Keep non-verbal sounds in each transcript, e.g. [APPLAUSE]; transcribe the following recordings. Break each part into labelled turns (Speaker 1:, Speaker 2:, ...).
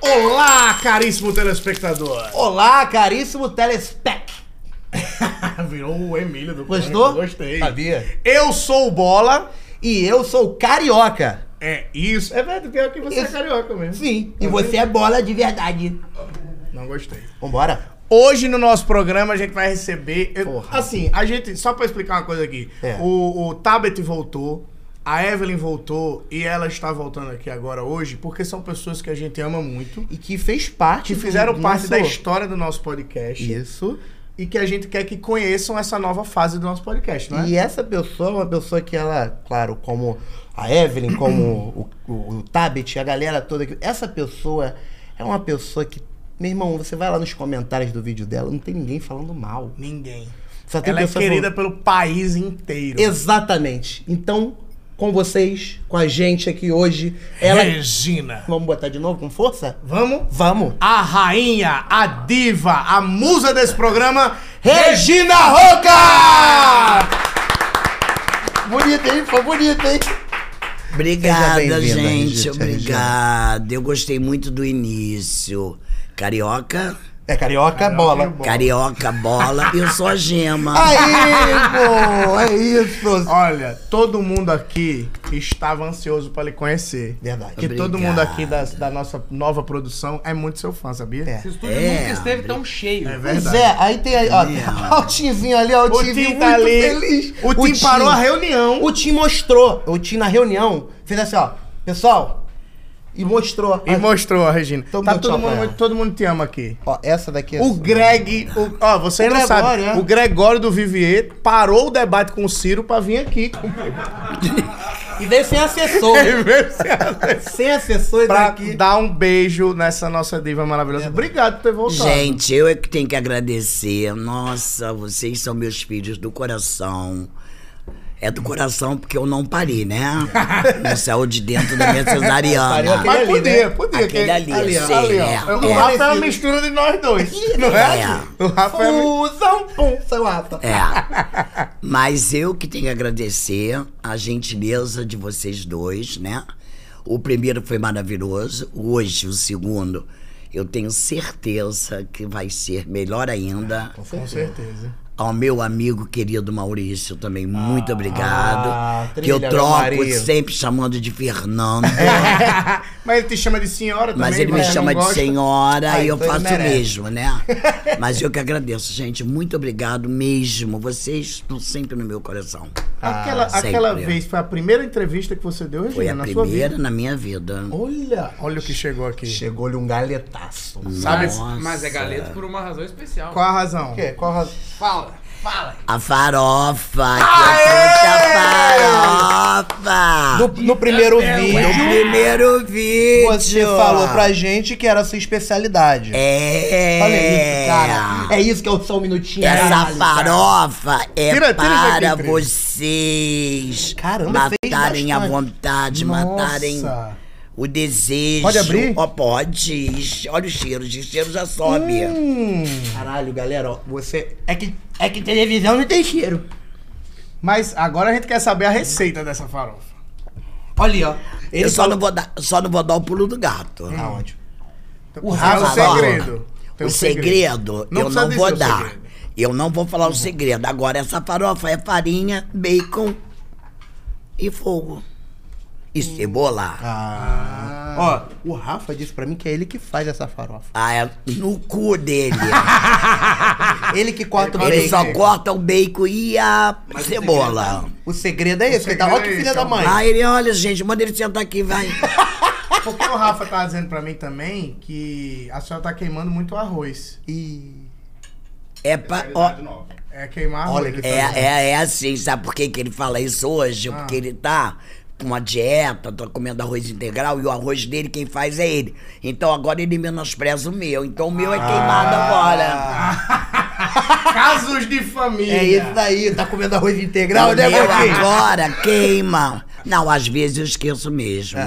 Speaker 1: Olá, caríssimo telespectador!
Speaker 2: Olá, caríssimo telespec.
Speaker 1: [LAUGHS] Virou o Emílio do
Speaker 2: Gostou?
Speaker 1: Correio, Gostei.
Speaker 2: Sabia.
Speaker 1: Eu sou o Bola.
Speaker 2: E eu sou carioca.
Speaker 1: É isso. É verdade, pior que você é
Speaker 2: Isso.
Speaker 1: carioca mesmo.
Speaker 2: Sim, e você é bola de verdade.
Speaker 1: Não gostei.
Speaker 2: Vambora.
Speaker 1: Hoje no nosso programa a gente vai receber. eu-
Speaker 2: Porra.
Speaker 1: assim, a gente. Só pra explicar uma coisa aqui.
Speaker 2: É.
Speaker 1: O, o Tabet voltou, a Evelyn voltou e ela está voltando aqui agora hoje porque são pessoas que a gente ama muito,
Speaker 2: E que fez parte.
Speaker 1: que fizeram
Speaker 2: do
Speaker 1: parte da
Speaker 2: nosso-
Speaker 1: história do nosso podcast
Speaker 2: Isso.
Speaker 1: e que a gente quer que conheçam essa nova fase do nosso podcast, não é?
Speaker 2: E essa pessoa é uma pessoa que ela, claro, como a Evelyn,
Speaker 1: [CLEARS THROAT]
Speaker 2: como o, o, o Tabet, a galera toda. que- Essa pessoa é uma pessoa que. Meu irmão, você vai lá nos comentários do vídeo dela, não tem ninguém falando mal.
Speaker 1: Ninguém.
Speaker 2: Só tem
Speaker 1: Ela é
Speaker 2: pessoa
Speaker 1: querida pelo país inteiro.
Speaker 2: Exatamente. Então, com vocês, com a gente
Speaker 1: [LAUGHS]
Speaker 2: aqui hoje, ela. é-
Speaker 1: Regina.
Speaker 2: Vamos botar de novo com força?
Speaker 1: Vamos?
Speaker 2: Vamos!
Speaker 1: A rainha, a diva, a musa desse programa,
Speaker 2: Regina Roca! Bonito, hein? Foi bonito, hein? Seja
Speaker 3: Obrigada,
Speaker 2: bem-vinda,
Speaker 3: gente.
Speaker 2: Regina.
Speaker 3: Obrigada. Eu gostei muito do início. Carioca,
Speaker 2: É carioca,
Speaker 1: Carioca e
Speaker 2: bola.
Speaker 1: bola.
Speaker 3: carioca, bola. Eu sou a gema.
Speaker 2: Aí, pô! É isso!
Speaker 1: Olha, todo mundo aqui estava ansioso pra lhe conhecer.
Speaker 2: Verdade.
Speaker 1: Que todo
Speaker 3: Obrigado.
Speaker 1: mundo aqui das- da, nossa nova produção é muito seu fã, sabia?
Speaker 2: É.
Speaker 4: Esse estúdio
Speaker 3: É,
Speaker 4: nunca esteve tão cheio.
Speaker 1: É
Speaker 2: Pois
Speaker 1: verdade.
Speaker 2: é, aí tem aí, ó, [LAUGHS] ó, o Timzinho ali, ó, o,
Speaker 1: O
Speaker 2: Timzinho
Speaker 1: Tim
Speaker 2: muito
Speaker 1: tá ali.
Speaker 2: feliz.
Speaker 1: O, Tim parou a reunião.
Speaker 2: O Tim mostrou, o Tim na reunião, fez assim, ó, pessoal, e mostrou.
Speaker 1: E mostrou, Regina.
Speaker 2: Então,
Speaker 1: tá
Speaker 2: meu
Speaker 1: todo
Speaker 2: tchau pra
Speaker 1: mundo,
Speaker 2: ela.
Speaker 1: todo mundo te ama aqui.
Speaker 2: Ó, essa daqui é
Speaker 1: O
Speaker 2: sua.
Speaker 1: Greg, o- ó, você
Speaker 2: O
Speaker 1: não
Speaker 2: Gregório,
Speaker 1: sabe,
Speaker 2: é.
Speaker 1: o Gregório do Vivier parou o debate com o Ciro pra vir aqui.
Speaker 2: E veio sem
Speaker 1: [LAUGHS]
Speaker 2: assessor. sem assessor e
Speaker 1: É pra
Speaker 2: daqui.
Speaker 1: dar um beijo nessa nossa diva
Speaker 2: É.
Speaker 1: maravilhosa. Obrigado por ter voltado.
Speaker 3: Gente, eu é que tenho que agradecer. Nossa, vocês são meus filhos do coração. É do coração porque eu não
Speaker 2: [LAUGHS]
Speaker 3: parei, né? Não saiu de dentro da minha
Speaker 2: Pariu aquele
Speaker 3: cesariana.
Speaker 1: Mas
Speaker 2: ali,
Speaker 1: podia,
Speaker 2: né? um
Speaker 1: podia.
Speaker 3: Aquele ali,
Speaker 1: ali, ó.
Speaker 3: sim,
Speaker 1: ali, ó.
Speaker 3: é.
Speaker 1: O
Speaker 3: É.
Speaker 1: Rafa é uma mistura de nós dois, não é?
Speaker 3: É.
Speaker 1: O Rafa é... mi-
Speaker 2: Fusão, pum, seu Rafa.
Speaker 3: É. Mas eu que tenho que agradecer a gentileza de vocês dois, né? O primeiro foi maravilhoso, hoje o segundo eu tenho certeza que vai ser melhor
Speaker 2: Ah,
Speaker 3: ainda.
Speaker 1: Com certeza.
Speaker 3: Ao meu amigo querido Maurício também, muito obrigado.
Speaker 2: Ah,
Speaker 3: que eu
Speaker 2: trilha, meu
Speaker 3: troco
Speaker 2: marido.
Speaker 3: sempre chamando de
Speaker 2: [LAUGHS]
Speaker 3: Fernando,
Speaker 1: [LAUGHS] Mas ele te chama de senhora também.
Speaker 3: mas ele me
Speaker 1: você não
Speaker 3: chama de
Speaker 1: gosta?
Speaker 3: senhora
Speaker 2: Ah,
Speaker 3: e eu
Speaker 2: então ele
Speaker 3: faço o
Speaker 2: merece.
Speaker 3: mesmo,
Speaker 2: [LAUGHS]
Speaker 3: né? Mas eu que agradeço, gente. Muito obrigado mesmo. Vocês estão sempre no meu coração.
Speaker 2: Ah,
Speaker 1: Aquela,
Speaker 3: Ah, sempre.
Speaker 1: aquela vez, foi a primeira entrevista que você deu, Regina,
Speaker 3: Foi a
Speaker 1: na sua
Speaker 3: primeira
Speaker 1: vida.
Speaker 3: na minha vida.
Speaker 2: Olha.
Speaker 1: Olha o que chegou aqui.
Speaker 2: Chegou-lhe um galetaço.
Speaker 1: Sabe
Speaker 3: Nossa.
Speaker 4: Mas é galeto por uma razão especial.
Speaker 1: qual a razão?
Speaker 2: O quê? Qual a razão?
Speaker 4: Fala, fala.
Speaker 3: A farofa. Que a farofa.
Speaker 2: Do- no primeiro
Speaker 3: No
Speaker 2: vídeo,
Speaker 3: primeiro vídeo.
Speaker 2: você falou pra gente que era a sua especialidade.
Speaker 3: É.
Speaker 2: Olha isso, cara. É isso que é o só um minutinho.
Speaker 3: Essa
Speaker 2: caralho, cara.
Speaker 3: farofa é
Speaker 1: Tira- tira isso
Speaker 3: para
Speaker 1: aqui, tira.
Speaker 3: vocês
Speaker 2: Caramba, fez
Speaker 3: matarem a
Speaker 2: bastante.
Speaker 3: vontade, matarem
Speaker 1: Nossa.
Speaker 3: o desejo.
Speaker 1: Pode abrir?
Speaker 3: Ó, pode. Ixi, Olha o cheiro, o cheiro já sobe.
Speaker 1: Hum,
Speaker 2: Caralho, galera, ó, você... É que, é que televisão não tem cheiro.
Speaker 1: mas agora a gente quer saber a receita dessa farofa.
Speaker 2: Olha ali, ó. Ele
Speaker 3: eu só,
Speaker 2: falou-
Speaker 3: não vou dar, só não vou dar o pulo do gato.
Speaker 2: Aonde?
Speaker 1: Então,
Speaker 2: O
Speaker 1: é
Speaker 2: Rafa
Speaker 1: o
Speaker 2: falou.
Speaker 1: segredo. Tem um
Speaker 3: o segredo, eu
Speaker 1: precisa
Speaker 3: não
Speaker 1: dizer
Speaker 3: vou
Speaker 1: o
Speaker 3: dar.
Speaker 1: segredo.
Speaker 3: Eu não vou falar o segredo. Agora, essa farofa é farinha, bacon e fogo. E cebola.
Speaker 1: Ah.
Speaker 2: Ó, o Rafa disse pra mim que é ele que faz essa farofa.
Speaker 3: Ah, é no cu dele.
Speaker 2: Ele que corta o bacon.
Speaker 3: Ele só corta o bacon e a cebola.
Speaker 2: O segredo é esse. Ele tá, ó, que
Speaker 1: segredo é
Speaker 2: filha
Speaker 1: esse,
Speaker 2: da
Speaker 1: ó.
Speaker 2: mãe.
Speaker 3: Aí ele, olha, gente, manda ele sentar aqui, vai.
Speaker 1: Porque o Rafa tá dizendo pra mim também que a senhora tá queimando muito arroz.
Speaker 2: Ih,
Speaker 3: É pra. ó,
Speaker 1: É queimar
Speaker 2: Olha
Speaker 1: arroz.
Speaker 2: que Ah.
Speaker 3: é, é, é assim, sabe por que, que ele fala isso hoje? Porque ele tá com uma dieta, tá comendo arroz integral e o arroz dele quem faz é ele. Então agora ele menospreza o meu. Então o meu é
Speaker 2: Ah.
Speaker 3: queimado agora.
Speaker 1: Casos de família.
Speaker 2: é isso aí. Tá comendo arroz integral,
Speaker 3: o
Speaker 2: né,
Speaker 3: meu
Speaker 2: Marquinhos?
Speaker 3: agora queima. Não, às vezes eu esqueço mesmo.
Speaker 2: É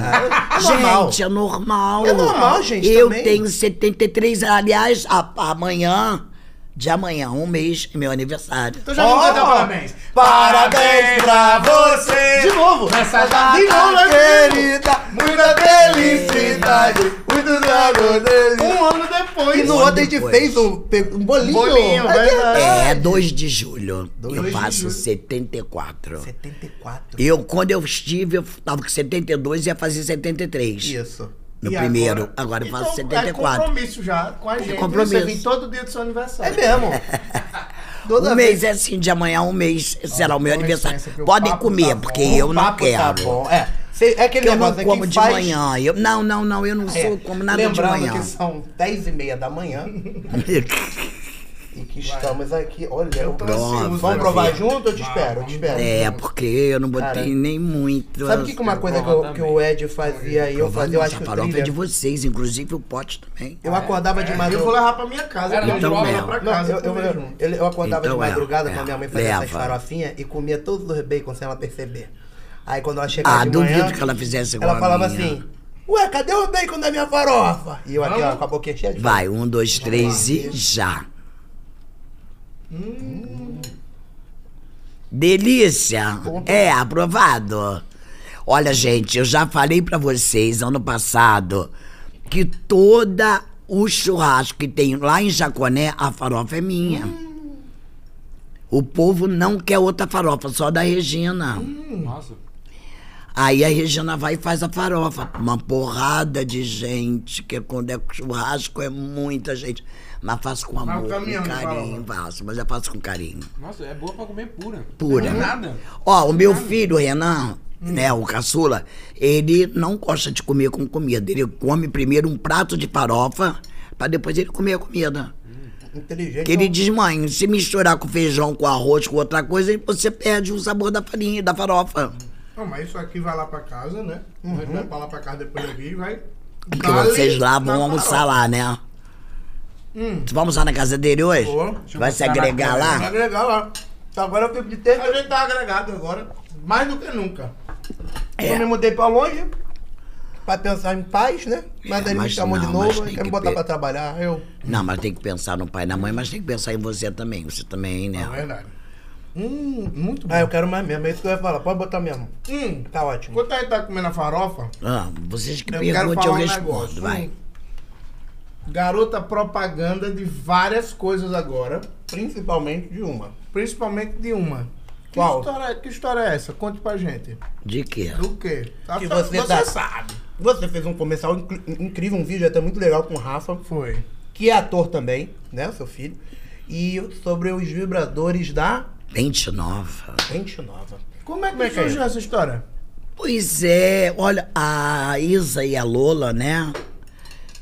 Speaker 2: normal.
Speaker 3: Gente, é normal.
Speaker 2: É normal, gente,
Speaker 3: Eu
Speaker 2: também.
Speaker 3: tenho 73, aliás, a- amanhã, de amanhã, um mês, é meu aniversário.
Speaker 1: Então já vamos
Speaker 2: Ó,
Speaker 1: cantar parabéns.
Speaker 2: parabéns pra
Speaker 1: você.
Speaker 2: De novo.
Speaker 1: Nessa data
Speaker 2: De novo, né?
Speaker 1: querida,
Speaker 2: Muita felicidade. Muitos anos de
Speaker 1: Um
Speaker 2: ontem a gente
Speaker 3: depois.
Speaker 2: fez um, pe- um bolinho.
Speaker 1: Bolinho,
Speaker 2: é
Speaker 1: vai,
Speaker 2: verdade.
Speaker 3: É, 2 de julho.
Speaker 2: Dois
Speaker 3: eu
Speaker 2: de
Speaker 3: faço
Speaker 1: julho.
Speaker 3: 74.
Speaker 2: 74.
Speaker 3: Eu, quando eu estive, eu tava com 72 e ia fazer 73.
Speaker 2: Isso.
Speaker 3: No
Speaker 1: E
Speaker 3: primeiro. Agora, eu faço
Speaker 1: Então, É
Speaker 3: 74.
Speaker 1: compromisso já com a gente.
Speaker 3: compromisso.
Speaker 1: Você vem todo dia do seu aniversário.
Speaker 2: É mesmo. Toda
Speaker 3: um
Speaker 2: vez.
Speaker 3: mês é assim, de amanhã um mês será o meu
Speaker 1: com
Speaker 3: aniversário.
Speaker 1: licença, que o
Speaker 3: Podem
Speaker 1: papo
Speaker 3: comer,
Speaker 1: tá
Speaker 3: porque
Speaker 1: bom,
Speaker 3: eu
Speaker 2: o
Speaker 3: não
Speaker 2: papo
Speaker 3: quero.
Speaker 2: Tá bom. É. Cê- é aquele
Speaker 3: Porque eu não
Speaker 2: negócio é
Speaker 3: como
Speaker 2: quem
Speaker 3: de
Speaker 2: faz-
Speaker 3: manhã. Eu, não, não, não, eu não
Speaker 2: É,
Speaker 3: sou como nada
Speaker 2: Lembrando
Speaker 3: de manhã.
Speaker 2: que são 10 e meia da manhã e que estamos aqui. Olha, eu
Speaker 1: tô
Speaker 3: ansioso, vai
Speaker 2: Vamos provar
Speaker 3: ver.
Speaker 2: junto? Eu te espero, eu te espero.
Speaker 3: [LAUGHS] é, porque eu não botei
Speaker 2: Cara,
Speaker 3: nem muito.
Speaker 2: Sabe o que, que uma coisa que, eu- que o Ed fazia e eu fazia? Eu acho
Speaker 3: Essa
Speaker 2: que o
Speaker 3: farofa é de
Speaker 2: trilha,
Speaker 3: vocês, inclusive o pote também.
Speaker 2: Eu acordava de
Speaker 1: É, Eu vou
Speaker 2: madrugada.
Speaker 1: levar pra minha casa.
Speaker 4: Era
Speaker 1: eu
Speaker 3: então
Speaker 1: levo lá
Speaker 3: mesmo.
Speaker 1: pra
Speaker 2: Não,
Speaker 1: casa.
Speaker 2: eu, eu,
Speaker 1: comer junto.
Speaker 2: eu- eu acordava
Speaker 3: Então
Speaker 2: de
Speaker 3: é,
Speaker 2: madrugada
Speaker 3: é.
Speaker 2: quando minha mãe fazia essas
Speaker 3: Leva.
Speaker 2: farofinhas e comia todos os bacon sem ela perceber. Aí quando ela chegava
Speaker 3: Ah,
Speaker 2: de
Speaker 3: duvido
Speaker 2: manhã,
Speaker 3: que ela fizesse igual
Speaker 2: ela
Speaker 3: a
Speaker 2: falava
Speaker 3: minha.
Speaker 2: assim, ué, cadê o bacon da minha farofa? E eu aqui, ó,
Speaker 1: Vamos?
Speaker 2: com a boquinha cheia de
Speaker 3: Vai, um, dois, três e já. Delícia! É, aprovado. Olha, gente, eu já falei pra vocês ano passado que toda o churrasco que tem lá em Jaconé, a farofa é minha. O povo não quer outra farofa, só da Regina.
Speaker 4: Nossa.
Speaker 3: Aí a Regina vai e faz a farofa. Uma porrada de gente, que quando é churrasco é muita gente. Mas faço com amor,
Speaker 1: caminhão
Speaker 3: com
Speaker 1: de
Speaker 3: carinho, faço. Mas eu faço com carinho.
Speaker 4: Nossa, é boa pra comer pura.
Speaker 3: Pura.
Speaker 4: Não é nada. Hum.
Speaker 3: Ó, o meu filho, Renan, né, o caçula, ele não gosta de comer com comida. Ele come primeiro um prato de farofa, pra depois ele comer a comida.
Speaker 2: inteligente.
Speaker 3: Que
Speaker 4: Então.
Speaker 3: ele diz, mãe, se misturar com feijão, com arroz, com outra coisa, você perde o sabor da farinha, da farofa.
Speaker 1: Não, mas isso aqui vai lá pra casa, né?
Speaker 2: Uhum.
Speaker 1: Vai Vai pra lá pra casa depois do vídeo, vai.
Speaker 3: Porque vocês lá vão almoçar lá, né? Vocês vão almoçar na casa dele hoje?
Speaker 1: Hum. Vou.
Speaker 4: Deixa eu
Speaker 3: Vai se
Speaker 4: mostrar na
Speaker 3: agregar
Speaker 4: câmera.
Speaker 1: Vai
Speaker 3: lá?
Speaker 1: agregar lá.
Speaker 2: Então agora é o tempo de ter.
Speaker 1: A gente tá agregado agora, mais do que nunca.
Speaker 3: É.
Speaker 2: Eu me mudei pra longe pra pensar em paz, né? Mas
Speaker 3: É,
Speaker 2: ele me
Speaker 3: mas
Speaker 2: chamou de
Speaker 3: não, mas
Speaker 2: novo
Speaker 3: tem
Speaker 2: e quer me
Speaker 3: que
Speaker 2: botar
Speaker 3: pe-
Speaker 2: pra trabalhar. Eu...
Speaker 3: Não, mas tem que pensar no pai e na mãe, mas tem que pensar em você também. Você também,
Speaker 1: É
Speaker 3: né?
Speaker 1: verdade. Hum, muito bom.
Speaker 2: Ah, eu quero mais mesmo, é isso que eu ia falar. Pode botar mesmo.
Speaker 1: Hum,
Speaker 2: Tá ótimo.
Speaker 1: enquanto a gente tá comendo a farofa,
Speaker 3: Ah, vocês que
Speaker 1: eu quero
Speaker 3: perguntam,
Speaker 1: falar
Speaker 3: eu
Speaker 1: um
Speaker 3: respondo.
Speaker 1: negócio.
Speaker 3: Vai.
Speaker 1: Hum. Garota propaganda de várias coisas agora,
Speaker 2: Principalmente de uma.
Speaker 1: principalmente de uma. Que
Speaker 2: Qual?
Speaker 1: História, que história é essa? Conte pra gente.
Speaker 3: De quê?
Speaker 1: Do quê? Tá
Speaker 2: Que
Speaker 1: fa-
Speaker 2: você dá.
Speaker 1: sabe.
Speaker 2: Você fez um comercial incri- incrível, um vídeo até muito legal com o Rafa,
Speaker 1: Foi.
Speaker 2: que é ator também, né, seu filho, e sobre os vibradores da
Speaker 3: Pente nova.
Speaker 2: Gente Nova.
Speaker 1: Como é que,
Speaker 2: Como é que é
Speaker 1: surgiu essa história?
Speaker 3: Pois é, olha, a Isa e a Lola, né?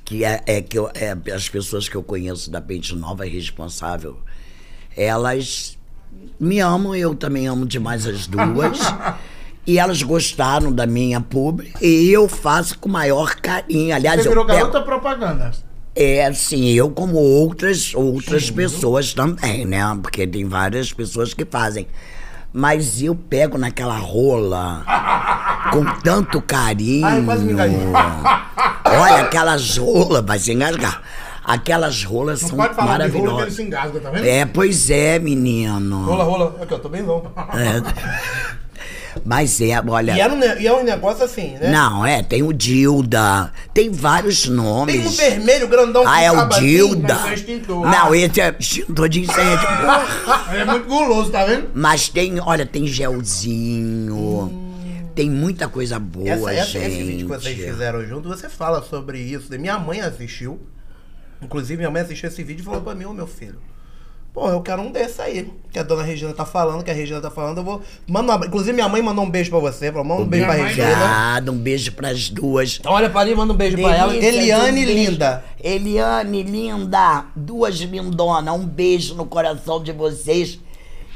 Speaker 3: Que é, é que eu- é as pessoas que eu conheço da Pente Nova é responsável. Elas me amam, eu também amo demais
Speaker 1: [LAUGHS]
Speaker 3: as duas. e elas gostaram da minha publi e eu faço com o maior carinho. Aliás,
Speaker 1: Você
Speaker 3: eu
Speaker 1: virou
Speaker 3: pego-
Speaker 1: garota propaganda.
Speaker 3: é assim, eu como outras outras pessoas também, né? Porque tem várias pessoas que fazem. Mas eu pego
Speaker 2: [LAUGHS]
Speaker 3: naquela rola com tanto carinho.
Speaker 2: Ai, quase me engasguei.
Speaker 3: [LAUGHS] Olha, aquelas rolas, vai se engasgar. Aquelas rolas
Speaker 1: Não
Speaker 3: são
Speaker 1: pode falar de rolo que ele
Speaker 3: maravilhosas.
Speaker 1: se engasga, tá vendo?
Speaker 3: É, pois é, menino.
Speaker 2: Rola, rola. Aqui, ó, tô bem bom.
Speaker 3: É. Mas é, olha.
Speaker 2: E é, um, ne- e é um negócio assim, né?
Speaker 3: Não, é, tem o Dilda, tem vários nomes.
Speaker 2: Tem um vermelho grandão
Speaker 3: Ah, é o
Speaker 2: acaba assim,
Speaker 3: Dilda.
Speaker 2: mas é extintor.
Speaker 3: Não, esse é extintor de incêndio.
Speaker 2: [LAUGHS]
Speaker 1: Ele é muito guloso, tá vendo?
Speaker 3: Mas tem, olha, tem gelzinho. Tem muita coisa boa,
Speaker 2: Essa, essa,
Speaker 3: gente.
Speaker 2: esse vídeo que vocês fizeram junto, você fala sobre isso. Minha mãe assistiu. Inclusive, minha mãe assistiu esse vídeo e falou pra mim, ô meu filho. Pô, eu quero um desse aí. Que a dona Regina tá falando, que a Regina tá falando, eu vou. Manda um abra- Inclusive, minha mãe mandou um beijo pra você. Falou, manda um beijo pra
Speaker 1: minha mãe-
Speaker 2: Regina.
Speaker 3: Obrigado, um beijo pras duas.
Speaker 2: Olha pra ali, manda um beijo pra né? ela.
Speaker 3: Delícias,
Speaker 2: Eliane
Speaker 3: um beijo.
Speaker 2: Linda.
Speaker 3: Eliane linda, duas lindonas, um beijo no coração de vocês.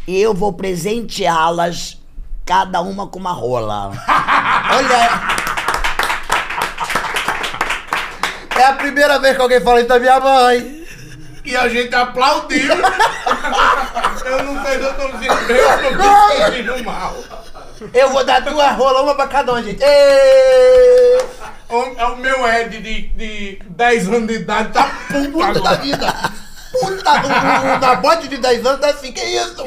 Speaker 3: E eu vou presenteá-las, cada uma com uma rola.
Speaker 2: Olha. É a primeira vez que alguém fala isso da minha mãe.
Speaker 1: E a gente aplaudiu. eu não sei se eu tô dizendo bem ou se eu tô dizendo mal.
Speaker 2: [LAUGHS] Eu vou dar duas rolas, uma pra cada um, gente. Êêêê!
Speaker 1: O, é o meu Ed de, de 10 anos de idade tá puto
Speaker 2: Puta
Speaker 1: agora.
Speaker 2: vida! né? Puta da, o, o da bote um, de 10 anos tá assim, que isso?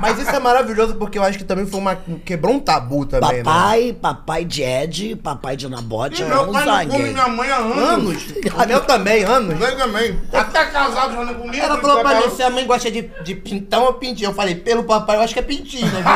Speaker 2: Mas isso é maravilhoso porque eu acho que também foi uma. quebrou um tabu também, né?
Speaker 3: Papai, papai de Ed, papai de Anabote,
Speaker 1: E
Speaker 3: não
Speaker 1: meu pai não come
Speaker 3: sangue.
Speaker 1: minha mãe há anos.
Speaker 2: Anos? O meu também, anos.
Speaker 1: Meu também. Até casado já não comia.
Speaker 2: Ela
Speaker 1: não
Speaker 2: falou pra mim,
Speaker 1: trabalhava.
Speaker 2: se a mãe gosta de, de pintão ou pintinho. Eu falei, pelo papai, eu acho que é pintinho, né? [LAUGHS]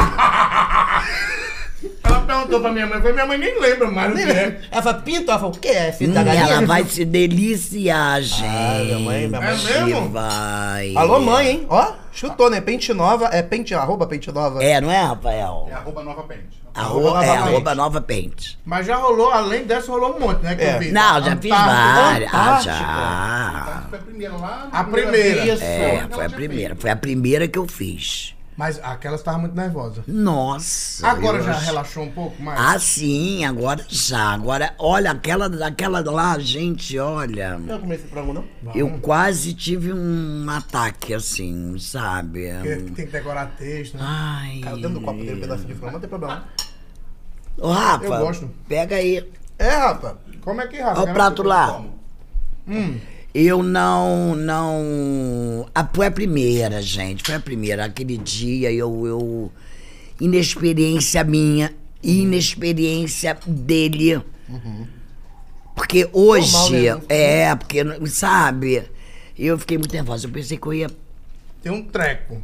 Speaker 1: Ela perguntou pra minha mãe, falei, minha mãe nem lembra mais o que é.
Speaker 2: Ela falou, pinto? Ela falou, o que é, filho da galinha? Ah,
Speaker 3: Ela vai se deliciar, gente.
Speaker 2: minha mãe, minha mãe.
Speaker 1: É mesmo?
Speaker 3: Vai.
Speaker 2: Alô, mãe, hein? Ó, chutou, né? Pente nova, é pente, arroba pente nova.
Speaker 3: É, não é, Rafael?
Speaker 5: É arroba nova pente.
Speaker 3: Arroba, é,
Speaker 2: Nova Pente.
Speaker 3: arroba Nova Pente.
Speaker 1: Mas já rolou, além dessa, rolou um monte, né? Que
Speaker 2: É.
Speaker 1: eu vi. tá,
Speaker 3: Não, já fiz várias. Ah,
Speaker 2: Antártica.
Speaker 3: já.
Speaker 5: Foi a primeira lá.
Speaker 1: A primeira.
Speaker 5: vez.
Speaker 3: É,
Speaker 5: Ela
Speaker 3: foi a
Speaker 5: já
Speaker 3: primeira.
Speaker 5: fez.
Speaker 3: Foi a primeira que eu fiz.
Speaker 1: Mas aquela estava muito nervosa.
Speaker 3: Nossa.
Speaker 1: Agora
Speaker 3: eu
Speaker 1: já
Speaker 3: acho-
Speaker 1: relaxou um pouco mais?
Speaker 3: Ah, sim, agora já. Agora, olha, aquela, aquela lá, gente, olha.
Speaker 2: Eu comecei esse frango, não?
Speaker 3: Eu quase tive um ataque, assim, sabe?
Speaker 1: Porque Tem que decorar texto,
Speaker 3: Ah.
Speaker 1: né?
Speaker 3: Ai.
Speaker 2: Caiu dentro do copo dele um pedaço de frango, não tem problema.
Speaker 3: Ô, Rafa,
Speaker 1: Eu gosto.
Speaker 3: pega aí.
Speaker 2: É, Rafa.
Speaker 1: Como é que, Rafa?
Speaker 3: Olha o prato lá.
Speaker 1: Hum.
Speaker 3: Eu não, não. A, foi a primeira, gente. Foi a primeira. Aquele dia eu, eu. Inexperiência minha, inexperiência dele. Porque hoje.
Speaker 2: Uhum. Normal, né?
Speaker 3: É, porque, sabe? Eu fiquei muito nervosa. Eu pensei que eu ia.
Speaker 1: Tem um treco.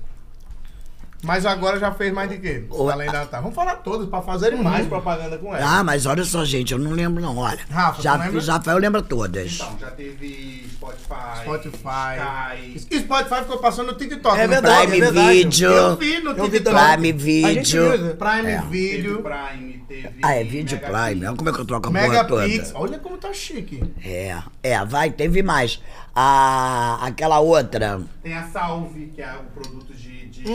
Speaker 1: Mas agora já fez mais de quê?
Speaker 3: Ô, Uhum.
Speaker 1: Além da tá. Vamos falar todos pra fazerem mais propaganda
Speaker 2: É.
Speaker 1: com ela.
Speaker 3: Ah, mas olha só, gente, eu não lembro, não. Olha.
Speaker 1: Rafa,
Speaker 3: já,
Speaker 1: tu lembra?
Speaker 3: já Rafael lembra todas.
Speaker 5: Então, já teve Spotify.
Speaker 1: Spotify.
Speaker 5: Sky.
Speaker 1: Isso, Spotify ficou passando no TikTok.
Speaker 2: É
Speaker 1: no
Speaker 2: verdade,
Speaker 1: Prime.
Speaker 2: é
Speaker 3: Prime
Speaker 2: verdade.
Speaker 3: Video.
Speaker 1: Eu vi no
Speaker 2: Eu vi
Speaker 1: TikTok.
Speaker 2: também.
Speaker 3: Prime
Speaker 2: A gente
Speaker 3: Video.
Speaker 2: usa.
Speaker 1: né? Prime
Speaker 3: É.
Speaker 5: Teve
Speaker 1: Video.
Speaker 5: Prime, teve.
Speaker 3: Ah, é vídeo
Speaker 5: Mega
Speaker 3: Prime. Olha como é que eu troco a porra toda.
Speaker 1: Megapix. Olha como tá chique.
Speaker 3: É, é, vai, teve mais. A, aquela outra.
Speaker 5: Tem a Salve, que é o produto de. de-
Speaker 2: Hum.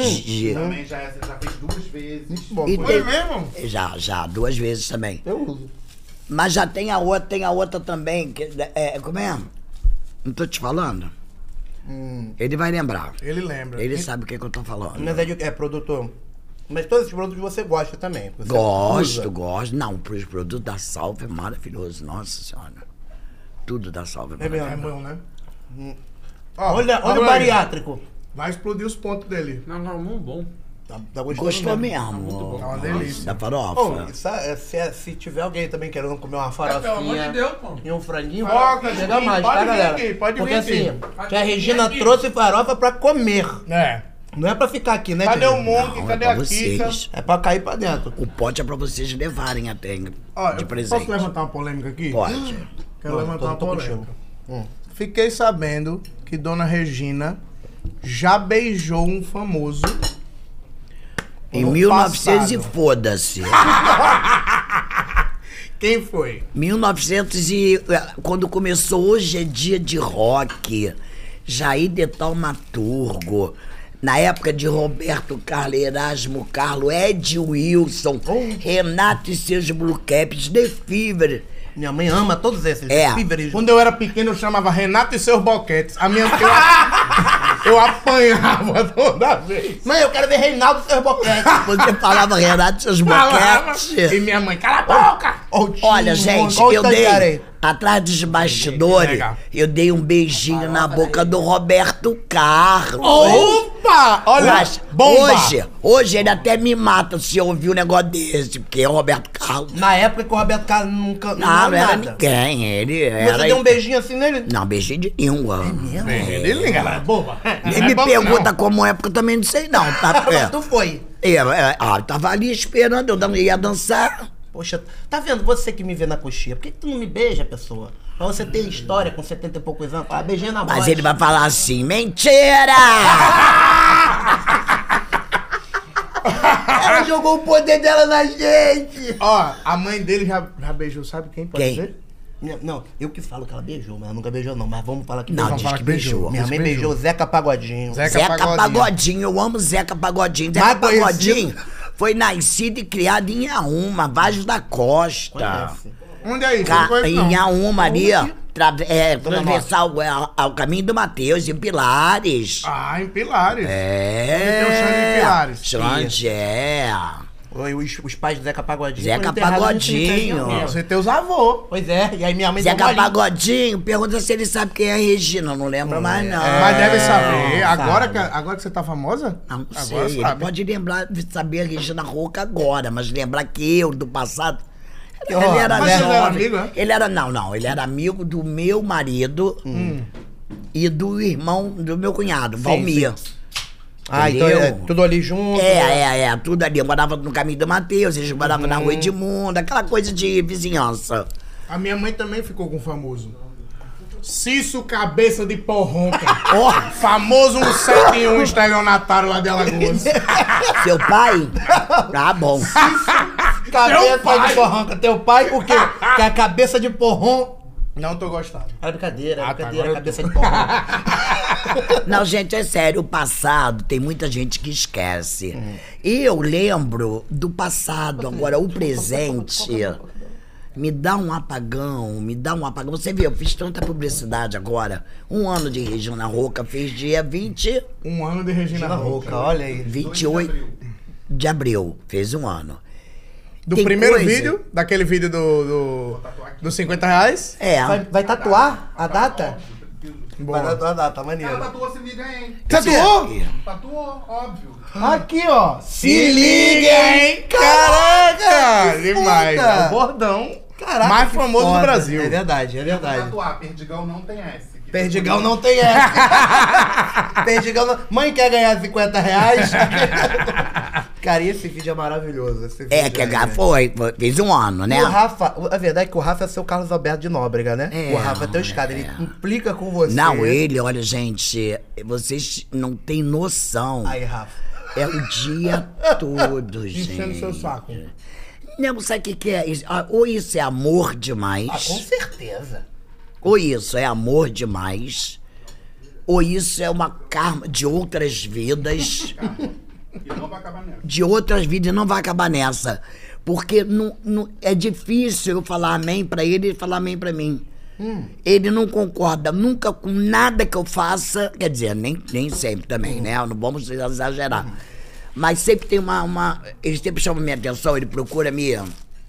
Speaker 3: Uhum. De-
Speaker 5: Também já, é- já fez duas vezes.
Speaker 2: Bom,
Speaker 3: E
Speaker 2: foi.
Speaker 1: Foi
Speaker 3: tem-
Speaker 1: mesmo?
Speaker 3: Já, já, duas vezes também.
Speaker 2: Eu uso.
Speaker 3: Mas já tem a outra, tem a outra também. Que, é, como é? Não tô te falando?
Speaker 2: Hum.
Speaker 3: Ele vai lembrar.
Speaker 1: Ele lembra.
Speaker 3: Ele sabe o que, é que eu tô falando.
Speaker 2: Mas é, de, é produto... Mas todos esses produtos você gosta também. Você
Speaker 3: Gosto,
Speaker 2: usa.
Speaker 3: gosto. Não, os produtos da Salve é maravilhoso. Nossa Senhora. Tudo da Salve é
Speaker 2: É
Speaker 3: maravilhoso.
Speaker 1: É
Speaker 2: mesmo.
Speaker 1: bom, né? Ó,
Speaker 2: Hum. Olha, olha o
Speaker 1: aí.
Speaker 2: bariátrico.
Speaker 1: Vai explodir os pontos dele.
Speaker 4: Não, não,
Speaker 6: um
Speaker 4: muito bom.
Speaker 2: Tá, tá gostando
Speaker 3: Gostou mesmo.
Speaker 4: bom.
Speaker 1: Tá uma
Speaker 3: Nossa,
Speaker 1: delícia.
Speaker 3: Da farofa.
Speaker 2: É Ô, isso é- se, é- se tiver alguém também querendo comer uma farofinha...
Speaker 4: Pelo
Speaker 1: É.
Speaker 4: amor de Deus, pô.
Speaker 2: E um franguinho,
Speaker 1: Farofa,
Speaker 2: chega
Speaker 1: sim,
Speaker 2: mais,
Speaker 1: pode
Speaker 2: tá,
Speaker 1: vir
Speaker 2: galera?
Speaker 1: aqui, pode
Speaker 2: Porque
Speaker 1: vir
Speaker 2: assim,
Speaker 1: aqui.
Speaker 2: que a Regina trouxe farofa pra comer.
Speaker 1: É.
Speaker 2: Não é pra ficar aqui, né,
Speaker 1: Cadê
Speaker 2: querido?
Speaker 1: o Monk?
Speaker 3: Não,
Speaker 1: Cadê
Speaker 3: é pra
Speaker 1: a Kika?
Speaker 3: vocês.
Speaker 2: É pra cair pra dentro.
Speaker 3: O pote é pra vocês levarem até de
Speaker 1: Ó, eu
Speaker 3: presente.
Speaker 1: Posso levantar uma polêmica aqui?
Speaker 3: Pode.
Speaker 1: Quero
Speaker 2: Tô-
Speaker 1: levantar uma
Speaker 2: tô
Speaker 1: polêmica.
Speaker 2: contigo. Hum.
Speaker 1: Fiquei sabendo que Dona Regina já beijou um famoso.
Speaker 3: Em
Speaker 1: no
Speaker 3: 1900 e
Speaker 1: passado. [LAUGHS]
Speaker 3: foda-se.
Speaker 1: Quem foi?
Speaker 3: 1900 e... eh, Quando começou Hoje é Dia de Rock, Jair Detal Maturgo, na época de Roberto Carlos, Erasmo Carlo, Ed Wilson,
Speaker 1: Oh.
Speaker 3: Renato e seus Blue Caps, The Fever.
Speaker 2: Minha mãe ama todos esses.
Speaker 3: É.
Speaker 2: víveres.
Speaker 1: Quando eu era pequeno, eu chamava Renato e seus boquetes. A minha eu, eu apanhava toda vez.
Speaker 2: Mãe, eu quero ver Reinaldo seus boquete.
Speaker 3: [LAUGHS] Você falava Renato e seus
Speaker 1: Falava. E
Speaker 3: boquetes.
Speaker 1: minha mãe, cala a boca!
Speaker 3: Olha, gente,
Speaker 2: Olha o
Speaker 3: eu dei.
Speaker 2: Tangaré.
Speaker 3: Atrás dos bastidores,
Speaker 1: Legal.
Speaker 3: eu dei um beijinho na boca do Roberto Carlos.
Speaker 1: Opa! Oh, Olha,
Speaker 3: Mas
Speaker 1: bomba!
Speaker 3: hoje, hoje ele até me mata se eu ouvir um negócio desse, porque é o Roberto Carlos.
Speaker 2: Na época que o Roberto Carlos nunca...
Speaker 3: Não, Ah, não, era
Speaker 2: nada.
Speaker 3: ninguém, ele era.
Speaker 2: Você deu um beijinho assim nele?
Speaker 3: Não, beijinho de língua.
Speaker 1: Ele liga, ela é boba.
Speaker 3: Nem
Speaker 1: Não
Speaker 3: me
Speaker 1: é boba,
Speaker 3: pergunta
Speaker 1: não.
Speaker 3: como é, porque eu também não sei não,
Speaker 2: [LAUGHS]
Speaker 3: tá?
Speaker 2: Mas
Speaker 3: É,
Speaker 2: tu foi.
Speaker 3: é, é, ah, eu tava ali esperando, eu dan- ia dançar.
Speaker 2: Poxa, tá vendo? Você que me vê na coxinha, por que, que tu não me beija, pessoa? Mas você tem história com 70 e poucos anos. Ah, beijei na
Speaker 3: Mas
Speaker 2: voz.
Speaker 3: ele vai falar assim, mentira!
Speaker 2: Ela jogou o poder dela na gente!
Speaker 1: Ó, a mãe dele já, já beijou, sabe quem? Pode
Speaker 3: Quem?
Speaker 1: ser?
Speaker 2: Minha- Não, eu que falo que ela beijou, mas ela nunca beijou, não. Mas vamos falar que
Speaker 3: Não,
Speaker 2: beijou.
Speaker 3: diz
Speaker 1: falar que
Speaker 3: que
Speaker 1: beijou.
Speaker 3: beijou.
Speaker 2: Minha mãe beijou,
Speaker 1: beijou.
Speaker 2: Zeca Pagodinho.
Speaker 1: Zeca
Speaker 3: Zeca
Speaker 1: Pagodinho.
Speaker 3: Pagodinho. eu amo Zeca Pagodinho. Zeca
Speaker 1: Mais
Speaker 3: Pagodinho foi nascido e criado em Inhaúma, Vaz da Costa.
Speaker 2: Conhece.
Speaker 1: Onde é isso?
Speaker 3: Ca-
Speaker 1: Não conheço, não.
Speaker 3: em Auma ali, ó, tra é,
Speaker 2: Dona
Speaker 3: transversal ao, ao caminho do Mateus, em Pilares.
Speaker 1: Ah, em Pilares.
Speaker 3: é.
Speaker 1: tem o Xande em Pilares.
Speaker 3: Xande, é.
Speaker 2: Oi, Os, os pais do Zeca Pagodinho.
Speaker 3: Zeca
Speaker 2: foram enterrados no
Speaker 3: Pagodinho.
Speaker 2: cemitério de Almira.
Speaker 1: Você tem os avô.
Speaker 2: Pois é, e aí minha mãe deu
Speaker 3: Zeca
Speaker 2: um bolinho.
Speaker 3: Pagodinho, pergunta se ele sabe quem é a Regina, não lembra mais não.
Speaker 1: É. Mas deve saber.
Speaker 2: sabe.
Speaker 1: Agora que, agora que você tá famosa?
Speaker 3: É. Não
Speaker 1: agora
Speaker 3: sei, ele
Speaker 1: sabe.
Speaker 3: pode lembrar, saber a Regina Roca agora, mas lembrar que eu, do passado, ele
Speaker 2: Ó,
Speaker 3: era
Speaker 1: mas ele era
Speaker 3: jovem.
Speaker 1: amigo, é?
Speaker 3: Ele era, não, não, ele era amigo do meu marido
Speaker 1: Hum.
Speaker 3: e do irmão do meu cunhado, Valmir.
Speaker 2: Ah, então é
Speaker 3: Entendeu?
Speaker 2: tudo ali junto.
Speaker 3: É, é, é, tudo ali. Eu morava no caminho do Matheus, eles moravam na
Speaker 1: Hum.
Speaker 3: rua Edmundo, aquela coisa de vizinhança.
Speaker 1: A minha mãe também ficou com o famoso. Cício Cabeça de Porronca.
Speaker 3: Ó,
Speaker 1: famoso 171 estelionatário lá de Alagoas.
Speaker 3: seu
Speaker 1: [LAUGHS]
Speaker 3: pai? Tá bom.
Speaker 2: Cabeça
Speaker 1: Teu pai.
Speaker 2: de porronca. Teu pai, por quê? Porque a cabeça de porrão.
Speaker 1: Não tô gostando.
Speaker 2: Era brincadeira, era
Speaker 1: Ah, tá,
Speaker 2: brincadeira,
Speaker 1: agora eu
Speaker 2: cabeça
Speaker 1: tô.
Speaker 2: de porrão.
Speaker 3: Não, gente, é sério, o passado tem muita gente que esquece. E eu lembro do passado, agora o presente me dá um apagão, me dá um apagão. Você vê, eu fiz tanta publicidade agora. Um ano de Regina Roca, fiz dia 20,
Speaker 1: Um ano de Regina
Speaker 2: Na
Speaker 1: Roca.
Speaker 2: boca, olha aí.
Speaker 3: 28 de abril, fez um ano.
Speaker 1: Do
Speaker 3: Tem
Speaker 1: primeiro
Speaker 3: coisa.
Speaker 1: vídeo, daquele vídeo do, do, dos 50 reais.
Speaker 3: É.
Speaker 2: Vai, vai tatuar a data? Vai
Speaker 1: Boa.
Speaker 2: tatuar a data,
Speaker 5: Ela
Speaker 2: maneiro.
Speaker 5: tatuou, se liga, hein?
Speaker 1: Tatuou?
Speaker 5: Tatuou, óbvio.
Speaker 2: Aqui, ó.
Speaker 1: Se liga, hein? Caraca!
Speaker 2: que
Speaker 1: Demais.
Speaker 2: foda!
Speaker 1: É o bordão
Speaker 2: Caraca,
Speaker 1: mais
Speaker 2: que
Speaker 1: famoso
Speaker 2: foda.
Speaker 1: do Brasil.
Speaker 2: É verdade, é verdade.
Speaker 5: Tatuar, Perdigão não tem S. Que-
Speaker 2: Perdigão não [LAUGHS] tem essa. Perdigão não... Mãe quer ganhar 50 reais? [LAUGHS] Cara, esse vídeo é maravilhoso. esse
Speaker 3: É,
Speaker 2: vídeo né?
Speaker 3: que a- foi, foi, fez um ano, né?
Speaker 2: O Rafa, a verdade é que o Rafa é seu Carlos Alberto de Nóbrega, né?
Speaker 3: É,
Speaker 2: o Rafa é teu escada, ele implica com você.
Speaker 3: Não, ele, olha, gente, vocês não têm noção.
Speaker 2: Aí, Rafa.
Speaker 3: É
Speaker 1: [LAUGHS]
Speaker 3: o dia todo, gente.
Speaker 1: Enchendo seu saco.
Speaker 3: Não, sabe o que, que é? isso? Ah, Ou isso é amor
Speaker 2: Ah, com
Speaker 3: demais,
Speaker 2: certeza.
Speaker 3: ou isso é amor demais, ou isso é uma karma de
Speaker 1: [LAUGHS]
Speaker 3: outras vidas,
Speaker 5: E não vai acabar nela.
Speaker 3: de outras vidas, e não vai acabar nessa. Porque não, não- é difícil eu falar amém pra ele e falar amém pra mim.
Speaker 1: Hum.
Speaker 3: Ele não concorda nunca com nada que eu faça, quer dizer, nem, nem sempre também,
Speaker 1: Hum.
Speaker 3: né? Não vamos exagerar. Mas sempre tem uma, uma. Ele sempre chama minha atenção, ele procura me.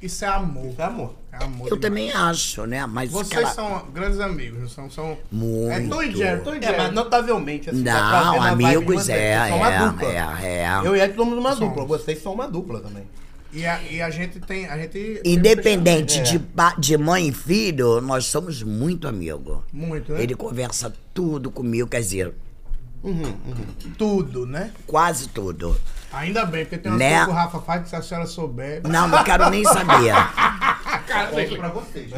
Speaker 1: Isso é amor.
Speaker 2: Isso é amor.
Speaker 1: É amor
Speaker 3: Eu
Speaker 1: demais.
Speaker 3: também acho, né? Mas
Speaker 1: Vocês
Speaker 3: aquela-
Speaker 1: são grandes amigos, são. são...
Speaker 3: Muito.
Speaker 1: É Tom e Jerry, Tom e
Speaker 2: É,
Speaker 1: Jerry.
Speaker 2: mas notavelmente. Assim, dá pra ver
Speaker 3: Não,
Speaker 2: na vibe de
Speaker 3: amigos
Speaker 2: vocês,
Speaker 3: é,
Speaker 2: vocês são uma dupla.
Speaker 3: é, é, é.
Speaker 2: Eu e Ed somos uma dupla, vocês são uma dupla também.
Speaker 1: E, a, e a gente tem. A gente
Speaker 3: Independente de, pa- de mãe e filho, nós somos muito amigos.
Speaker 1: Muito, né?
Speaker 3: Ele conversa tudo comigo, quer dizer,
Speaker 1: Tudo, né?
Speaker 3: quase tudo.
Speaker 1: Ainda bem, porque tem uma
Speaker 3: Né?
Speaker 1: coisa que o Rafa faz que se a senhora souber.
Speaker 3: Não, não quero
Speaker 2: [LAUGHS]
Speaker 3: nem saber.
Speaker 5: Conto pra
Speaker 2: né?
Speaker 5: vocês.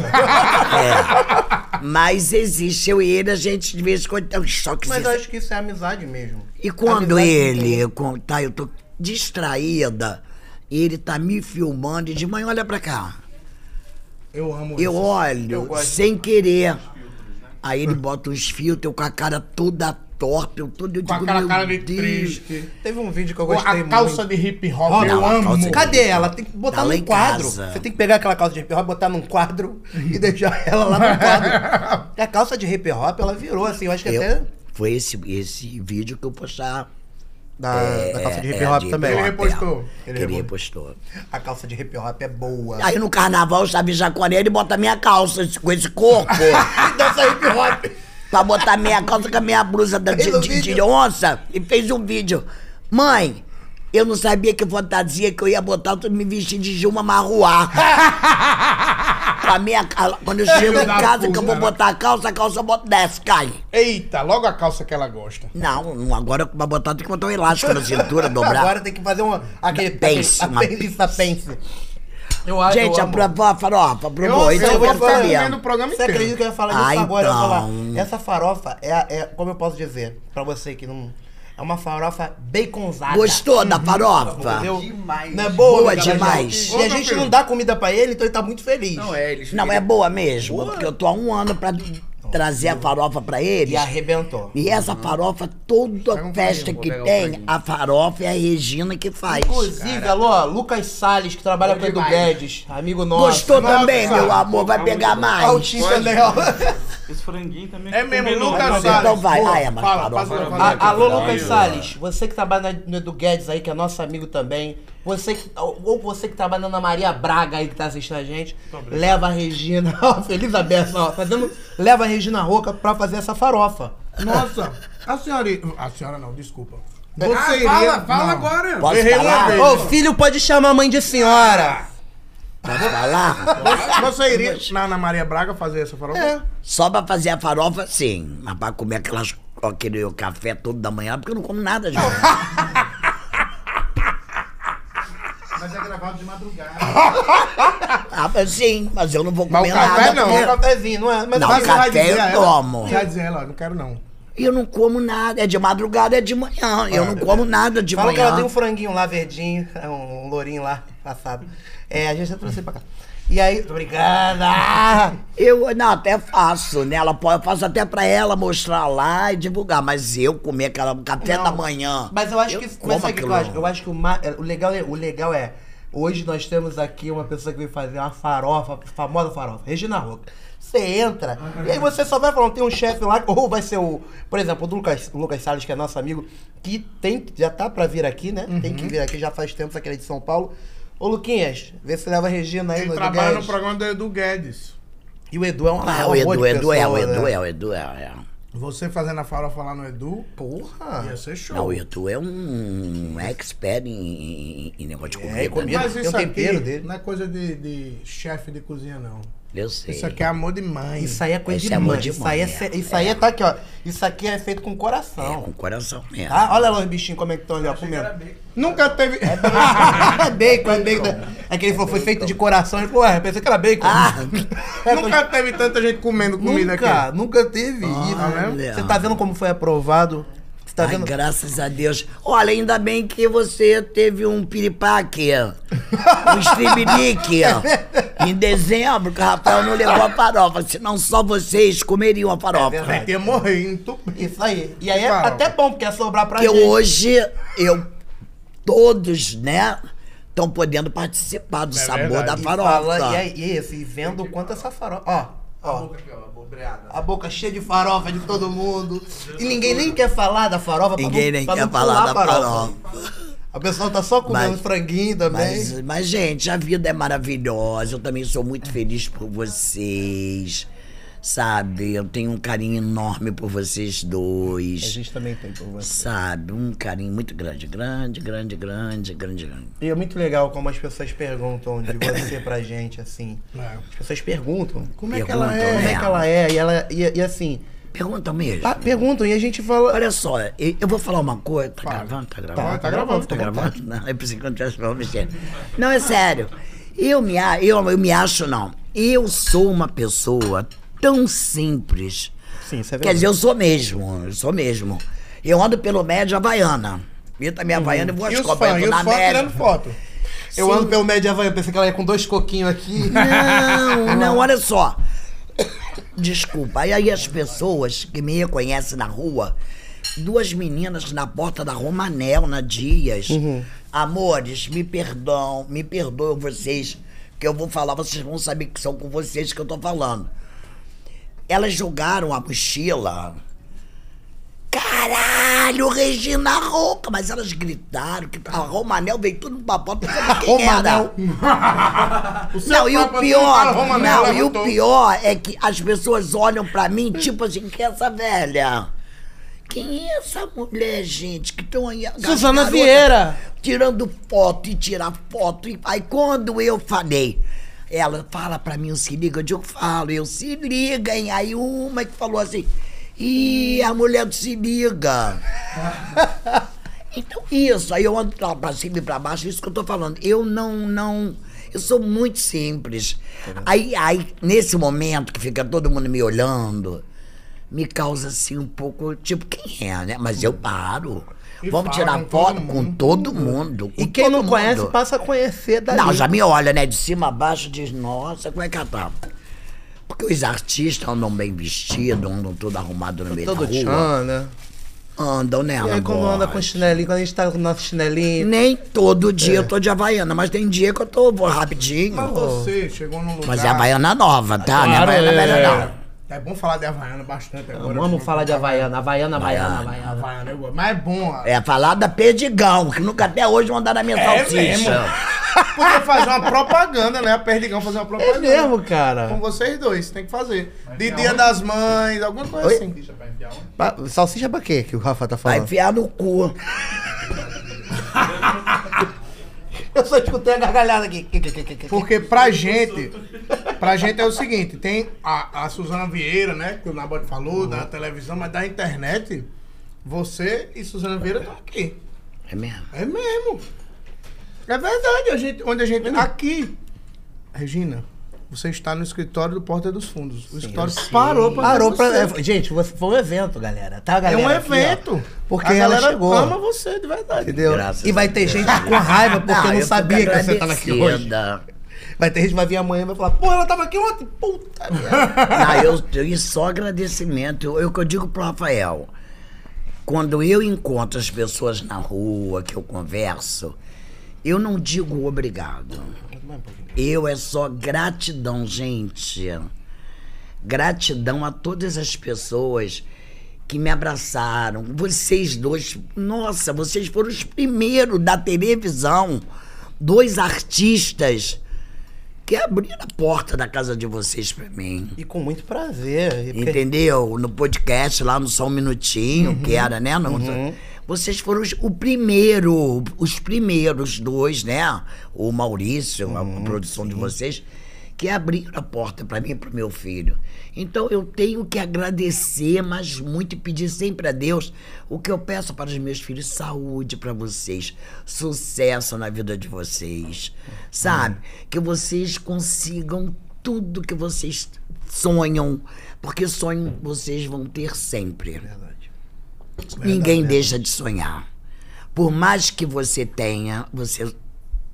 Speaker 3: É. Mas existe, eu e ele, a gente de vez em quando tem uns choques.
Speaker 2: Mas eu acho que isso é amizade mesmo.
Speaker 3: E quando
Speaker 2: Amizade
Speaker 3: ele contar, eu tô distraída, e ele tá me filmando e de mãe, olha pra cá.
Speaker 1: Eu amo
Speaker 3: Eu
Speaker 1: isso.
Speaker 3: olho sem querer.
Speaker 1: né?
Speaker 3: Aí ele bota uns filtros, eu com a cara toda torta, eu todo eu
Speaker 1: Com
Speaker 3: digo,
Speaker 1: aquela
Speaker 3: meu
Speaker 1: cara de
Speaker 3: Deus.
Speaker 1: triste.
Speaker 2: Teve um vídeo que eu
Speaker 1: Com
Speaker 2: gostei
Speaker 1: A calça
Speaker 2: muito.
Speaker 1: de hip hop,
Speaker 2: Ó,
Speaker 1: eu
Speaker 3: não, a
Speaker 1: amo.
Speaker 3: calça de-
Speaker 2: Cadê ela? Tem que botar
Speaker 3: Tá lá
Speaker 2: num
Speaker 3: em
Speaker 2: quadro.
Speaker 3: casa.
Speaker 2: Você tem que pegar aquela calça de hip hop, botar num quadro e deixar ela lá no quadro.
Speaker 1: [LAUGHS]
Speaker 2: Porque a calça de hip hop, ela virou assim, eu acho que
Speaker 3: Eu- é,
Speaker 2: até.
Speaker 3: Foi esse, esse vídeo que eu postar.
Speaker 2: Da, da Ah, calça de
Speaker 3: é,
Speaker 2: hip hop
Speaker 3: de
Speaker 2: também.
Speaker 1: Ele
Speaker 3: hip-hop,
Speaker 1: repostou.
Speaker 3: é.
Speaker 1: Ele
Speaker 3: Ele, repostou.
Speaker 2: A calça de hip hop é boa.
Speaker 3: Aí no carnaval, sabe, em Jaconé, ele bota minha calça esse- com esse corpo.
Speaker 2: Dança hip hop.
Speaker 3: pra botar minha calça com a minha blusa da, de,
Speaker 2: Fez um
Speaker 3: de- de
Speaker 2: vídeo.
Speaker 3: onça. E fez um vídeo. Mãe, eu não sabia que fantasia que eu ia botar, eu me vesti de Gilma Marruá. com a minha calça. Quando eu chego em
Speaker 1: da
Speaker 3: casa, que
Speaker 1: puta,
Speaker 3: eu vou
Speaker 1: né?
Speaker 3: botar a calça, a calça eu boto, desce, cai.
Speaker 1: Eita, logo a calça que ela gosta.
Speaker 3: Não, não, agora pra botar tem que botar um elástico na cintura, dobrar.
Speaker 2: Agora tem que fazer um. Aquele
Speaker 3: Pence,
Speaker 2: aquele-
Speaker 3: uma-
Speaker 2: apêndice, apêndice. Eu acho
Speaker 3: Gente, a farofa, farofa,
Speaker 1: Eu-
Speaker 3: aprovou. Isso
Speaker 1: eu
Speaker 3: eu
Speaker 1: vou
Speaker 3: quero
Speaker 1: falar
Speaker 3: saber.
Speaker 1: comendo- no programa
Speaker 2: Você
Speaker 1: inteiro.
Speaker 2: acredita que eu ia falar isso
Speaker 3: Ah,
Speaker 2: agora? Eu ia falar,
Speaker 3: então.
Speaker 2: essa farofa é, é, como eu posso dizer, pra você que não... É uma farofa baconzada. Hum,
Speaker 3: Gostou da farofa?
Speaker 2: Entendeu?
Speaker 5: Demais.
Speaker 2: Não é boa,
Speaker 3: Boa
Speaker 2: Miguel Angel?
Speaker 3: demais.
Speaker 2: E a gente não dá comida pra ele, então ele tá muito feliz.
Speaker 5: Não é, eles.
Speaker 3: Não, é boa mesmo, porque eu tô há um ano pra trazer a farofa pra eles.
Speaker 2: E arrebentou.
Speaker 3: E essa
Speaker 1: Uhum.
Speaker 3: farofa, toda
Speaker 1: um
Speaker 3: festa que tem, a farofa é a Regina que faz.
Speaker 2: Inclusive, alô, Lucas Salles, que trabalha com o Edu
Speaker 5: demais.
Speaker 2: Guedes, amigo nosso.
Speaker 3: Gostou
Speaker 1: nossa,
Speaker 3: também, meu amor? Vai pegar
Speaker 2: Olha o
Speaker 3: mais.
Speaker 2: Tim Chanel.
Speaker 6: Esse franguinho também.
Speaker 1: É mesmo,
Speaker 6: combinou.
Speaker 1: Lucas
Speaker 6: Vai,
Speaker 1: Salles.
Speaker 3: Então vai,
Speaker 1: Boa.
Speaker 3: vai, Emma,
Speaker 1: Fala,
Speaker 3: fala.
Speaker 1: passa-
Speaker 4: Fala,
Speaker 1: fala.
Speaker 4: fala.
Speaker 2: A- alô,
Speaker 4: Caralho.
Speaker 2: Lucas Salles, você que trabalha na- no Edu Guedes aí, que é nosso amigo também. Você que- ou ou você que trabalha na Ana Maria Braga aí, que tá assistindo a gente. Leva a Regina, [LAUGHS] ó, feliz aberto, ó, fazendo, leva a Regina Roca pra fazer essa farofa.
Speaker 1: Nossa, a senhora. A senhora não, desculpa.
Speaker 4: Ah,
Speaker 1: Você
Speaker 4: fala,
Speaker 1: iria-
Speaker 4: fala
Speaker 1: não.
Speaker 4: agora.
Speaker 3: Posso
Speaker 1: Errei uma
Speaker 3: falar?
Speaker 1: vez.
Speaker 2: Ô, filho, pode chamar a mãe de senhora.
Speaker 3: Posso falar?
Speaker 1: Você- Você iria na Ana Maria Braga fazer essa farofa?
Speaker 3: Só pra fazer a farofa, sim. Mas pra comer aquelas, aquele café todo da manhã, porque eu não como nada de manhã.
Speaker 5: Mas é gravado de madrugada.
Speaker 3: [LAUGHS] Ah, mas sim, mas eu não vou
Speaker 1: Mas o
Speaker 3: comer
Speaker 1: café
Speaker 3: nada.
Speaker 1: não.
Speaker 2: É um
Speaker 3: porque-
Speaker 2: cafezinho, não é? Mas
Speaker 1: Mas
Speaker 3: Não,
Speaker 2: vai-
Speaker 1: você vai
Speaker 3: café
Speaker 1: dizer
Speaker 3: eu
Speaker 1: a ela-
Speaker 3: tomo.
Speaker 1: Você vai dizer a ela, não quero não.
Speaker 3: Eu não como nada. É de madrugada, é de manhã. Eu
Speaker 1: Ah,
Speaker 3: não como nada de
Speaker 2: Fala que ela tem
Speaker 3: manhã.
Speaker 2: um franguinho lá verdinho, é um, um lourinho lá, passado. É, a gente já trouxe pra cá. E aí, tô brincando. ah!
Speaker 3: Eu não, até faço, né? Ela, po- eu faço até pra ela mostrar lá e divulgar. Mas eu comer aquela café
Speaker 2: Não.
Speaker 3: da manhã.
Speaker 2: Mas eu acho que.
Speaker 3: como
Speaker 2: Mas sabe o que eu
Speaker 3: aquilo
Speaker 2: acho?
Speaker 3: não.
Speaker 2: Eu acho que o, ma- é, o legal, é, o legal é. Hoje nós temos aqui uma pessoa que veio fazer uma farofa, famosa farofa, Regina Roca. Você entra,
Speaker 1: Ah,
Speaker 2: e aí você só vai falando, tem um chefe lá, ou vai ser o, por exemplo, o do Lucas, o Lucas Salles, que é nosso amigo, que tem, já tá pra vir aqui, né? Tem
Speaker 3: Uhum.
Speaker 2: que vir aqui, já faz tempo, aquele de São Paulo. Ô, Luquinhas, vê se leva a Regina aí
Speaker 1: Ele
Speaker 2: no
Speaker 1: trabalha no
Speaker 2: é Guedes.
Speaker 1: programa do Edu Guedes.
Speaker 2: E o Edu é um
Speaker 3: Ah, o Edu, Edu é, o Edu
Speaker 2: né?
Speaker 3: é, o Edu é. é.
Speaker 1: Você fazendo a farofa lá no Edu, ia
Speaker 2: Porra!
Speaker 1: ser show.
Speaker 3: Não, o Edu é um expert em, em- em negócio de comida. né?
Speaker 2: É, comida.
Speaker 1: Mas
Speaker 2: tem
Speaker 1: isso
Speaker 2: o tempero
Speaker 1: aqui
Speaker 2: dele.
Speaker 1: não é coisa de, de chefe de cozinha, não.
Speaker 3: Eu sei.
Speaker 1: Isso aqui é amor de mãe.
Speaker 2: Isso aí é coisa
Speaker 3: Esse
Speaker 2: de
Speaker 3: é amor
Speaker 2: mãe.
Speaker 3: de
Speaker 2: Isso
Speaker 3: mãe,
Speaker 2: aí, é,
Speaker 3: é.
Speaker 2: fe- isso aí é- tá aqui, ó. Isso aqui é feito com
Speaker 3: É, com
Speaker 2: coração.
Speaker 3: coração mesmo.
Speaker 2: Tá? Olha lá os bichinhos como é que estão ali, ó, comendo.
Speaker 1: Nunca teve.
Speaker 2: É [LAUGHS] bacon, é bacon. É que ele falou, foi feito de coração. Ele falou, ué, eu pensei que era
Speaker 1: [LAUGHS]
Speaker 2: bacon.
Speaker 1: Ah.
Speaker 2: [LAUGHS]
Speaker 1: Nunca teve tanta gente comendo comida
Speaker 2: nunca,
Speaker 1: aqui.
Speaker 2: nunca teve isso.
Speaker 3: Olha.
Speaker 2: Você tá vendo como foi aprovado? Você tá
Speaker 3: Ai,
Speaker 2: vendo?
Speaker 3: graças a Deus. Olha, ainda bem que você teve um piripaque,
Speaker 2: [LAUGHS]
Speaker 3: um stribinique, em dezembro, que o Rafael não levou a farofa, senão só vocês comeriam
Speaker 2: É
Speaker 3: a
Speaker 1: [LAUGHS]
Speaker 3: farofa.
Speaker 1: Vai ter morrer, entupido.
Speaker 2: Isso aí. E aí é
Speaker 1: Claro.
Speaker 2: até bom, porque ia sobrar pra
Speaker 3: Porque
Speaker 2: gente.
Speaker 3: hoje eu todos, né, estão podendo participar do sabor
Speaker 1: verdade.
Speaker 3: da
Speaker 2: É E
Speaker 3: farofa.
Speaker 2: fala- e, aí, e esse, e vendo o quanto essa farofa. Ó, ó. A boca cheia de farofa de todo mundo. E ninguém nem quer falar da farofa. pra
Speaker 3: Ninguém
Speaker 2: não-
Speaker 3: nem
Speaker 2: pra
Speaker 3: quer
Speaker 2: não pular
Speaker 3: falar da
Speaker 2: a farofa.
Speaker 3: farofa.
Speaker 2: A pessoa tá só comendo
Speaker 3: Mas-
Speaker 2: franguinho também.
Speaker 3: Mas, mas, gente, a vida é maravilhosa. Eu também sou muito feliz por vocês. Sabe? Eu tenho um carinho enorme por vocês
Speaker 2: A
Speaker 3: dois.
Speaker 2: gente também tem por você.
Speaker 3: Sabe? Um carinho muito grande. Grande, grande, grande, grande, grande.
Speaker 2: E é muito legal como as pessoas perguntam de você pra gente, assim. As pessoas perguntam.
Speaker 1: É. Como é que ela é?
Speaker 3: Perguntam, né?
Speaker 2: Como é que ela é? E, ela, e, e assim,
Speaker 3: Pergunta mesmo.
Speaker 2: ah, perguntam e a gente fala.
Speaker 3: Olha só, eu, eu vou falar uma coisa. Tá gravando? Tá gravando?
Speaker 1: Tá, tá gravando,
Speaker 3: Tá
Speaker 1: fica à
Speaker 3: gravando? Não, eu pensei que eu não tivesse falando besteira. Não, é sério. Eu me, a- eu, eu me acho, não. Eu sou uma pessoa tão simples.
Speaker 2: Sim, isso é
Speaker 3: Quer
Speaker 2: verdade.
Speaker 3: dizer, eu sou mesmo, eu sou mesmo. Eu ando pelo médio Havaiana. Mito a minha Havaiana, eu vou
Speaker 1: E
Speaker 3: às
Speaker 1: os fãs, e
Speaker 3: cobertas
Speaker 1: os
Speaker 3: na
Speaker 1: fãs tirando
Speaker 3: média.
Speaker 1: foto.
Speaker 2: eu ando pelo médio Havaiano, eu pensei que ela ia com dois coquinhos aqui.
Speaker 3: Não, não, olha só. Desculpa. Aí, aí as pessoas que me reconhecem na rua, duas meninas na porta da Romanel, na Dias. Amores, me perdão, me perdoem vocês, que eu vou falar, vocês vão saber que são com vocês que eu tô falando. Elas jogaram a mochila. Caralho, Regina Roca! Mas elas gritaram que a Romanel veio tudo pra porta pra saber quem era.
Speaker 2: Romanel.
Speaker 3: Não, e o
Speaker 1: papo
Speaker 3: pior,
Speaker 1: tá arrumando, ela
Speaker 3: não, e o
Speaker 1: levantou.
Speaker 3: pior é que as pessoas olham pra mim, tipo assim, que é essa velha? Quem é essa mulher, gente, que estão aí... as
Speaker 2: Suzana
Speaker 3: garotas
Speaker 2: Vieira.
Speaker 3: Tirando foto e tirar foto. E, aí quando eu falei, ela fala pra mim, o se liga, eu digo, falo, eu se liga, hein? Aí uma que falou assim, ih, a mulher do se liga. Então, isso, aí eu ando pra, pra cima e pra baixo, é isso que eu tô falando. Eu não, não. Eu sou muito simples. Aí, aí, nesse momento que fica todo mundo me olhando, me causa assim um pouco, tipo, quem é, né? Mas eu paro.
Speaker 1: E
Speaker 3: Vamos
Speaker 1: fala
Speaker 3: tirar
Speaker 1: com
Speaker 3: foto
Speaker 1: todo
Speaker 3: com
Speaker 1: mundo.
Speaker 3: todo mundo.
Speaker 2: E
Speaker 3: com
Speaker 2: quem não
Speaker 3: todo
Speaker 2: conhece
Speaker 3: mundo.
Speaker 2: passa a conhecer dali.
Speaker 3: Não, já me olha, né? De cima a baixo diz, nossa, como é que ela tá? Porque os artistas andam bem vestidos, andam todo arrumado no meio
Speaker 2: Tá Todo
Speaker 3: da rua.
Speaker 2: tchan, né?
Speaker 3: Andam, né?
Speaker 2: E aí, quando anda com
Speaker 3: Alagoas?
Speaker 2: chinelinho, quando a gente tá com o nosso chinelinho.
Speaker 3: Nem todo
Speaker 2: É.
Speaker 3: dia eu tô de Havaiana, mas tem dia que eu tô vou rapidinho.
Speaker 1: Mas você chegou num lugar.
Speaker 3: Mas é Havaiana nova, tá? Não é Havaiana velha, não.
Speaker 1: É É bom falar de Havaiana bastante agora.
Speaker 2: Vamos falar de Havaiana, Havaiana, Havaiana,
Speaker 3: Havaiana.
Speaker 2: Havaiana.
Speaker 1: Havaiana. eu gosto. Mas é bom.
Speaker 3: É falar da Perdigão, que nunca até hoje mandaram a minha
Speaker 1: É mesmo.
Speaker 3: salsicha.
Speaker 1: Porque fazer uma propaganda, né? A Perdigão fazer uma
Speaker 2: É
Speaker 1: propaganda.
Speaker 2: mesmo, cara.
Speaker 1: Com vocês dois, tem que fazer. De
Speaker 5: não.
Speaker 1: Dia das Mães, alguma coisa
Speaker 2: Oi?
Speaker 1: assim.
Speaker 5: Deixa pra enfiar um.
Speaker 2: Pa- Salsicha pra quê que o Rafa tá
Speaker 3: Vai
Speaker 2: falando?
Speaker 3: enfiar no cu.
Speaker 2: Eu só escutei a gargalhada aqui.
Speaker 1: Porque pra gente, pra gente é o seguinte, tem a, a Suzana Vieira, né? Que o Nabot falou,
Speaker 2: Uhum.
Speaker 1: da televisão, mas da internet, você e Suzana Vieira estão aqui.
Speaker 3: É mesmo.
Speaker 1: É mesmo. É verdade, a gente, onde a gente. Aqui. Regina, você está no escritório do Porta dos Fundos. O escritório parou pra
Speaker 2: Parou
Speaker 1: ver
Speaker 2: pra.
Speaker 1: você.
Speaker 2: é, gente, você- foi um evento, galera. Tá,
Speaker 1: É
Speaker 2: galera?
Speaker 1: um
Speaker 2: aqui, ó.
Speaker 1: evento.
Speaker 2: porque
Speaker 1: a
Speaker 2: ela
Speaker 1: galera
Speaker 2: chegou.
Speaker 1: ama você, de verdade.
Speaker 2: Entendeu?
Speaker 3: Graças
Speaker 2: e vai
Speaker 3: a
Speaker 2: ter
Speaker 3: Deus.
Speaker 2: gente com raiva É, porque não,
Speaker 3: Ah, eu fico
Speaker 2: sabia que você tava aqui hoje.
Speaker 3: agradecida.
Speaker 2: Vai ter gente que vai vir amanhã e vai falar, pô, ela tava aqui ontem. Puta merda.
Speaker 3: Não, eu, eu, e só agradecimento. Eu, eu que eu digo pro Rafael. Quando eu encontro as pessoas na rua, que eu converso, eu não digo obrigado. Eu é só gratidão, gente. Gratidão a todas as pessoas que me abraçaram. Vocês dois, nossa, vocês foram os primeiros da televisão. Dois artistas que abriram a porta da casa de vocês pra mim.
Speaker 2: E com muito prazer. E porque-
Speaker 3: Entendeu? No podcast, lá no Só um Minutinho, que era, né? No, Vocês foram os, o primeiro, os primeiros dois, né? O Maurício, a produção de vocês, que abriram a porta para mim e para meu filho. Então eu tenho que agradecer, mas muito e pedir sempre a Deus o que eu peço para os meus filhos: saúde para vocês, sucesso na vida de vocês, sabe? Que vocês consigam tudo que vocês sonham, porque sonho vocês vão ter sempre. Ninguém deixa de sonhar. Por mais que você tenha, você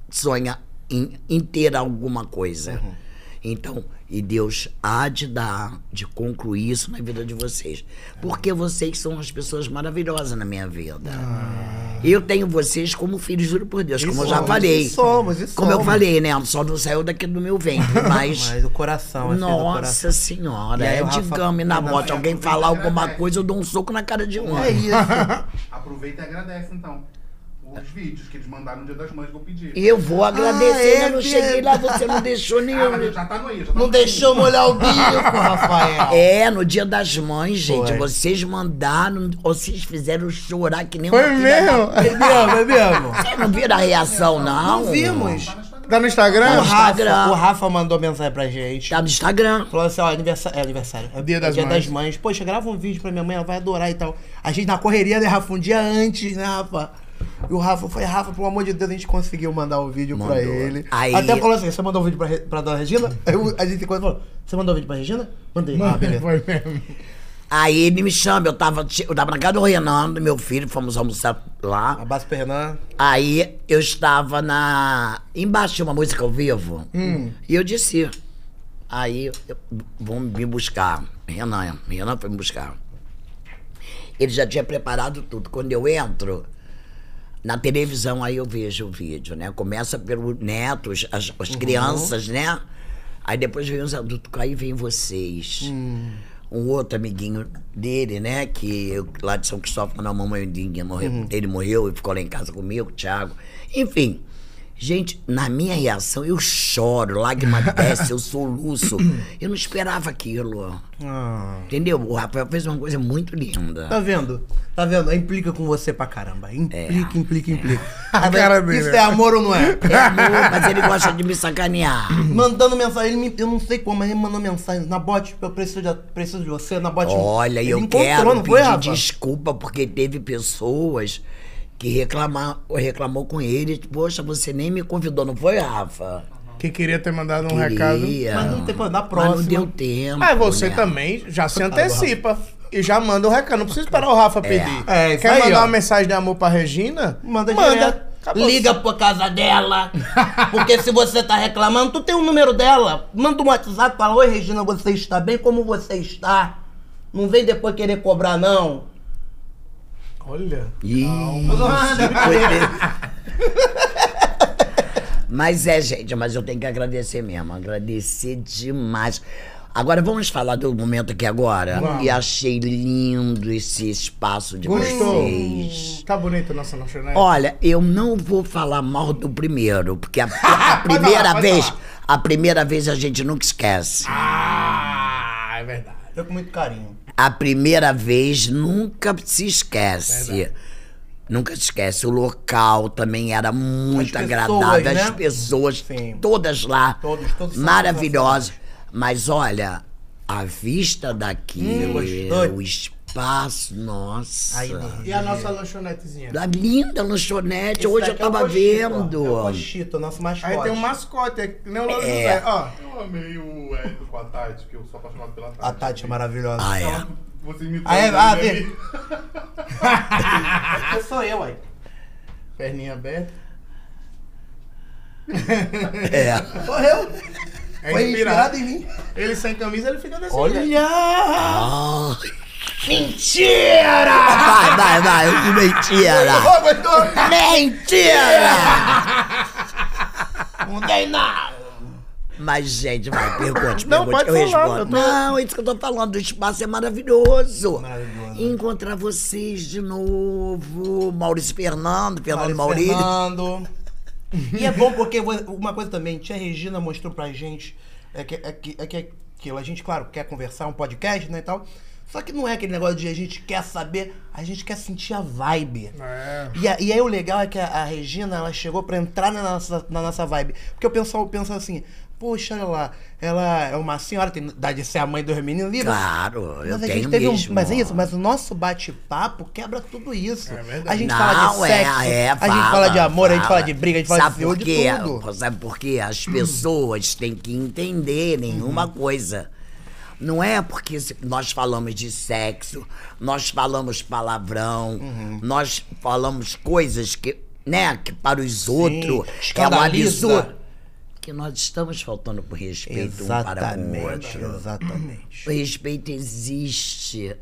Speaker 3: sonha em, em ter alguma coisa.
Speaker 2: Uhum.
Speaker 3: Então, e Deus há de dar, de concluir isso na vida de vocês. Porque vocês são as pessoas maravilhosas na minha vida. Eu tenho vocês como filhos, juro por Deus, como eu
Speaker 2: Ah.
Speaker 3: já
Speaker 2: somos,
Speaker 3: falei.
Speaker 2: e somos, e
Speaker 3: como eu
Speaker 2: somos.
Speaker 3: falei, né? Só não saiu daqui do
Speaker 2: [LAUGHS]
Speaker 3: meu ventre, mas
Speaker 2: Mas o coração, assim, do coração.
Speaker 3: nossa senhora,
Speaker 2: E aí
Speaker 3: é
Speaker 2: o
Speaker 3: de
Speaker 2: Rafa- assim,
Speaker 3: gama e na
Speaker 2: Rafa-
Speaker 3: bota. Alguém falar alguma coisa, eu dou um soco na cara de um.
Speaker 2: É isso.
Speaker 5: Aproveita e agradece, então. Os vídeos que eles mandaram no Dia das Mães que eu pedi.
Speaker 3: Eu vou
Speaker 2: Ah,
Speaker 3: agradecer,
Speaker 2: é,
Speaker 3: eu não cheguei lá, você não deixou
Speaker 5: Ah, mas
Speaker 3: nenhum.
Speaker 5: já tá no aí, já tá
Speaker 2: Não
Speaker 5: no
Speaker 2: deixou molhar o
Speaker 3: [LAUGHS]
Speaker 2: bico, Rafael.
Speaker 3: É, no dia das mães, gente,
Speaker 2: Foi.
Speaker 3: vocês mandaram, vocês fizeram chorar que nem
Speaker 1: Foi
Speaker 3: uma filha
Speaker 1: mesmo?
Speaker 2: É mesmo, é
Speaker 3: [LAUGHS]
Speaker 2: mesmo.
Speaker 3: da- Vocês não viram a reação, não?
Speaker 2: Não vimos.
Speaker 1: Tá no Instagram?
Speaker 2: O Rafa,
Speaker 3: Instagram.
Speaker 2: o Rafa mandou mensagem pra gente.
Speaker 3: Tá no Instagram.
Speaker 2: Falou assim, ó, aniversário. É aniversário. É
Speaker 1: Dia das
Speaker 2: Dia
Speaker 1: Mães.
Speaker 2: das Mães. Poxa, grava um vídeo pra minha mãe, ela vai adorar e tal. A gente na correria, né, Rafa? Um dia antes, né, Rafa? E o Rafa foi, Rafa, pelo amor de Deus, a gente conseguiu mandar o vídeo
Speaker 3: Mandou.
Speaker 2: pra ele.
Speaker 3: Aí-
Speaker 2: Até falou assim: você mandou o vídeo pra, Re- pra dona Regina? Aí o- a gente quando falou: você mandou o vídeo pra Regina? Mandei.
Speaker 1: Tá,
Speaker 2: [LAUGHS] Ah, beleza.
Speaker 1: Foi mesmo.
Speaker 3: Aí ele me chama, eu tava, eu tava na casa do Renan, do meu filho, fomos almoçar lá.
Speaker 2: Abraço pro Renan.
Speaker 3: Aí eu estava na. Embaixo de uma música ao vivo. E eu disse. Aí eu- vão me buscar. Renan, Renan foi me buscar. Ele já tinha preparado tudo. Quando eu entro, na televisão aí eu vejo o vídeo, né? Começa pelo neto, as, as- as crianças, né? Aí depois vem os adultos, aí vem vocês. Um outro amiguinho dele, né? Que eu- lá de São Cristóvão, na mamãe Dinha, morreu, ele morreu e ficou lá em casa comigo, Thiago. Enfim, gente, na minha reação eu choro, lágrima desce, eu soluço. Eu não esperava aquilo.
Speaker 2: Ah.
Speaker 3: Entendeu? O Rafael fez uma coisa muito
Speaker 2: [LAUGHS]
Speaker 3: linda.
Speaker 2: Tá vendo? Tá vendo? Implica com você pra caramba. Implica, implica, implica.
Speaker 1: A cara dele,
Speaker 2: Isso
Speaker 1: né?
Speaker 2: é amor ou não é? [COUGHS]
Speaker 3: É amor, mas ele gosta de me sacanear.
Speaker 2: Mandando mensagem, ele me- eu não sei como, mas ele me mandou mensagem. Na bot, eu preciso de, preciso de você, na bot.
Speaker 3: Olha,
Speaker 2: ele
Speaker 3: eu
Speaker 2: encontrou,
Speaker 3: quero um
Speaker 2: não
Speaker 3: pedir
Speaker 2: foi, Rafa?
Speaker 3: desculpa porque teve pessoas que reclamar, reclamou com ele. Poxa, você nem me convidou, não foi, Rafa?
Speaker 1: Que queria ter mandado um recado.
Speaker 3: Queria.
Speaker 2: é Mas não tem problema, na
Speaker 3: Mas
Speaker 2: próxima.
Speaker 3: não deu tempo.
Speaker 1: Mas você
Speaker 3: né?
Speaker 1: também já se antecipa e já manda o recado. Não precisa esperar o Rafa pedir.
Speaker 2: Tá É, isso
Speaker 1: Quer
Speaker 2: aí,
Speaker 1: mandar
Speaker 2: ó.
Speaker 1: uma mensagem de amor pra Regina?
Speaker 2: Manda direto.
Speaker 1: Acabou.
Speaker 2: Liga pra casa dela. Porque se você tá reclamando, tu tem o número dela. Manda um WhatsApp e fala: Oi, Regina, você está bem? Como você está? Não vem depois querer cobrar, não.
Speaker 1: Olha.
Speaker 3: Ih, [LAUGHS] foi- mas é, gente, mas eu tenho que agradecer mesmo. Agradecer demais. Agora vamos falar do momento aqui agora.
Speaker 1: Vamos.
Speaker 3: E achei lindo esse espaço de
Speaker 1: Gostou?
Speaker 3: vocês.
Speaker 1: Tá bonita a nossa
Speaker 2: É.
Speaker 1: lanchonete?
Speaker 3: Olha, eu não vou falar mal do primeiro,
Speaker 2: [LAUGHS]
Speaker 3: porque a, a
Speaker 1: Pode falar,
Speaker 3: primeira
Speaker 1: pode
Speaker 3: vez,
Speaker 1: falar.
Speaker 3: a primeira vez a gente nunca esquece.
Speaker 1: Ah, é verdade.
Speaker 2: Eu com muito carinho.
Speaker 3: A primeira vez nunca se esquece. Nunca se esquece. O local também era muito
Speaker 2: As pessoas,
Speaker 3: agradável. As
Speaker 2: né?
Speaker 3: pessoas,
Speaker 2: Sim.
Speaker 3: todas lá,
Speaker 2: Todos, todos são
Speaker 3: maravilhosas. Mas olha, a vista daqui,
Speaker 2: Hum, gostou?
Speaker 3: o espaço, nossa.
Speaker 2: Aí, não.
Speaker 1: E a nossa lanchonetezinha?
Speaker 3: Da linda lanchonete,
Speaker 2: Esse
Speaker 3: hoje eu
Speaker 2: daqui é o
Speaker 3: tava
Speaker 2: Cochito,
Speaker 3: vendo.
Speaker 2: ó. É o Cochito, o nosso mascote.
Speaker 1: Aí tem um mascote, é que nem o Louro
Speaker 3: É.
Speaker 1: José. Ó,
Speaker 5: Eu amei o Hélio com a Tati, que eu sou apaixonado pela Tati.
Speaker 2: A Tati é maravilhosa.
Speaker 3: Ah, é.
Speaker 5: Ela- Você me
Speaker 2: Ah, é? Ah, vê.
Speaker 5: ali.
Speaker 2: Eu sou é eu, aí.
Speaker 1: perninha aberta.
Speaker 2: [LAUGHS]
Speaker 3: é.
Speaker 2: Sou eu.
Speaker 1: É
Speaker 2: Foi
Speaker 1: inspirado.
Speaker 2: inspirado em mim.
Speaker 1: Ele sem camisa, ele fica desse jeito.
Speaker 2: Olha!
Speaker 3: Ah. Mentira! Vai, vai, vai, mentira!
Speaker 2: Ah, mas tô-
Speaker 3: Mentira!
Speaker 2: Não dei nada.
Speaker 3: Mas, gente, vai, pergunte,
Speaker 1: Não,
Speaker 3: pergunte,
Speaker 1: pode
Speaker 3: eu
Speaker 1: falar,
Speaker 3: respondo.
Speaker 1: eu tô-
Speaker 3: Não, isso que eu tô falando, o espaço é maravilhoso.
Speaker 2: Maravilhoso.
Speaker 3: Encontrar vocês de novo, Maurício Fernando, Fernando Maurício.
Speaker 2: Fernando. E é bom porque vo- uma coisa também, tia Regina mostrou pra gente, é que, é que, é que, é que a gente, claro, quer conversar, um podcast, né, e tal. Só que não é aquele negócio de a gente quer saber, a gente quer sentir a vibe.
Speaker 1: É.
Speaker 2: E, a- e aí o legal é que a, a Regina, ela chegou pra entrar na nossa, na nossa vibe. Porque o pessoal pensa assim, poxa, olha lá, ela é uma senhora, tem idade de ser a mãe dos meninos livres.
Speaker 3: Claro, eu
Speaker 2: Mas a
Speaker 3: tenho
Speaker 2: gente teve um-
Speaker 3: mesmo.
Speaker 2: mas é isso, mas o nosso bate-papo quebra tudo isso.
Speaker 1: É verdade.
Speaker 2: a gente
Speaker 3: Não,
Speaker 2: fala de
Speaker 3: é,
Speaker 2: sexo,
Speaker 3: é,
Speaker 2: a gente fala de amor, a gente fala de briga, a gente fala
Speaker 3: Sabe
Speaker 2: de ciúme,
Speaker 3: por
Speaker 2: de
Speaker 3: quê?
Speaker 2: tudo.
Speaker 3: Sabe por quê? As pessoas têm que entenderem uma
Speaker 2: Uhum.
Speaker 3: coisa. Não é porque se- nós falamos de sexo, nós falamos palavrão,
Speaker 2: Uhum.
Speaker 3: nós falamos coisas que, né, que para os outros é um
Speaker 2: escandaliza.
Speaker 3: absurdo. Que nós estamos faltando com respeito um para o
Speaker 2: Exatamente,
Speaker 3: outro. O
Speaker 2: exatamente.
Speaker 3: respeito existe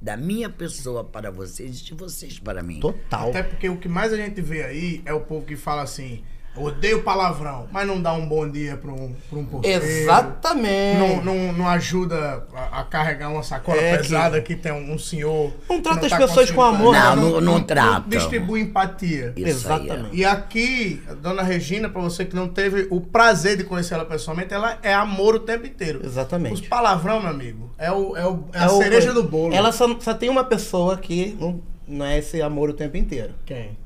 Speaker 3: da minha pessoa para vocês e de vocês para mim.
Speaker 2: Total.
Speaker 1: Até porque o que mais a gente vê aí é o povo que fala assim, "Eu odeio palavrão, mas não dá um bom dia pra um, pra um porteiro.
Speaker 2: Exatamente.
Speaker 1: Não, não, não ajuda a, a carregar uma sacola
Speaker 2: É que-
Speaker 1: pesada que, tem um, um senhor...
Speaker 2: Não
Speaker 1: que
Speaker 2: trata as
Speaker 1: tá
Speaker 2: pessoas com
Speaker 1: conseguindo-
Speaker 2: amor, né?
Speaker 3: Não, não- não trata.
Speaker 1: Distribui empatia.
Speaker 3: Isso aí é.
Speaker 2: Exatamente.
Speaker 1: E aqui, a dona Regina, pra você que não teve o prazer de conhecer ela pessoalmente, ela é amor o tempo inteiro.
Speaker 2: Exatamente.
Speaker 1: Os palavrão, meu amigo, é, o, é, o, é,
Speaker 2: É
Speaker 1: a
Speaker 2: o-
Speaker 1: cereja do bolo.
Speaker 2: Ela só, só tem uma pessoa que não, não é esse amor o tempo inteiro.
Speaker 1: Quem?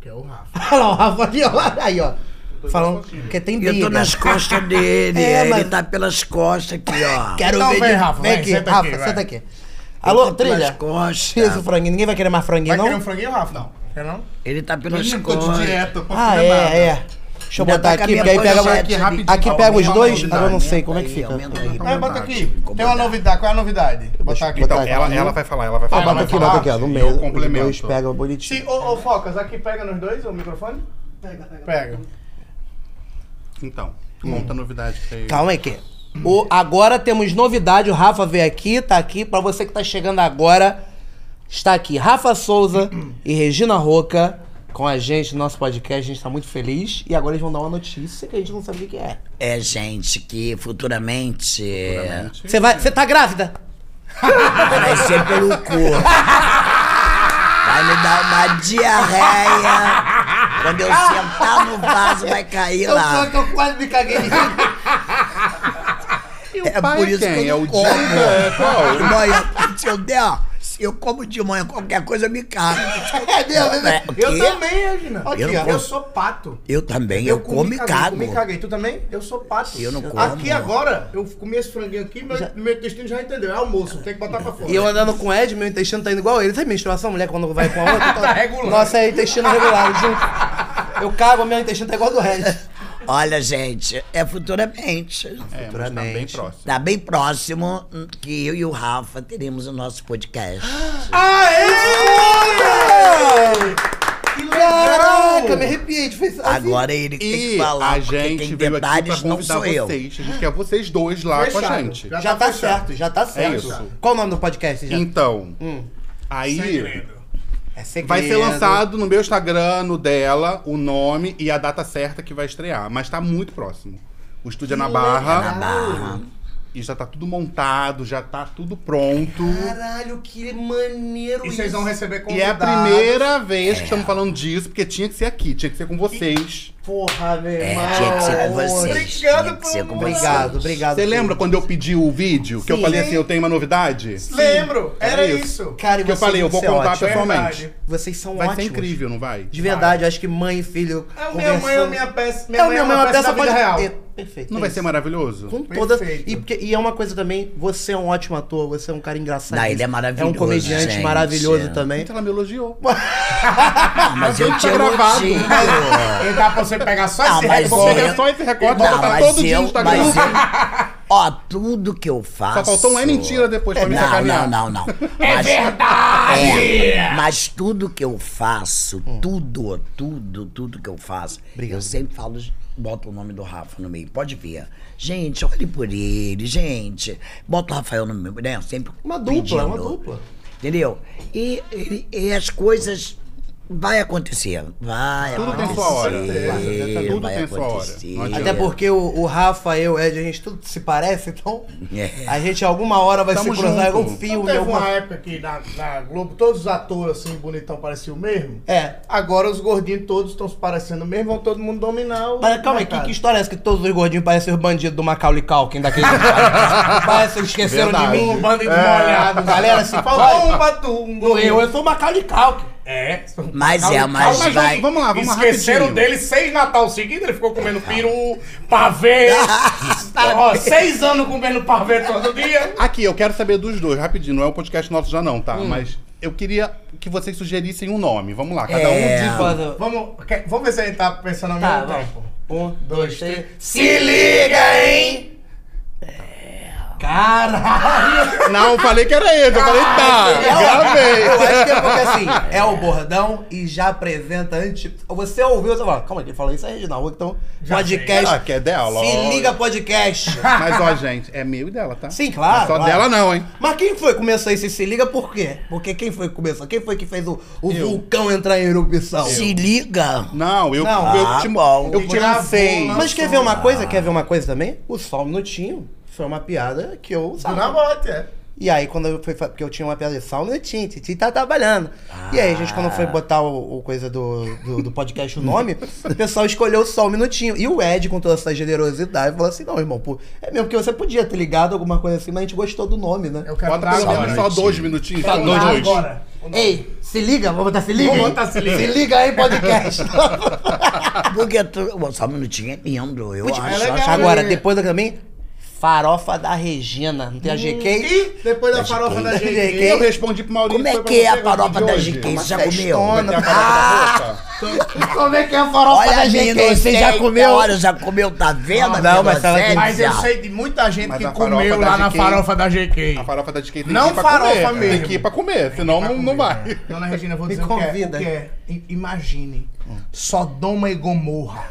Speaker 1: Que é o Rafa.
Speaker 2: Olha lá, o Rafa ali, ó, aí, ó. Falando que tem
Speaker 3: Eu
Speaker 2: briga.
Speaker 3: tô nas costas
Speaker 2: [LAUGHS]
Speaker 3: dele,
Speaker 2: É,
Speaker 3: ele
Speaker 2: mas-
Speaker 3: tá pelas costas aqui, ó.
Speaker 2: Quero
Speaker 1: Então
Speaker 2: ver.
Speaker 1: vem,
Speaker 2: de-
Speaker 1: Rafa,
Speaker 2: vem
Speaker 1: vem,
Speaker 2: aqui,
Speaker 1: senta
Speaker 2: Rafa,
Speaker 1: aqui, vai.
Speaker 2: senta aqui.
Speaker 3: Ele
Speaker 2: Alô,
Speaker 3: tá
Speaker 2: trilha.
Speaker 3: pelas costas.
Speaker 2: Isso, franguinho. Ninguém vai querer mais franguinho,
Speaker 1: Vai
Speaker 2: não?
Speaker 1: querer um franguinho, Rafa? Não. Quer não?
Speaker 3: Ele tá pelas
Speaker 5: Eu tô de
Speaker 3: costas.
Speaker 5: dieta, eu posso
Speaker 2: Ah,
Speaker 5: comer nada. é
Speaker 2: é, é. Deixa eu
Speaker 3: Ainda
Speaker 2: botar
Speaker 3: tá com a
Speaker 2: aqui,
Speaker 3: minha
Speaker 2: porque aí pega.
Speaker 3: pochete
Speaker 2: Aqui,
Speaker 3: ali.
Speaker 5: rapidinho,
Speaker 2: aqui
Speaker 5: ó,
Speaker 2: pega os
Speaker 5: aumenta
Speaker 2: dois,
Speaker 5: a
Speaker 2: agora eu não sei
Speaker 3: Aumenta
Speaker 2: como é que
Speaker 3: aí,
Speaker 2: fica.
Speaker 3: aumenta aí,
Speaker 1: Mas bota
Speaker 3: vontade,
Speaker 1: aqui.
Speaker 3: fica
Speaker 1: Tem
Speaker 3: à
Speaker 1: uma
Speaker 3: vontade.
Speaker 1: novidade. Qual é a novidade? Botar aqui.
Speaker 2: botar
Speaker 1: Então,
Speaker 2: aqui.
Speaker 5: Ela, ela vai falar, ela vai
Speaker 2: Ah,
Speaker 5: falar. ela
Speaker 2: bota
Speaker 5: vai
Speaker 2: aqui,
Speaker 5: falar,
Speaker 2: bota aqui, ó. No
Speaker 5: e
Speaker 2: meio,
Speaker 5: eu
Speaker 2: os
Speaker 5: complemento.
Speaker 2: dois pegam
Speaker 1: Se,
Speaker 2: bonitinho.
Speaker 1: ô, ô, Focas, aqui pega nos dois o microfone? Pega, pega. Pega.
Speaker 5: Então, monta a novidade É, pra ele.
Speaker 2: Calma aí, que. O, agora temos novidade, o Rafa veio aqui, tá aqui. Pra você que tá chegando agora, está aqui Rafa Souza e Regina Roca com a gente no nosso podcast. A gente tá muito feliz. E agora eles vão dar uma notícia que a gente não sabe o que que é.
Speaker 3: É, gente, que futuramente,
Speaker 2: Você vai, você tá grávida?
Speaker 3: vai nascer pelo corpo. Vai me dar uma diarreia. Quando eu sentar no vaso, vai cair lá.
Speaker 2: eu quase me caguei.
Speaker 3: É por isso que eu não como. É, De manhã, se eu der, ó, se eu como de manhã qualquer coisa, eu me cago. É mesmo?
Speaker 1: Eu também, Regina.
Speaker 2: Aqui,
Speaker 1: eu,
Speaker 2: ó.
Speaker 1: eu sou pato.
Speaker 3: Eu também, eu, como
Speaker 1: comi,
Speaker 3: e
Speaker 1: caguei,
Speaker 3: cago.
Speaker 1: comi, caguei. Tu também? Eu sou pato.
Speaker 3: Eu não como.
Speaker 1: Aqui agora, eu comi esse franguinho aqui, meu, meu intestino já entendeu. É almoço, tem que botar pra fora.
Speaker 2: E eu andando com o Ed, meu intestino tá indo igual ele. Sabe menstruação, mulher, quando vai
Speaker 1: [LAUGHS]
Speaker 2: com a outra?
Speaker 1: Tá regular.
Speaker 2: Nossa, é
Speaker 1: [LAUGHS]
Speaker 2: intestino regular, junto. Eu cago, meu intestino tá igual do Ed.
Speaker 3: Olha, gente, é futuramente.
Speaker 5: É, mas tá bem
Speaker 2: Futuramente.
Speaker 5: próximo.
Speaker 3: Tá bem próximo hum, que eu e o Rafa teremos o nosso podcast.
Speaker 1: Que
Speaker 2: Caraca, me arrepiei. a gente fez assim.
Speaker 3: Agora ele que tem que
Speaker 5: E
Speaker 3: falar,
Speaker 5: a
Speaker 3: porque tem
Speaker 5: gente veio aqui pra
Speaker 3: detalhes, não
Speaker 5: convidar
Speaker 3: sou eu.
Speaker 5: vocês. A gente quer vocês dois lá com a
Speaker 1: Fechado.
Speaker 5: gente.
Speaker 1: Já
Speaker 2: Já
Speaker 1: tá
Speaker 2: tá
Speaker 1: fechado.
Speaker 2: certo, já tá certo.
Speaker 5: isso.
Speaker 2: Qual o nome do podcast? Já?
Speaker 5: Então,
Speaker 2: Hum.
Speaker 5: aí
Speaker 1: Segredo.
Speaker 2: É segredo.
Speaker 5: vai ser lançado no meu Instagram, no dela, o nome e a data certa que vai estrear. Mas tá muito próximo. O estúdio é na Barra.
Speaker 3: Na barra.
Speaker 5: E E já tá tudo montado, já tá tudo pronto.
Speaker 2: Caralho, que maneiro
Speaker 1: E
Speaker 2: isso.
Speaker 1: vocês vão receber
Speaker 5: E é a
Speaker 1: convidados.
Speaker 5: primeira vez que estamos falando disso, porque tinha que ser aqui, tinha que ser com vocês.
Speaker 2: Porra, meu
Speaker 3: É,
Speaker 2: irmão.
Speaker 3: tinha que ser com vocês.
Speaker 1: Obrigado
Speaker 3: tinha que ser com vocês.
Speaker 2: Obrigado, obrigado.
Speaker 5: Você lembra quando eu pedi o vídeo? Que eu
Speaker 2: Sim.
Speaker 5: falei assim, eu tenho uma novidade?
Speaker 1: Lembro, era
Speaker 5: Era É isso.
Speaker 1: isso.
Speaker 2: Cara, e
Speaker 5: Que eu
Speaker 2: vocês
Speaker 5: falei, eu
Speaker 2: vão
Speaker 5: vou
Speaker 2: ser
Speaker 5: contar
Speaker 2: ótimos.
Speaker 5: pessoalmente.
Speaker 2: Vocês são
Speaker 5: Vai ser
Speaker 2: ótimos.
Speaker 5: incrível, não vai?
Speaker 2: De verdade, acho que mãe e filho.
Speaker 1: É o minha mãe, é a
Speaker 2: conversando-
Speaker 1: minha peça.
Speaker 2: É
Speaker 1: Minha
Speaker 2: o
Speaker 1: mãe é
Speaker 2: meu,
Speaker 1: uma
Speaker 2: meu,
Speaker 1: peça
Speaker 2: dessa
Speaker 1: da vida
Speaker 2: pode.
Speaker 1: real.
Speaker 2: É, perfeito.
Speaker 5: Não
Speaker 2: é
Speaker 5: vai
Speaker 2: isso.
Speaker 5: ser maravilhoso?
Speaker 2: Com toda.
Speaker 1: Perfeito.
Speaker 2: E, porque- e é uma coisa também, você é um ótimo ator, você é um cara engraçado.
Speaker 3: Não, ele é
Speaker 2: É um
Speaker 3: maravilhoso,
Speaker 2: comediante
Speaker 3: gente. É.
Speaker 2: maravilhoso também.
Speaker 5: Então ela me elogiou.
Speaker 3: Ah, mas eu te elogio.
Speaker 1: Ele dá pra você pegar só
Speaker 3: Ah,
Speaker 1: esse
Speaker 3: mas
Speaker 1: recorte.
Speaker 5: Pegar
Speaker 3: eu-
Speaker 5: é só esse recorte, vou
Speaker 3: Não,
Speaker 5: botar
Speaker 3: mas
Speaker 5: todo dia
Speaker 3: eu-
Speaker 5: no Instagram.
Speaker 3: mas eu- Ó, tudo que eu faço.
Speaker 5: Só faltou um é mentira depois pra me
Speaker 3: não,
Speaker 5: sacanear.
Speaker 3: não, não, não. Mas, é verdade! Mas tudo que eu faço, tudo, tudo, tudo que eu faço, eu sempre falo, boto o nome do Rafa no meio. Pode ver. Gente, olhe por ele, gente. Bota o Rafael no meio, né? Sempre
Speaker 2: Uma dupla,
Speaker 3: pedindo.
Speaker 2: uma dupla.
Speaker 3: Entendeu? E, e- e as coisas. Vai acontecer. Vai
Speaker 5: Tudo
Speaker 3: acontecer.
Speaker 5: tem sua hora. Tudo
Speaker 3: vai
Speaker 5: tem sua hora.
Speaker 3: acontecer.
Speaker 5: Não adianta.
Speaker 2: Até porque o, o Rafa, eu, Ed, a gente tudo se parece, então.
Speaker 3: É.
Speaker 2: A gente alguma hora vai
Speaker 5: Tamo
Speaker 2: se cruzar em
Speaker 5: junto.
Speaker 2: algum
Speaker 1: Não
Speaker 2: filme,
Speaker 1: teve
Speaker 2: um alguma.
Speaker 1: uma época que na, na Globo todos os atores assim, bonitão, pareciam o mesmo?
Speaker 2: É.
Speaker 1: Agora os gordinhos todos estão se parecendo mesmo, vão todo mundo dominar o.
Speaker 2: Mas calma aí, que,
Speaker 1: mercado.
Speaker 2: que história é essa que todos os gordinhos parecem os bandidos do Macaulay Culkin daquele...
Speaker 3: [LAUGHS]
Speaker 2: Parece que esqueceram
Speaker 5: Verdade.
Speaker 2: de mim.
Speaker 1: Um bando de molhado, galera, se falou um batu, um
Speaker 2: No Rio,
Speaker 1: gordinho.
Speaker 2: eu sou o Macaulay Culkin.
Speaker 1: É.
Speaker 3: Mas é,
Speaker 1: Calma,
Speaker 3: mas
Speaker 5: Mas
Speaker 3: vai.
Speaker 5: vamos, vamos lá, vamos
Speaker 1: Esqueceram
Speaker 5: rapidinho.
Speaker 1: dele seis Natal seguidos, ele ficou comendo peru, pavê. [LAUGHS] ó, seis anos comendo pavê todo dia.
Speaker 5: Aqui, eu quero saber dos dois, rapidinho. Não é um podcast nosso já não, tá? Mas eu queria que vocês sugerissem um nome. Vamos lá, cada
Speaker 3: É.
Speaker 5: um diz um.
Speaker 1: Vamos, quer- vamos ver se a gente tá pensando ao
Speaker 2: Tá,
Speaker 1: mesmo
Speaker 2: vai.
Speaker 1: tempo.
Speaker 2: Um, dois, três.
Speaker 1: Se liga, hein?
Speaker 2: Caralho!
Speaker 5: Não, eu falei que era ele. Eu falei,
Speaker 2: é
Speaker 5: tá,
Speaker 2: Eu
Speaker 5: gravei.
Speaker 2: acho que é porque assim, é o bordão e já apresenta antes. Você ouviu, você fala, calma, quem falou isso é Reginaldo, então. podcast.
Speaker 5: sei. Ah, que é dela,
Speaker 2: Se
Speaker 5: ó.
Speaker 2: liga, podcast.
Speaker 5: Mas ó, gente, é meu e dela, tá?
Speaker 2: Sim, claro,
Speaker 5: Não é Só
Speaker 2: claro.
Speaker 5: dela não, hein?
Speaker 2: Mas quem foi que começou esse Se Liga por quê? Porque quem foi que começou? Quem foi que fez o, o
Speaker 5: Eu.
Speaker 2: vulcão entrar em erupção?
Speaker 3: Se liga.
Speaker 5: Não, eu,
Speaker 2: Não.
Speaker 5: eu
Speaker 3: Ah,
Speaker 5: te
Speaker 3: bom.
Speaker 5: eu te lancei.
Speaker 2: Mas quer ver uma coisa? Quer ver uma coisa também? O Só um Minutinho foi uma piada que eu
Speaker 1: Do
Speaker 2: usava.
Speaker 1: Nabote, é.
Speaker 2: E aí, quando eu fui. fa- Porque eu tinha uma piada de sal, eu tinha, Titi tá trabalhando. E aí, a gente, quando foi botar o, o coisa do, do, do podcast, o nome, o pessoal escolheu só um minutinho. E o Ed, com toda essa generosidade, falou assim: não, irmão, pô, é mesmo que você podia ter ligado alguma coisa assim, mas a gente gostou do nome, né?
Speaker 1: Eu quero
Speaker 5: Bota
Speaker 1: dar
Speaker 5: pelo menos
Speaker 1: agora.
Speaker 5: só dois minutinhos.
Speaker 1: Quero
Speaker 5: só
Speaker 1: dar
Speaker 5: dois.
Speaker 1: agora.
Speaker 2: Ei, se liga, vamos botar se liga?
Speaker 1: Vamos
Speaker 2: hein?
Speaker 1: botar se liga.
Speaker 2: aí, podcast. [LAUGHS]
Speaker 3: Porque tu... Bom, só um minutinho é lindo, eu acho.
Speaker 1: legal,
Speaker 3: acho-
Speaker 2: Agora,
Speaker 1: né?
Speaker 2: depois da também, farofa da Regina. Não tem a GK?
Speaker 1: E depois da farofa da
Speaker 2: GK.
Speaker 1: GK.
Speaker 5: Eu respondi pro Maurício.
Speaker 3: Como é
Speaker 5: foi pra
Speaker 3: que é
Speaker 5: você
Speaker 3: a farofa
Speaker 5: de
Speaker 3: da
Speaker 5: hoje.
Speaker 3: GK?
Speaker 5: Como
Speaker 3: Você já comeu?
Speaker 2: festona,
Speaker 5: é que é a farofa da boca?
Speaker 2: Como é que é a farofa
Speaker 3: Olha,
Speaker 2: da GK?
Speaker 3: menino,
Speaker 2: Você já comeu?
Speaker 3: Olha, já comeu, tá vendo?
Speaker 2: Ah, não,
Speaker 3: aquela
Speaker 2: mas ela-
Speaker 3: série,
Speaker 1: Mas eu
Speaker 3: viado?
Speaker 1: sei de muita gente
Speaker 5: Mas
Speaker 1: que
Speaker 5: a farofa
Speaker 1: comeu
Speaker 5: da
Speaker 1: lá na
Speaker 5: GK.
Speaker 1: farofa da GK.
Speaker 5: A farofa da GK tem
Speaker 1: Não
Speaker 5: que ir pra
Speaker 1: farofa
Speaker 5: comer.
Speaker 1: mesmo.
Speaker 5: Tem que ir pra comer, senão
Speaker 1: Tá
Speaker 5: não, não vai.
Speaker 1: né? Dona Regina, eu vou
Speaker 2: Me
Speaker 1: dizer o que é-
Speaker 2: convida.
Speaker 1: o que é. I- Imagine. Sodoma e [LAUGHS] Gomorra.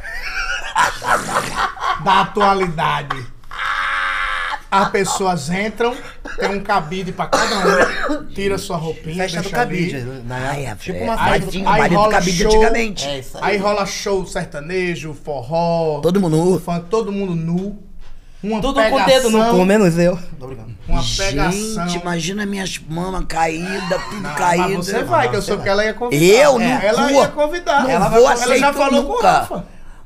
Speaker 1: da atualidade. As pessoas entram, tem um cabide pra cada um, tira sua roupinha,
Speaker 2: Festa do
Speaker 1: deixa ali.
Speaker 2: cabide. né?
Speaker 3: Ai, é,
Speaker 2: tipo
Speaker 3: é,
Speaker 2: uma
Speaker 3: ai,
Speaker 2: festa do
Speaker 3: sim,
Speaker 2: cabide.
Speaker 3: marido
Speaker 1: rola
Speaker 3: cabide
Speaker 1: show,
Speaker 3: antigamente.
Speaker 2: É isso
Speaker 1: Aí
Speaker 2: aí.
Speaker 1: rola show sertanejo, forró.
Speaker 3: Todo mundo.
Speaker 1: fã, todo mundo nu. Uma
Speaker 2: Tudo
Speaker 1: pegação,
Speaker 2: com o dedo no cu, né? menos eu. Tô brincando.
Speaker 1: Uma pegação.
Speaker 3: Gente, imagina minhas mamas caídas, tudo
Speaker 1: Ah, Mas
Speaker 3: caído. Ah,
Speaker 1: você vai, que eu soube que ela ia convidar.
Speaker 3: Eu
Speaker 1: É,
Speaker 3: não
Speaker 1: Ela
Speaker 3: vou.
Speaker 1: ia convidar.
Speaker 3: Não
Speaker 1: ela, vai-
Speaker 3: vou
Speaker 1: ela já
Speaker 3: aceitar
Speaker 1: falou com o
Speaker 3: nunca.
Speaker 1: Rafa.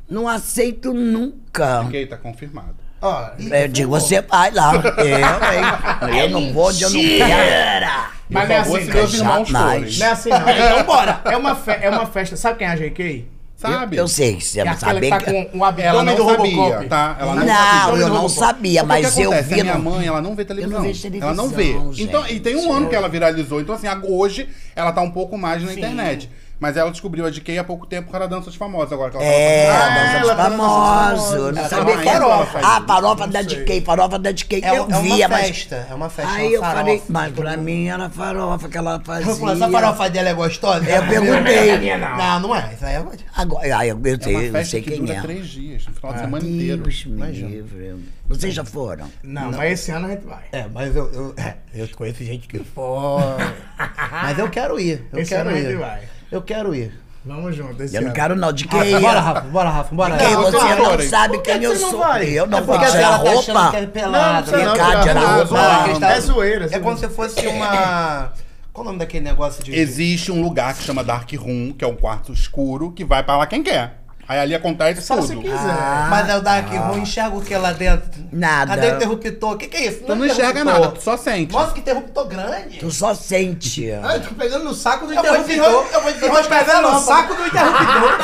Speaker 3: Não aceito nunca.
Speaker 5: GK tá confirmado.
Speaker 1: Ó,
Speaker 3: É, Eu digo, assim, você vai lá. Eu, hein? Eu não vou onde eu não quero.
Speaker 1: mas não é
Speaker 5: Por favor,
Speaker 1: assim,
Speaker 5: se
Speaker 1: não.
Speaker 5: meus irmãos forem. né?
Speaker 3: Jamais.
Speaker 1: Não é assim, não. Então bora. É uma, fe- é uma festa. Sabe quem é a JK?
Speaker 5: Sabe?
Speaker 3: Eu sei, você
Speaker 1: É
Speaker 3: não
Speaker 1: aquela
Speaker 3: sabe
Speaker 1: que tá
Speaker 3: bem que...
Speaker 1: com o
Speaker 5: Ela
Speaker 1: abdômen
Speaker 5: não
Speaker 1: do
Speaker 5: sabia,
Speaker 1: Robocop.
Speaker 5: tá? Ela não, sabia.
Speaker 3: Não, eu não sabia,
Speaker 5: Porque
Speaker 3: mas eu
Speaker 5: acontece,
Speaker 3: vi...
Speaker 5: A minha
Speaker 3: no-
Speaker 5: mãe, ela não vê televisão.
Speaker 3: Eu não vejo televisão,
Speaker 5: ela não vê.
Speaker 3: gente.
Speaker 5: Então, e tem um ano que ela viralizou. Então, assim, ag- hoje ela tá um pouco mais na internet. Mas ela descobriu a GK há pouco tempo por causa da dança de famosos agora. Que ela
Speaker 3: É,
Speaker 5: tava
Speaker 3: a
Speaker 5: fazendo.
Speaker 3: dança
Speaker 1: ela
Speaker 3: dos
Speaker 1: tá na dança dos
Speaker 3: famosos.
Speaker 1: famosos.
Speaker 3: Não
Speaker 1: Ela
Speaker 3: sabia
Speaker 5: tá
Speaker 3: que era.
Speaker 5: na dança dos
Speaker 3: Ah,
Speaker 5: famosos.
Speaker 3: farofa da de quem? Farofa da de quem?
Speaker 2: É,
Speaker 3: Eu
Speaker 2: é uma
Speaker 3: via, mas.
Speaker 2: festa, é uma festa.
Speaker 3: Aí eu
Speaker 2: uma
Speaker 3: falei,
Speaker 2: farofa.
Speaker 3: mas pra mim era farofa que ela
Speaker 2: Eu falei, Essa
Speaker 3: fazia.
Speaker 2: farofa dela é gostosa? [LAUGHS]
Speaker 3: Eu perguntei.
Speaker 2: Não, não é. Isso aí é
Speaker 3: Agora, ah, eu, eu,
Speaker 5: É uma
Speaker 3: sei, eu
Speaker 5: festa
Speaker 3: sei
Speaker 5: que
Speaker 3: quem
Speaker 5: dura
Speaker 3: é.
Speaker 5: três dias, no final de semana inteiro.
Speaker 3: Deus me livre. Vocês já foram?
Speaker 1: Não, mas esse ano a gente vai.
Speaker 2: É, mas eu, eu, é, eu conheço gente que foi. [LAUGHS] mas eu quero ir. Eu
Speaker 1: Esse
Speaker 2: quero
Speaker 1: ano a
Speaker 2: ir.
Speaker 1: gente vai.
Speaker 2: Eu quero ir.
Speaker 1: Vamos junto. esse
Speaker 3: Eu não
Speaker 1: ano.
Speaker 3: quero não. De quem
Speaker 2: Rafa,
Speaker 3: é?
Speaker 2: bora, Rafa, bora, Rafa, bora.
Speaker 3: Quem
Speaker 1: Não,
Speaker 3: você
Speaker 1: não,
Speaker 3: não
Speaker 1: Lore.
Speaker 3: sabe
Speaker 2: Por que
Speaker 3: quem
Speaker 2: que
Speaker 3: eu
Speaker 2: você não
Speaker 3: sou.
Speaker 2: vai?
Speaker 3: Eu não
Speaker 2: É
Speaker 3: vou
Speaker 2: porque
Speaker 3: tirar a
Speaker 2: ela tá achando que é
Speaker 3: roupa.
Speaker 2: pelado.
Speaker 1: Não, não precisa
Speaker 2: né?
Speaker 1: não,
Speaker 3: Cade,
Speaker 1: cara.
Speaker 3: na
Speaker 1: Ah,
Speaker 3: roupa.
Speaker 1: zoar,
Speaker 2: Ela
Speaker 1: É,
Speaker 2: está-
Speaker 1: zoeira.
Speaker 2: É como se fosse uma. Qual o nome daquele negócio de.
Speaker 5: Existe um lugar que chama Dark Room, que é um quarto escuro, que vai pra lá quem quer. Aí ali acontece
Speaker 1: Só se
Speaker 5: tudo. Ah.
Speaker 1: quiser.
Speaker 3: Ah.
Speaker 2: Mas é o Dark Room, enxerga o que é lá dentro?
Speaker 3: Nada.
Speaker 2: Cadê o interruptor? O que, que é isso?
Speaker 5: Tu não enxerga
Speaker 2: interruptor.
Speaker 5: nada, tu só sente.
Speaker 2: Nossa, que interruptor grande.
Speaker 3: Tu só sente.
Speaker 1: Ah, eu tô pegando no saco do
Speaker 2: Eu vou
Speaker 1: interruptor.
Speaker 2: desenro- eu vou desenroscar essa
Speaker 1: pegando no
Speaker 2: lâmpada.
Speaker 1: saco do interruptor.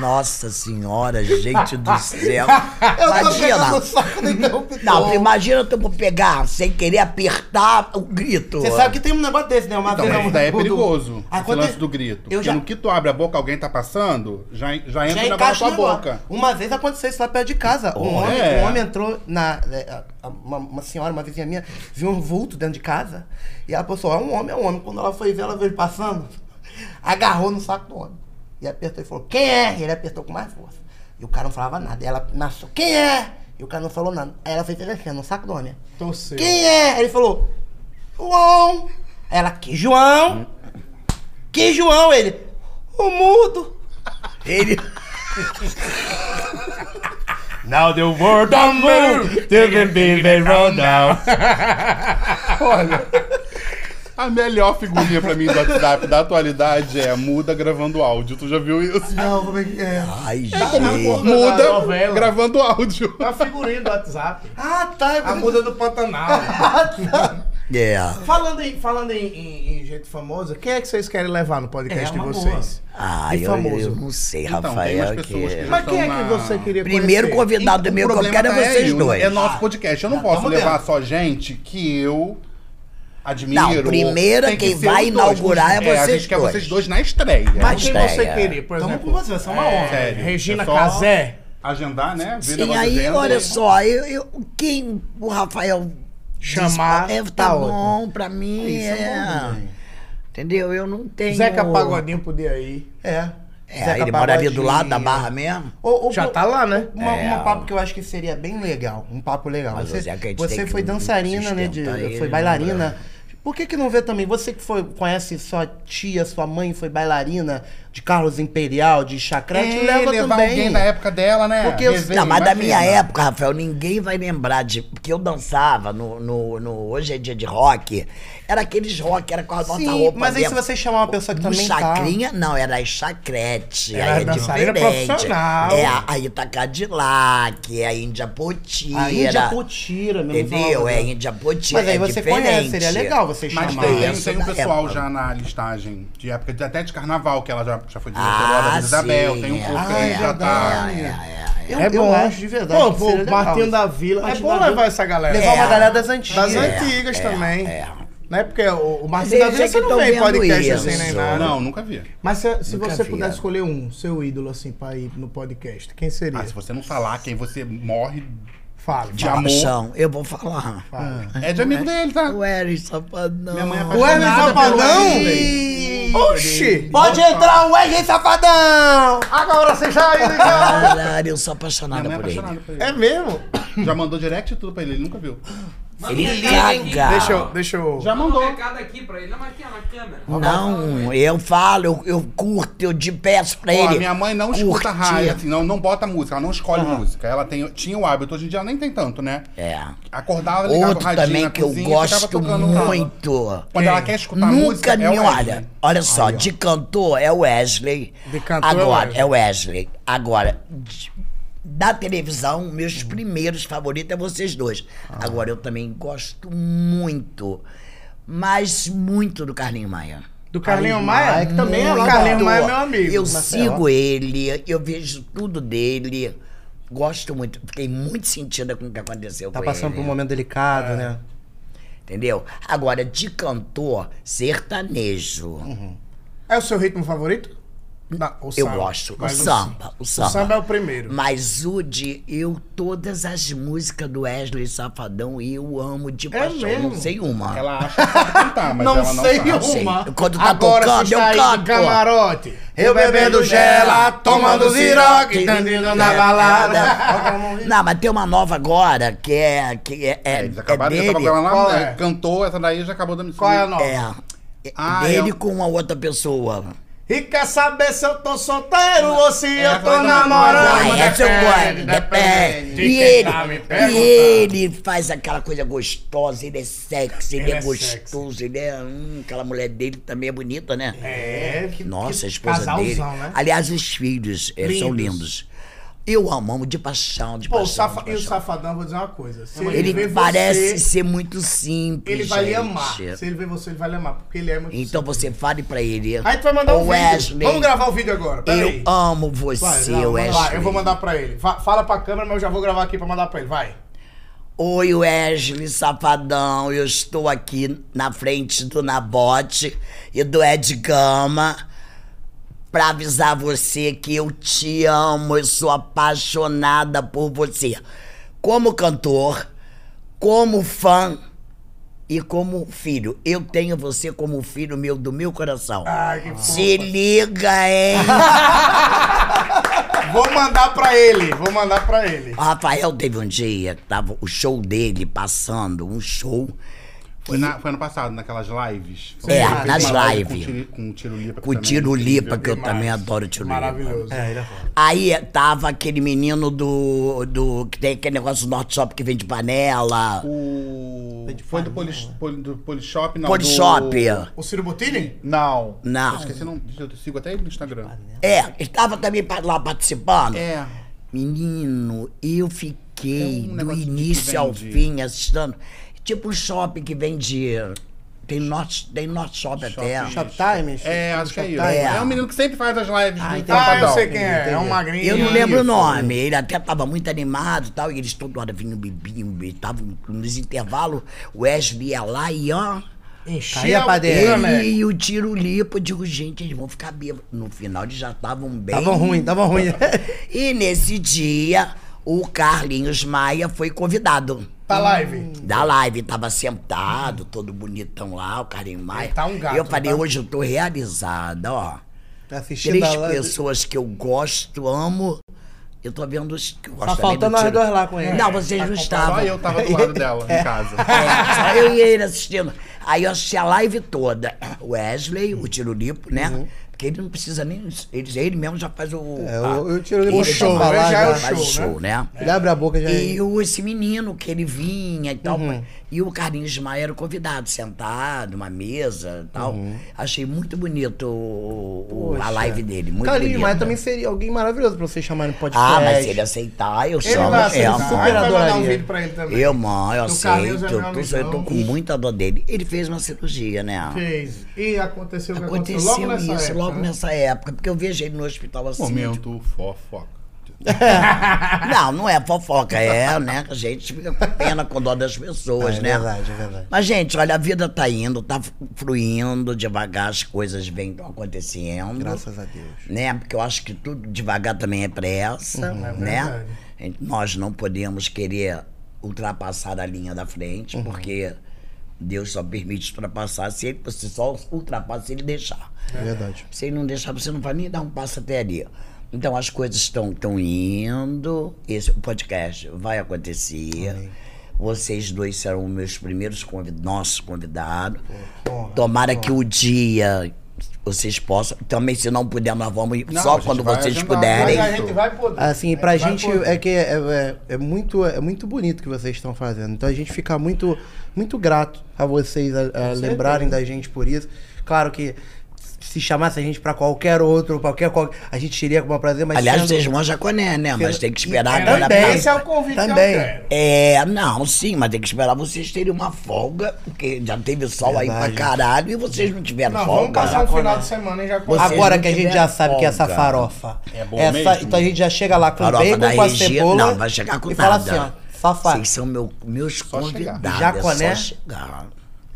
Speaker 3: Nossa senhora,
Speaker 2: [LAUGHS]
Speaker 3: gente do céu.
Speaker 2: [LAUGHS] Eu tô é
Speaker 3: Imagina.
Speaker 2: pegando o saco
Speaker 1: [LAUGHS]
Speaker 2: do interruptor.
Speaker 3: Não, imagina tu pegar sem querer apertar o grito.
Speaker 2: Você sabe que tem um negócio desse, né? Uma
Speaker 5: Então,
Speaker 2: vez
Speaker 5: mas
Speaker 2: eu-
Speaker 5: isso daí é
Speaker 2: do- do-
Speaker 5: perigoso.
Speaker 2: Ah,
Speaker 5: Esse
Speaker 2: quando
Speaker 5: lance
Speaker 2: eu-
Speaker 5: do grito.
Speaker 2: Eu
Speaker 5: Porque
Speaker 2: já,
Speaker 5: no que tu abre a boca, alguém tá passando, já, já entra
Speaker 2: já
Speaker 5: o negócio na
Speaker 2: encaixa na
Speaker 5: tua
Speaker 2: boca.
Speaker 5: boca.
Speaker 2: Uma vez aconteceu isso lá perto de casa. Um, homem,
Speaker 5: é?
Speaker 2: um homem entrou na... é, a- a- Uma, uma senhora, uma vizinha minha, viu um vulto dentro de casa. E ela pensou, é um homem, é um homem. Quando ela foi ver, ela veio ele passando. [LAUGHS] Agarrou no saco do homem. E apertou e falou, quem é? E ele apertou com mais força. E o cara não falava nada. E ela nasceu, quem é? E o cara não falou nada. Aí ela fez ele assim, no saco do homem.
Speaker 1: Torceu.
Speaker 2: Quem é? Ele falou, João. Ela, que João? Que João? Ele, o mudo.
Speaker 3: Ele.
Speaker 2: Now the world don't move to the baby roll down.
Speaker 5: [LAUGHS] Olha. A melhor figurinha pra mim do WhatsApp da atualidade é muda gravando áudio. Tu já viu isso?
Speaker 2: Não, como é que é?
Speaker 3: Ai, gente.
Speaker 1: Da
Speaker 5: Muda
Speaker 1: novela.
Speaker 5: gravando áudio.
Speaker 1: Tá figurinha do WhatsApp.
Speaker 2: Ah, tá.
Speaker 1: A muda do [LAUGHS] Pantanal. tá.
Speaker 3: É.
Speaker 1: Falando em, falando em, em- em gente famosa, quem é que vocês querem levar no podcast
Speaker 4: É,
Speaker 1: de
Speaker 4: uma
Speaker 1: vocês?
Speaker 3: Ah,
Speaker 1: E
Speaker 3: eu,
Speaker 1: famoso?
Speaker 3: eu não sei,
Speaker 5: Então, tem umas
Speaker 3: Rafael.
Speaker 5: pessoas que
Speaker 3: que...
Speaker 5: já-
Speaker 1: Mas quem é que
Speaker 5: Uma-
Speaker 1: você queria
Speaker 3: Primeiro
Speaker 1: conhecer?
Speaker 3: convidado meu que eu
Speaker 5: problema
Speaker 3: quero é
Speaker 5: tá
Speaker 3: vocês
Speaker 5: aí,
Speaker 3: dois. Tá,
Speaker 5: É nosso podcast. Eu não
Speaker 1: Já
Speaker 5: posso
Speaker 1: tamo
Speaker 5: levar
Speaker 1: dentro.
Speaker 5: só gente que eu admiro.
Speaker 3: Não, primeiro
Speaker 5: Tem que
Speaker 3: quem
Speaker 5: ser os
Speaker 3: vai
Speaker 5: dois.
Speaker 3: inaugurar é
Speaker 5: A
Speaker 3: vocês
Speaker 5: gente quer
Speaker 3: dois.
Speaker 5: vocês dois na estreia.
Speaker 1: Mas quem
Speaker 3: Estreia.
Speaker 1: você queria, por
Speaker 2: Tamo
Speaker 1: exemplo?
Speaker 2: com você, isso é uma honra.
Speaker 5: sério.
Speaker 1: Regina
Speaker 5: É só-
Speaker 1: Casé.
Speaker 5: Agendar, né? Ver
Speaker 3: Sim,
Speaker 5: negócio de
Speaker 3: aí,
Speaker 5: agenda.
Speaker 3: olha só, eu, eu- quem o Rafael
Speaker 1: Chamar,
Speaker 3: diz, é,
Speaker 1: tá
Speaker 3: tá
Speaker 1: ótimo.
Speaker 3: bom pra mim.
Speaker 2: Isso é bom,
Speaker 3: é. Entendeu? Eu não tenho.
Speaker 1: Zeca Pagodinho podia ir.
Speaker 2: É.
Speaker 3: É,
Speaker 2: Zeca
Speaker 3: ele mora ali do
Speaker 2: Pagodinho.
Speaker 3: lado da barra mesmo.
Speaker 2: Ou- ou-
Speaker 1: Já tá lá, né?
Speaker 2: Uma,
Speaker 3: É,
Speaker 2: uma papo
Speaker 3: ó.
Speaker 2: que eu acho que seria bem legal. Um papo legal.
Speaker 3: Mas o Zé que a
Speaker 2: Você,
Speaker 3: gente
Speaker 2: você
Speaker 3: tem que
Speaker 2: foi dançarina, né? De,
Speaker 3: sustentar ele,
Speaker 2: foi
Speaker 3: né,
Speaker 2: bailarina. Por que, que não vê também? Você que foi, conhece sua tia, sua mãe foi bailarina de Carlos Imperial, de Chacrete,
Speaker 5: É,
Speaker 2: leva
Speaker 5: levar
Speaker 2: também.
Speaker 5: alguém da época dela, né?
Speaker 2: Porque eu-
Speaker 5: Rever,
Speaker 3: Não, mas da minha
Speaker 2: né?
Speaker 5: imagina.
Speaker 3: época, Rafael, ninguém vai lembrar de. Porque eu dançava no. no, no- hoje é dia de rock. Era aqueles rock, era com a nossa
Speaker 2: Sim,
Speaker 3: roupa.
Speaker 2: mas aí se
Speaker 3: mesmo.
Speaker 2: você chamar uma pessoa que
Speaker 3: No
Speaker 2: também tá...
Speaker 3: chacrinha, não, era as chacrete.
Speaker 1: Era
Speaker 3: aí é
Speaker 1: dançarina
Speaker 3: diferente.
Speaker 1: profissional.
Speaker 3: É a, a Ita Cadillac, é a Índia Potira.
Speaker 2: A Índia Potira, meu
Speaker 3: Entendeu?
Speaker 2: né?
Speaker 3: É Índia Potira.
Speaker 2: Mas aí
Speaker 3: é
Speaker 2: você
Speaker 3: diferente.
Speaker 2: conhece, seria legal você
Speaker 5: Mas
Speaker 2: chamar.
Speaker 5: tem, tem,
Speaker 3: Isso
Speaker 5: um
Speaker 3: da
Speaker 5: pessoal
Speaker 3: época.
Speaker 5: já na listagem de época, de, até de carnaval, que ela já, já foi diretora
Speaker 3: Ah,
Speaker 5: da Vila Isabel.
Speaker 3: sim,
Speaker 5: Tem um
Speaker 3: é.
Speaker 5: pouco que
Speaker 3: Ah,
Speaker 5: aí
Speaker 3: é
Speaker 5: já tá.
Speaker 3: É, é, é.
Speaker 2: Eu, eu acho de verdade
Speaker 1: Pô,
Speaker 2: que
Speaker 1: pô,
Speaker 2: seria legal.
Speaker 1: Martinho da Vila.
Speaker 2: Martinho
Speaker 1: é bom
Speaker 2: da
Speaker 1: levar
Speaker 2: Vila.
Speaker 1: essa galera.
Speaker 2: Levar uma
Speaker 3: É.
Speaker 2: galera das antigas.
Speaker 1: Das antigas também.
Speaker 3: é.
Speaker 1: Né? Porque o, o Martinho
Speaker 3: Mas
Speaker 1: da
Speaker 3: eles
Speaker 1: Vila
Speaker 3: é que
Speaker 1: você não
Speaker 3: tão
Speaker 1: vem em
Speaker 3: vendo
Speaker 1: podcast
Speaker 3: isso.
Speaker 1: assim nem nada.
Speaker 5: Não, nunca vi.
Speaker 1: Mas se, se
Speaker 3: Nunca
Speaker 1: você
Speaker 3: vi,
Speaker 1: pudesse
Speaker 3: é.
Speaker 1: escolher um, seu ídolo, assim, pra ir no podcast, quem seria?
Speaker 5: Ah, se você não falar quem você morre,
Speaker 1: Fala.
Speaker 5: De amor.
Speaker 3: Paixão, Eu vou falar.
Speaker 2: Ah.
Speaker 5: é de amigo dele, tá?
Speaker 3: O Eris Safadão.
Speaker 5: Minha mãe é
Speaker 1: O Hermes
Speaker 5: apaixonada pelo
Speaker 1: Safadão?
Speaker 5: Wesley.
Speaker 1: Oxi!
Speaker 2: Pode
Speaker 5: é
Speaker 2: entrar o Wesley Safadão!
Speaker 1: Agora você já é ia ligar.
Speaker 3: Caralho, eu sou
Speaker 5: Minha
Speaker 3: apaixonada
Speaker 5: mãe é
Speaker 3: por ele.
Speaker 5: apaixonada por
Speaker 1: É
Speaker 5: ele.
Speaker 1: mesmo?
Speaker 5: Já mandou direct e tudo pra ele, ele nunca viu.
Speaker 3: Ele
Speaker 6: Ele-
Speaker 3: caga.
Speaker 1: Deixa eu. Deixa eu...
Speaker 5: Já
Speaker 6: Manda
Speaker 5: mandou.
Speaker 6: um recado aqui pra ele. Não, mas aqui, ó, na câmera.
Speaker 3: Não, um eu falo, eu, eu curto, eu de peço pra
Speaker 5: Ó,
Speaker 3: ele.
Speaker 5: a minha mãe não
Speaker 3: curtir.
Speaker 5: escuta rádio, assim, não, não bota música, ela não escolhe música. Ela tem, tinha o hábito, hoje em dia ela nem tem tanto, né?
Speaker 3: É.
Speaker 5: Acordava, ligava
Speaker 3: Outro
Speaker 5: o radinho
Speaker 3: também
Speaker 5: na
Speaker 3: que eu
Speaker 5: cozinha, ficava
Speaker 3: gosto
Speaker 5: tocando um-
Speaker 3: muito.
Speaker 5: Quando ela quer escutar música,
Speaker 3: Nunca
Speaker 5: é
Speaker 3: me
Speaker 5: o
Speaker 3: olha. Olha só, de cantor é o Wesley.
Speaker 1: De cantor é o
Speaker 3: Agora,
Speaker 1: Wesley.
Speaker 3: é o Wesley. Agora, de- da televisão, meus primeiros favoritos é vocês dois. Agora, eu também gosto muito, mas muito do Carlinho Maia.
Speaker 1: Do Carlinho Maia? Que também é lá.
Speaker 3: Muito.
Speaker 1: Carlinho Maia é meu amigo.
Speaker 3: Eu
Speaker 1: Marcelo.
Speaker 3: sigo ele, eu vejo tudo dele. Gosto muito. Fiquei muito sentida com o que aconteceu
Speaker 2: Tá
Speaker 3: com
Speaker 2: passando
Speaker 3: ele.
Speaker 2: por um momento delicado, né?
Speaker 3: Entendeu? Agora, de cantor, sertanejo.
Speaker 1: É o seu ritmo favorito? Não, o
Speaker 3: Eu
Speaker 1: samba.
Speaker 3: gosto. O
Speaker 1: Mas
Speaker 3: samba, o samba.
Speaker 1: O samba é o primeiro.
Speaker 3: Mas o de eu, todas as músicas do Wesley Safadão, eu amo de paixão.
Speaker 1: mesmo?
Speaker 3: Não sei uma.
Speaker 5: Ela acha que sabe cantar, mas
Speaker 1: não
Speaker 5: ela não
Speaker 1: sei
Speaker 5: sabe.
Speaker 3: sei.
Speaker 1: uma.
Speaker 3: Quando tá
Speaker 1: Agora
Speaker 3: tocando,
Speaker 1: se
Speaker 3: eu
Speaker 1: está aí de
Speaker 3: canto.
Speaker 1: camarote.
Speaker 2: Eu bebendo gela, tomando ziroque, dandindo na balada.
Speaker 3: É, Não, mas tem uma nova agora que é. Que é, é,
Speaker 5: Eles
Speaker 3: é
Speaker 5: acabaram de
Speaker 3: dele.
Speaker 5: acabar com ela lá,
Speaker 1: Qual
Speaker 5: né?
Speaker 1: é?
Speaker 5: cantou, essa daí já acabou da missão.
Speaker 1: Qual é a nova?
Speaker 3: É.
Speaker 5: Ah,
Speaker 3: dele
Speaker 5: eu-
Speaker 3: com a outra pessoa.
Speaker 1: E quer saber se eu tô solteiro ou se
Speaker 3: É,
Speaker 1: eu tô
Speaker 5: vai dar uma
Speaker 1: namorando?
Speaker 3: Ah, essa eu gosto, depende. E ele, e ele faz aquela coisa gostosa, ele é sexy, ele,
Speaker 1: Ele
Speaker 3: é,
Speaker 1: é
Speaker 3: gostoso, ele é. hum, aquela mulher dele também é bonita, né?
Speaker 1: É, que,
Speaker 3: Nossa,
Speaker 1: que
Speaker 3: a esposa dele.
Speaker 1: casalzão, né?
Speaker 3: Aliás, os filhos eh, são
Speaker 1: Lindos.
Speaker 3: lindos. Eu amo de paixão, de
Speaker 1: Pô, o
Speaker 3: paixão.
Speaker 1: safa-
Speaker 3: de
Speaker 1: e o
Speaker 3: paixão.
Speaker 1: safadão, vou dizer uma coisa. Se
Speaker 3: Ele
Speaker 1: vê
Speaker 3: parece
Speaker 1: você,
Speaker 3: ser muito simples.
Speaker 1: Ele vai lhe
Speaker 3: gente.
Speaker 1: amar. Se ele vê você, ele vai lhe amar, porque ele é muito
Speaker 3: Então você fale pra ele.
Speaker 1: Aí tu vai mandar um vídeo.
Speaker 3: "Ô, Wesley,
Speaker 1: Vamos gravar o vídeo agora. Pera
Speaker 3: Eu
Speaker 1: aí.
Speaker 3: amo você,
Speaker 1: vai, vai,
Speaker 3: Wesley.
Speaker 1: eu vou mandar pra ele. Va- fala pra câmera, mas eu já vou gravar aqui pra mandar pra ele. Vai.
Speaker 3: Oi, Wesley Safadão, eu estou aqui na frente do Nabote e do Ed Gama para avisar você que eu te amo, eu sou apaixonada por você. Como cantor, como fã e como filho. Eu tenho você como filho meu do meu coração.
Speaker 1: Ai, que fofo.
Speaker 3: Se liga, hein?
Speaker 1: Vou mandar pra ele. Vou mandar pra ele.
Speaker 3: O Rafael teve um dia, que tava o show dele passando, um show
Speaker 5: Foi, na- foi ano passado, naquelas lives.
Speaker 3: É,
Speaker 5: Ele fez
Speaker 3: nas
Speaker 5: uma live
Speaker 3: lives.
Speaker 5: Com, tiro, com tiro lipa.
Speaker 3: com o Tiro Lipa, que eu também adoro Tiro Lipa.
Speaker 1: Maravilhoso.
Speaker 3: É.
Speaker 2: Tá
Speaker 3: Aí tava aquele menino do, do. que tem aquele negócio do Norte Shop que vende panela.
Speaker 5: O... Foi do Polis- Poli- do Polishop, não.
Speaker 3: Polishop.
Speaker 5: do-
Speaker 1: O Ciro Botini?
Speaker 5: Não.
Speaker 3: Não.
Speaker 5: Eu esqueci, não. Eu sigo até ele no Instagram.
Speaker 3: É, ele tava também pa- lá participando.
Speaker 5: É.
Speaker 3: Menino, eu fiquei
Speaker 5: É um
Speaker 3: do
Speaker 5: negócio de que
Speaker 3: início ao
Speaker 5: vende-
Speaker 3: fim assistindo. Tipo um shopping que vende. Tem Norte, tem norte shop, até.
Speaker 2: Shoptime?
Speaker 5: É, acho que é isso.
Speaker 3: É.
Speaker 5: É. um menino que sempre faz as lives do
Speaker 2: então-
Speaker 1: Ah, eu
Speaker 5: Safadão.
Speaker 1: sei quem é. É um
Speaker 2: Entendi.
Speaker 1: magrinho.
Speaker 3: Eu não lembro o
Speaker 1: Isso.
Speaker 5: né?
Speaker 3: nome. Ele até tava muito animado e tal. E eles toda hora vinham bebiam, tava nos intervalos. O Wesley ia lá e ó.
Speaker 1: Enchia
Speaker 2: Caía
Speaker 1: a
Speaker 2: pra dentro.
Speaker 1: boca,
Speaker 3: Ele
Speaker 1: né?
Speaker 3: e o tiro lipo, eu digo, gente, eles vão ficar bêbados. No final eles já estavam bem.
Speaker 2: Tava ruim, tava ruim.
Speaker 3: [LAUGHS]
Speaker 2: [LAUGHS]
Speaker 3: E nesse dia, o Carlinhos Maia foi convidado
Speaker 1: Pra Tá live.
Speaker 3: da live. Tava sentado, todo bonitão lá, o Carlinhos Maia.
Speaker 1: tá um gato,
Speaker 3: eu falei,
Speaker 1: tá?
Speaker 3: hoje eu tô realizada, ó.
Speaker 2: Tá Assistindo
Speaker 3: Três
Speaker 2: a live.
Speaker 3: pessoas que eu gosto, amo. Eu tô vendo os que eu gosto.
Speaker 2: Tá
Speaker 3: também do
Speaker 2: faltando nós
Speaker 3: Tiro-
Speaker 2: dois lá com ele. Tá
Speaker 3: Não, vocês não estavam.
Speaker 5: Só eu tava do lado dela, em casa.
Speaker 3: É. Só eu e ele assistindo. Aí eu assisti a live toda. O Wesley, o Tirolipo, né? Porque ele não precisa nem. Ele, ele mesmo já faz o.
Speaker 2: Uhum. É,
Speaker 3: a-
Speaker 2: o- o Tirolipo
Speaker 3: ele
Speaker 2: show,
Speaker 3: faz-
Speaker 2: né?
Speaker 3: já
Speaker 2: Já é o
Speaker 3: faz o
Speaker 1: show,
Speaker 3: show, né?
Speaker 2: Ele abre a boca já.
Speaker 3: E o, esse menino que ele vinha e tal.
Speaker 2: Uhum.
Speaker 3: E o Carlinhos Maia era o convidado, sentado, uma mesa e tal. Achei muito bonito o- o- a
Speaker 2: Uhum. Poxa.
Speaker 3: live dele. Muito
Speaker 2: Carlinhos
Speaker 3: bonito. né?
Speaker 2: Maia também seria alguém maravilhoso pra vocês chamarem no podcast.
Speaker 3: Ah, mas se ele aceitar, eu
Speaker 1: Ele
Speaker 3: chamo.
Speaker 1: vai
Speaker 3: eu
Speaker 1: aceitar.
Speaker 3: amo.
Speaker 1: Aí vai mandar um
Speaker 2: adoraria.
Speaker 1: vídeo pra ele também.
Speaker 3: é, Eu, mãe, eu
Speaker 1: Do Carlinhos
Speaker 3: aceito.
Speaker 1: é meu
Speaker 3: Eu tô, eu tô
Speaker 1: amigão.
Speaker 3: com muita dor dele. Ele fez uma cirurgia, né?
Speaker 1: Fez. E aconteceu o que aconteceu,
Speaker 3: Aconteceu
Speaker 1: logo nessa
Speaker 3: isso
Speaker 1: época,
Speaker 3: logo
Speaker 1: né?
Speaker 3: nessa época, porque eu vejo ele no hospital [LAUGHS] assim.
Speaker 5: É. Momento fofoca.
Speaker 3: tipo, Não, não é fofoca, é, né? Que a gente fica com pena com dó das pessoas,
Speaker 2: É
Speaker 3: né?
Speaker 2: verdade, é verdade.
Speaker 3: Mas, gente, olha, a vida tá indo, tá fluindo, devagar as coisas vêm tão acontecendo.
Speaker 2: Graças a Deus.
Speaker 3: né? Porque eu acho que tudo devagar também é pressa, né?
Speaker 1: verdade.
Speaker 3: Ent- Nós não podemos querer ultrapassar a linha da frente, porque Deus só permite ultrapassar se ele se só ultrapassa se ele deixar.
Speaker 2: É verdade.
Speaker 3: Se ele não deixar, você não vai nem dar um passo até ali. Então as coisas estão tão indo. Esse o podcast vai acontecer. Vocês dois serão meus primeiros convidados, nosso convidado. Tomara que o dia vocês possam. Também, se não puder, nós vamos
Speaker 5: Não, a
Speaker 3: só
Speaker 5: gente
Speaker 3: quando
Speaker 5: vai
Speaker 3: vocês
Speaker 5: agendar,
Speaker 1: Mas
Speaker 3: puderem.
Speaker 1: a gente vai poder.
Speaker 2: Assim, pra
Speaker 1: A vai
Speaker 2: gente
Speaker 1: poder.
Speaker 2: é que é, é- é muito, é muito bonito o que vocês estão fazendo. Então a gente fica muito, muito grato a vocês a- a lembrarem da gente por isso. Claro que se chamasse a gente pra qualquer outro, qualquer, qual- a gente iria com o maior prazer, mas.
Speaker 3: Aliás,
Speaker 2: sendo-
Speaker 3: vocês vão a Jaconé, né? Mas tem que esperar
Speaker 1: É,
Speaker 3: agora.
Speaker 2: também.
Speaker 1: Esse é o convite
Speaker 2: Também.
Speaker 1: que eu quero.
Speaker 3: É, não, sim, mas tem que esperar vocês terem uma folga, porque já teve sol aí
Speaker 2: Verdade.
Speaker 3: pra caralho e vocês não tiveram
Speaker 1: Não,
Speaker 3: folga. né?
Speaker 1: vamos passar um final de semana em Jaconé.
Speaker 3: Vocês
Speaker 2: Agora
Speaker 3: não
Speaker 2: que a gente
Speaker 3: tiveram
Speaker 2: já sabe que é essa
Speaker 3: folga.
Speaker 2: farofa.
Speaker 5: É bom
Speaker 2: essa,
Speaker 5: mesmo?
Speaker 2: Então a gente já chega lá com
Speaker 3: Farofa da
Speaker 2: bacon, com a
Speaker 3: Regina-
Speaker 2: cebola.
Speaker 3: Não, vai chegar com
Speaker 2: E
Speaker 3: nada.
Speaker 2: fala assim, ó, safado.
Speaker 3: Vocês são meu, meus
Speaker 5: chegar.
Speaker 3: convidados.
Speaker 2: Jaconé? É,
Speaker 3: É só chegar.